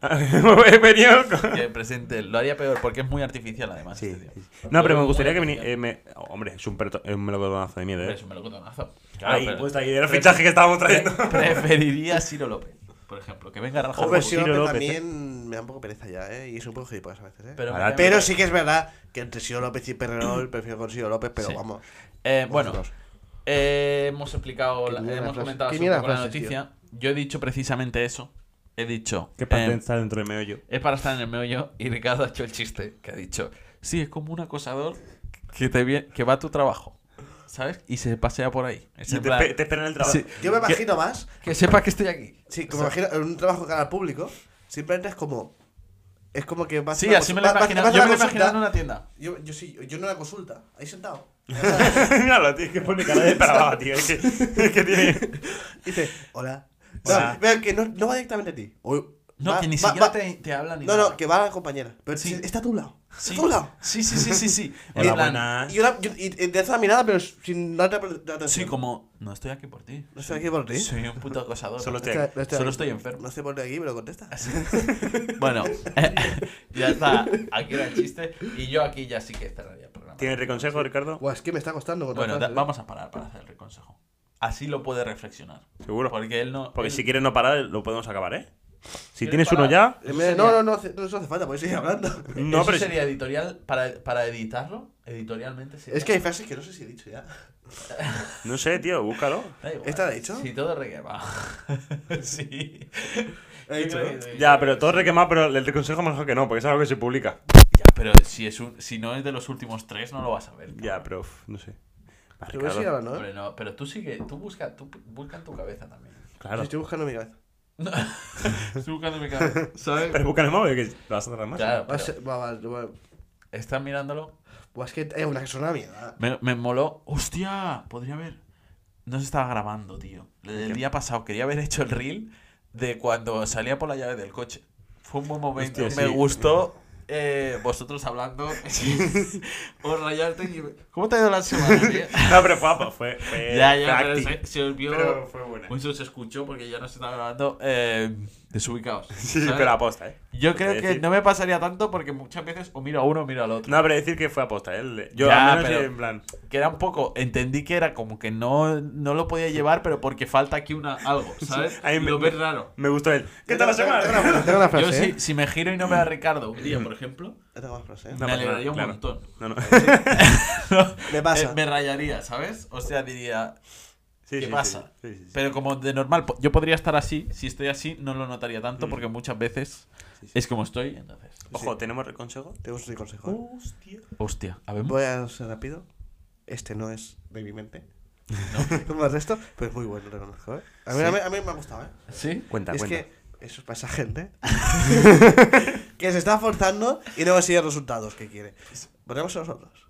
S2: He venido con-
S1: Que presente él. Lo haría peor porque es muy artificial además.
S2: Sí,
S1: este tío.
S2: sí, sí. No, pero me gustaría que eh, viniera. hombre, es un, perto- es un melocotonazo de miedo,
S1: Hombre,
S2: ¿eh?
S1: Es un melocotonazo. Claro,
S2: Ahí,
S1: pero- eh,
S2: pues ahí, era el fichaje que estábamos trayendo.
S1: Preferiría a Ciro López, por ejemplo, que venga a rajar.
S3: O
S1: por-
S2: Ciro
S3: Ciro López
S2: López,
S3: también me da un poco pereza ya, ¿eh? Y es un poco gilipollas a veces, ¿eh? Pero,
S1: Pero,
S2: Ahora
S1: me-
S3: pero sí que es verdad que entre Siro López y Perrerol prefiero con Siro López, pero
S1: Sí.
S3: vamos.
S1: Eh, bueno,
S3: vosotros.
S1: Eh, hemos explicado,
S3: Qué
S1: la-
S3: mierda
S1: hemos
S3: frase.
S1: comentado
S3: Qué
S1: así un
S3: mierda
S1: poco la
S3: frases, tío.
S1: noticia. Yo he dicho precisamente eso. He dicho.
S2: ¿Qué parte
S1: em,
S2: está dentro del meollo?
S1: es para estar en el meollo y Ricardo ha hecho el chiste que ha dicho, sí, es como un acosador que, te vie- que va a tu trabajo, ¿sabes? Y se pasea por ahí. Es
S2: Y
S1: en
S2: te,
S1: plan,
S2: pe- te esperan en el trabajo.
S1: Sí.
S3: Yo me imagino más.
S1: que sepa que estoy aquí.
S3: Sí, como imagino en un trabajo cara al público, simplemente es como. Es como que vas a
S1: Sí,
S3: una
S1: así
S3: consu-
S1: me lo
S3: vas- vas-
S1: imagino.
S3: vas
S1: Yo
S3: a una
S1: me lo imagino en
S3: consulta.
S1: una tienda.
S3: Yo, yo sí, yo en una consulta, ahí sentado.
S2: Míralo, tío, es que pone cara de parado, tío. Es que, es que tiene.
S3: Dice, hola.
S2: Hola.
S3: No, veo que no, no va directamente a ti. O,
S1: No,
S3: Va-
S1: que ni
S3: va-
S1: siquiera
S3: va-
S1: te, te habla ni
S3: No,
S1: nada.
S3: no, que va la compañera. Pero
S1: Sí.
S3: si- está a tu lado.
S1: Sí.
S3: Está a tu lado.
S1: Sí, sí, sí, sí, sí. En
S2: Hola,
S1: plan,
S2: buenas.
S3: Y, una, y- y te hace la mirada, pero sin darte la atención.
S1: Sí, como, no estoy aquí por ti.
S3: No estoy aquí por ti.
S1: Soy un puto acosador.
S2: Solo
S3: No estoy- no
S1: Solo
S3: aquí.
S1: estoy enfermo.
S3: No estoy por aquí, pero contesta.
S1: Bueno, ya está. Aquí era el chiste. Y yo aquí ya sí que cerraría el programa.
S2: ¿Tienes reconsejo, Ricardo?
S3: Buah, es que me está costando contar
S1: Bueno, da-
S3: frases, ¿eh?
S1: vamos a parar para hacer el consejo. Así lo puede reflexionar.
S2: Seguro.
S1: Porque él no.
S2: Porque
S1: él-
S2: si quieres no parar, lo podemos acabar, ¿eh? Si
S1: ¿Quieres
S2: tienes uno
S1: parar?
S2: ya.
S3: ¿eh? En vez de- No, no, no, hace- no, eso hace falta, porque sigue hablando.
S2: No,
S1: eh, eso
S2: pero.
S1: sería editorial para, para editarlo. Editorialmente sería-
S3: Es que hay frases que no sé si he dicho ya.
S2: No sé, tío, búscalo.
S1: Da igual.
S3: ¿Esta la he dicho?
S1: Sí, todo requema. sí.
S3: He dicho,
S1: Yo creo
S3: ¿no?
S1: que-
S2: Ya, pero todo requemado, pero el consejo mejor que no, porque es algo que se publica.
S1: Ya, pero si, es un, si no es de los últimos tres, no lo vas a ver. cabrón.
S2: Ya, pero uf, no sé. Va,
S3: Te voy a seguir
S2: Ricardo.
S3: hablando, ¿eh?
S1: Hombre, no, pero tú sigue, tú busca, tú busca en tu cabeza también.
S3: Yo
S2: Claro.
S3: Estoy buscando mi cabeza.
S1: Estoy buscando mi cabeza. ¿Sabes?
S2: Pero busca en el móvil que lo vas a tardar más.
S1: Claro,
S3: Va a
S1: pero
S3: ser- va, va, va.
S1: estás mirándolo.
S3: Buah, es que hay una que es una mierda.
S1: Me, me moló. ¡Hostia! Podría haber. No se estaba grabando, tío. El día pasado quería haber hecho el reel de cuando salía por la llave del coche. Fue un buen momento.
S2: Hostia,
S1: Me
S2: sí.
S1: gustó eh, vosotros hablando. Os rayaste y... ¿Cómo te ha ido la semana, tío?
S2: No, pero fue, apa, fue, fue
S1: ya, ya, pero
S2: Eh, práctico.
S1: se, se os vio...
S2: Pero fue buena.
S1: Mucho se escuchó porque ya no se estaba grabando. Eh, desubicados.
S2: Sí,
S1: ¿sabes?
S2: pero aposta, ¿eh?
S1: Yo creo
S2: Es
S1: que
S2: decir-
S1: no me pasaría tanto porque muchas veces o miro a uno o miro al otro.
S2: No, pero decir que fue aposta, ¿eh? Yo
S1: Ya,
S2: al menos
S1: pero-
S2: en plan.
S1: que era un poco, entendí que era como que no, no lo podía llevar, pero porque falta aquí una algo, ¿sabes?
S2: Ahí
S1: Y
S2: me-
S1: lo ves raro.
S2: Me gustó él. ¿Qué tal la
S3: Tengo una
S2: semana?
S3: frase, tengo una
S1: Yo
S3: frase,
S1: si,
S3: ¿eh?
S1: si me giro y no me da Ricardo un día, por ejemplo,
S3: Yo Tengo más frase, ¿eh?
S1: me
S2: No pasa nada,
S1: alegraría un
S2: claro.
S1: montón.
S2: No, no.
S3: Me pasa.
S1: Eh, me rayaría, ¿sabes? O sea, diría,
S2: Sí,
S1: ¿qué
S2: sí,
S1: pasa?
S2: sí, sí, sí, sí.
S1: Pero como de normal, po- yo podría estar así, si estoy así no lo notaría tanto porque muchas veces
S2: Sí, sí.
S1: es como estoy, entonces.
S2: Mm. Ojo, ¿tenemos consejo?
S3: Te gusta mi consejo. ¿eh?
S1: Uh.
S2: Hostia.
S1: Hostia, a ver.
S3: Voy a ser rápido. Este no es de mi mente. Como el resto, pero es muy bueno, lo reconozco, ¿eh? A mí, a mí- a mí me ha gustado, ¿eh?
S1: ¿Sí?
S2: Cuenta,
S3: es
S2: cuenta.
S3: que eso es para esa gente que se está forzando y no consigue resultados que quiere. Ponemos a nosotros.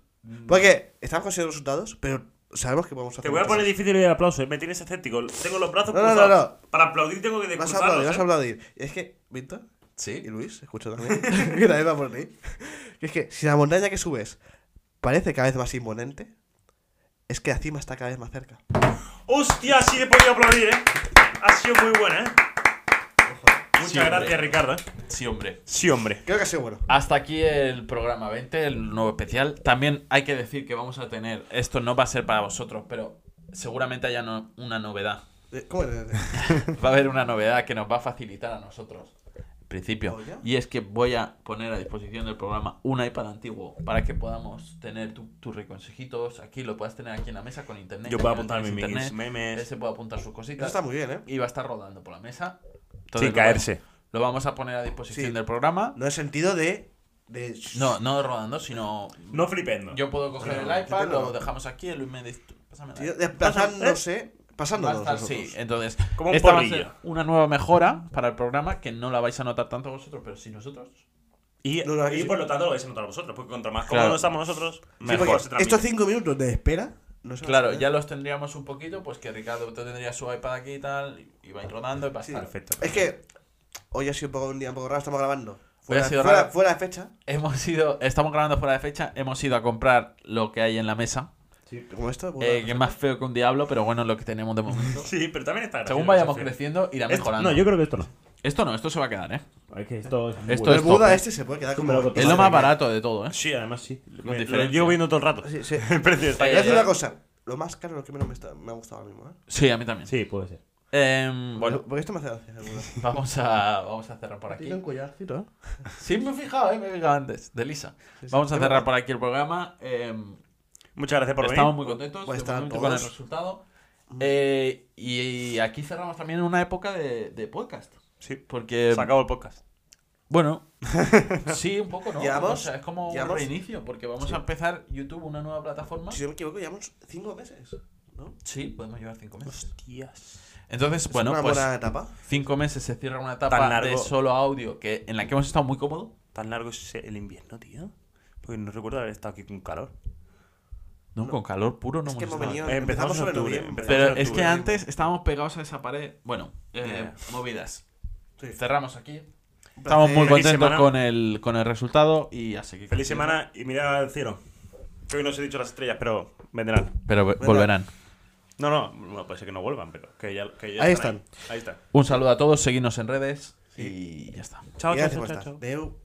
S3: Porque estamos consiguiendo resultados, pero sabemos que podemos hacer
S2: Mm. Te voy a
S3: cosas.
S2: poner difícil el aplauso, ¿eh? me tienes escéptico. Tengo los brazos
S3: No, no,
S2: cruzados.
S3: no,
S2: Para aplaudir tengo que
S3: Vas a aplaudir, vas a
S2: descruzarlos. ¿eh?
S3: aplaudir. Y es que, Víctor
S1: Sí.
S3: y Luis, escucho también, que también va por ti. Que es que si la montaña que subes parece cada vez más imponente, es que la cima está cada vez más cerca.
S2: Hostia, sí he podido aplaudir, ¿eh? Ha sido muy buena, ¿eh? Muchas
S1: Sí, hombre.
S2: gracias, Ricardo. ¿eh?
S1: Sí, hombre.
S2: Sí, hombre.
S3: Creo que ha sido bueno.
S1: Hasta aquí el programa 20, el nuevo especial. También hay que decir que vamos a tener, esto no va a ser para vosotros, pero seguramente haya no- una novedad.
S3: Eh, ¿Cómo es?
S1: Va a haber una novedad que nos va a facilitar a nosotros. En principio.
S3: ¿Oh, ya?
S1: Y es que voy a poner a disposición del programa un iPad antiguo para que podamos tener tu- tus reconsejitos aquí, lo puedas tener aquí en la mesa con internet.
S2: Yo puedo
S1: Aquí lo
S2: apuntarme
S1: tienes
S2: mis
S1: internet,
S2: memes.
S1: Él se puede apuntar sus
S3: Eso
S1: cositas.
S3: está muy bien, ¿eh?
S1: Y va a estar rodando por la mesa. Entonces, lo vamos-
S2: Sin caerse.
S1: Lo vamos a poner a disposición
S3: Sí.
S1: del programa.
S3: No en sentido de... de...
S1: No, no rodando, sino
S2: No flipendo.
S1: Yo puedo coger
S3: No,
S1: el iPad,
S3: quítatelo.
S1: lo dejamos aquí, el Luis me dice, "Tú, pásame el
S3: Tío, eh,
S1: iPad".
S3: desplazándose,
S1: Va a
S3: pasándonos.
S1: estar-
S3: nosotros.
S1: sí, entonces,
S2: Como un
S1: esta va a
S2: porrillo.
S1: ser una nueva mejora para el programa que no la vais a notar tanto vosotros, pero sí nosotros.
S2: Y,
S3: No, no,
S2: y
S3: sí.
S2: por lo tanto lo vais a notar vosotros, porque contra más
S1: Claro.
S2: cómodos estamos nosotros,
S3: Sí,
S2: mejor
S3: porque
S2: se transmite.
S3: estos cinco minutos de espera. No eh, se
S1: Claro,
S3: van a
S1: ya los tendríamos un poquito, pues que Ricardo tú tendría su iPad aquí y tal, y- y vais rodando y va a
S3: Sí.
S1: estar.
S2: Perfecto.
S3: Es que hoy ha sido un, poco, un día un poco raro, estamos grabando. Fuera,
S1: sido
S3: fuera-
S1: raro.
S3: fuera de fecha.
S1: Hemos ido, estamos grabando fuera de fecha, hemos ido a comprar lo que hay en la mesa,
S3: Como esto. bueno,
S1: eh, que es más feo que un diablo, pero bueno, lo que tenemos de momento.
S2: Sí, pero también está
S1: Según
S2: gracioso,
S1: vayamos
S2: sí.
S1: creciendo, irá
S2: Esto-
S1: mejorando.
S2: No, yo creo que esto no.
S1: Esto no, esto se va a quedar, ¿eh?
S2: Es que esto es muy
S1: Esto
S3: el
S1: es
S3: Buda
S1: top, ¿eh?
S3: este se puede quedar
S2: Sí,
S3: como.
S2: me lo toco.
S1: Es lo más barato de todo, ¿eh?
S2: Sí, además sí. Me- Lo
S1: diferencia.
S2: llevo viendo todo el rato.
S3: Sí, sí.
S2: El precio está
S1: Eh,
S3: Voy a decir
S1: ya.
S3: una cosa. Lo más caro es lo que menos me, está- me ha gustado ahora mismo. ¿eh?
S1: Sí, a mí también.
S2: Sí, puede ser.
S1: Em, bueno,
S3: Porque esto me hace gracia. el Buda.
S1: Vamos a, vamos a cerrar por aquí.
S3: Tiene un collarcito, ¿eh?
S1: Sí, me he fijado, eh, me he fijado antes, de Lisa.
S3: Sí, sí.
S1: Vamos a
S3: Qué
S1: cerrar
S3: bueno.
S1: por aquí el programa. eh,
S2: Muchas gracias por
S1: estamos
S2: venir.
S1: muy contentos
S3: Va a
S1: de
S3: estar
S1: momento
S3: Pues todos. Mm.
S1: con el resultado. Eh, y aquí cerramos también una época de, de podcast.
S2: Sí.
S1: Porque,
S2: Se acabó el podcast.
S1: bueno, sí, un poco, ¿no?
S3: Llevamos-
S1: O sea, es como un
S3: llevamos-
S1: reinicio, porque vamos a empezar YouTube, una nueva plataforma.
S3: Si no me equivoco, llevamos cinco meses. ¿no?
S1: Sí, podemos llevar cinco meses.
S2: Hostias.
S1: Entonces,
S3: Es
S1: bueno,
S3: una
S1: pues
S3: buena etapa.
S1: cinco meses se cierra una etapa
S2: largo.
S1: de solo audio que, en la que hemos estado muy cómodos.
S2: Tan largo es el invierno, tío. Porque no recuerdo haber estado aquí con calor.
S1: No, con calor puro no
S3: es que hemos
S1: estado.
S3: venido.
S2: Eh, empezamos
S3: Empezamos
S2: en
S3: sobre
S2: octubre,
S3: noviembre.
S2: empezamos
S1: Pero
S2: Vamos a
S1: es que
S2: octubre.
S1: antes estábamos pegados a esa pared. Bueno, eh,
S2: Yeah.
S1: movidas.
S3: Sí.
S1: Cerramos aquí. Estamos muy
S2: Feliz
S1: contentos
S2: semana.
S1: con el, con el resultado y así que.
S2: Feliz semana y mirad al cielo. Que hoy no os he dicho las estrellas, pero vendrán.
S1: Pero vo- volverán.
S2: No, no, bueno, puede ser que no vuelvan, pero que ya, que ya
S3: Ahí
S2: Ahí, ahí están.
S1: Un saludo a todos, seguidnos en redes y ya está.
S2: Chao,
S3: Y
S2: chao, chao,
S3: hace
S2: chao,
S3: falta.
S2: chao.
S3: Deu.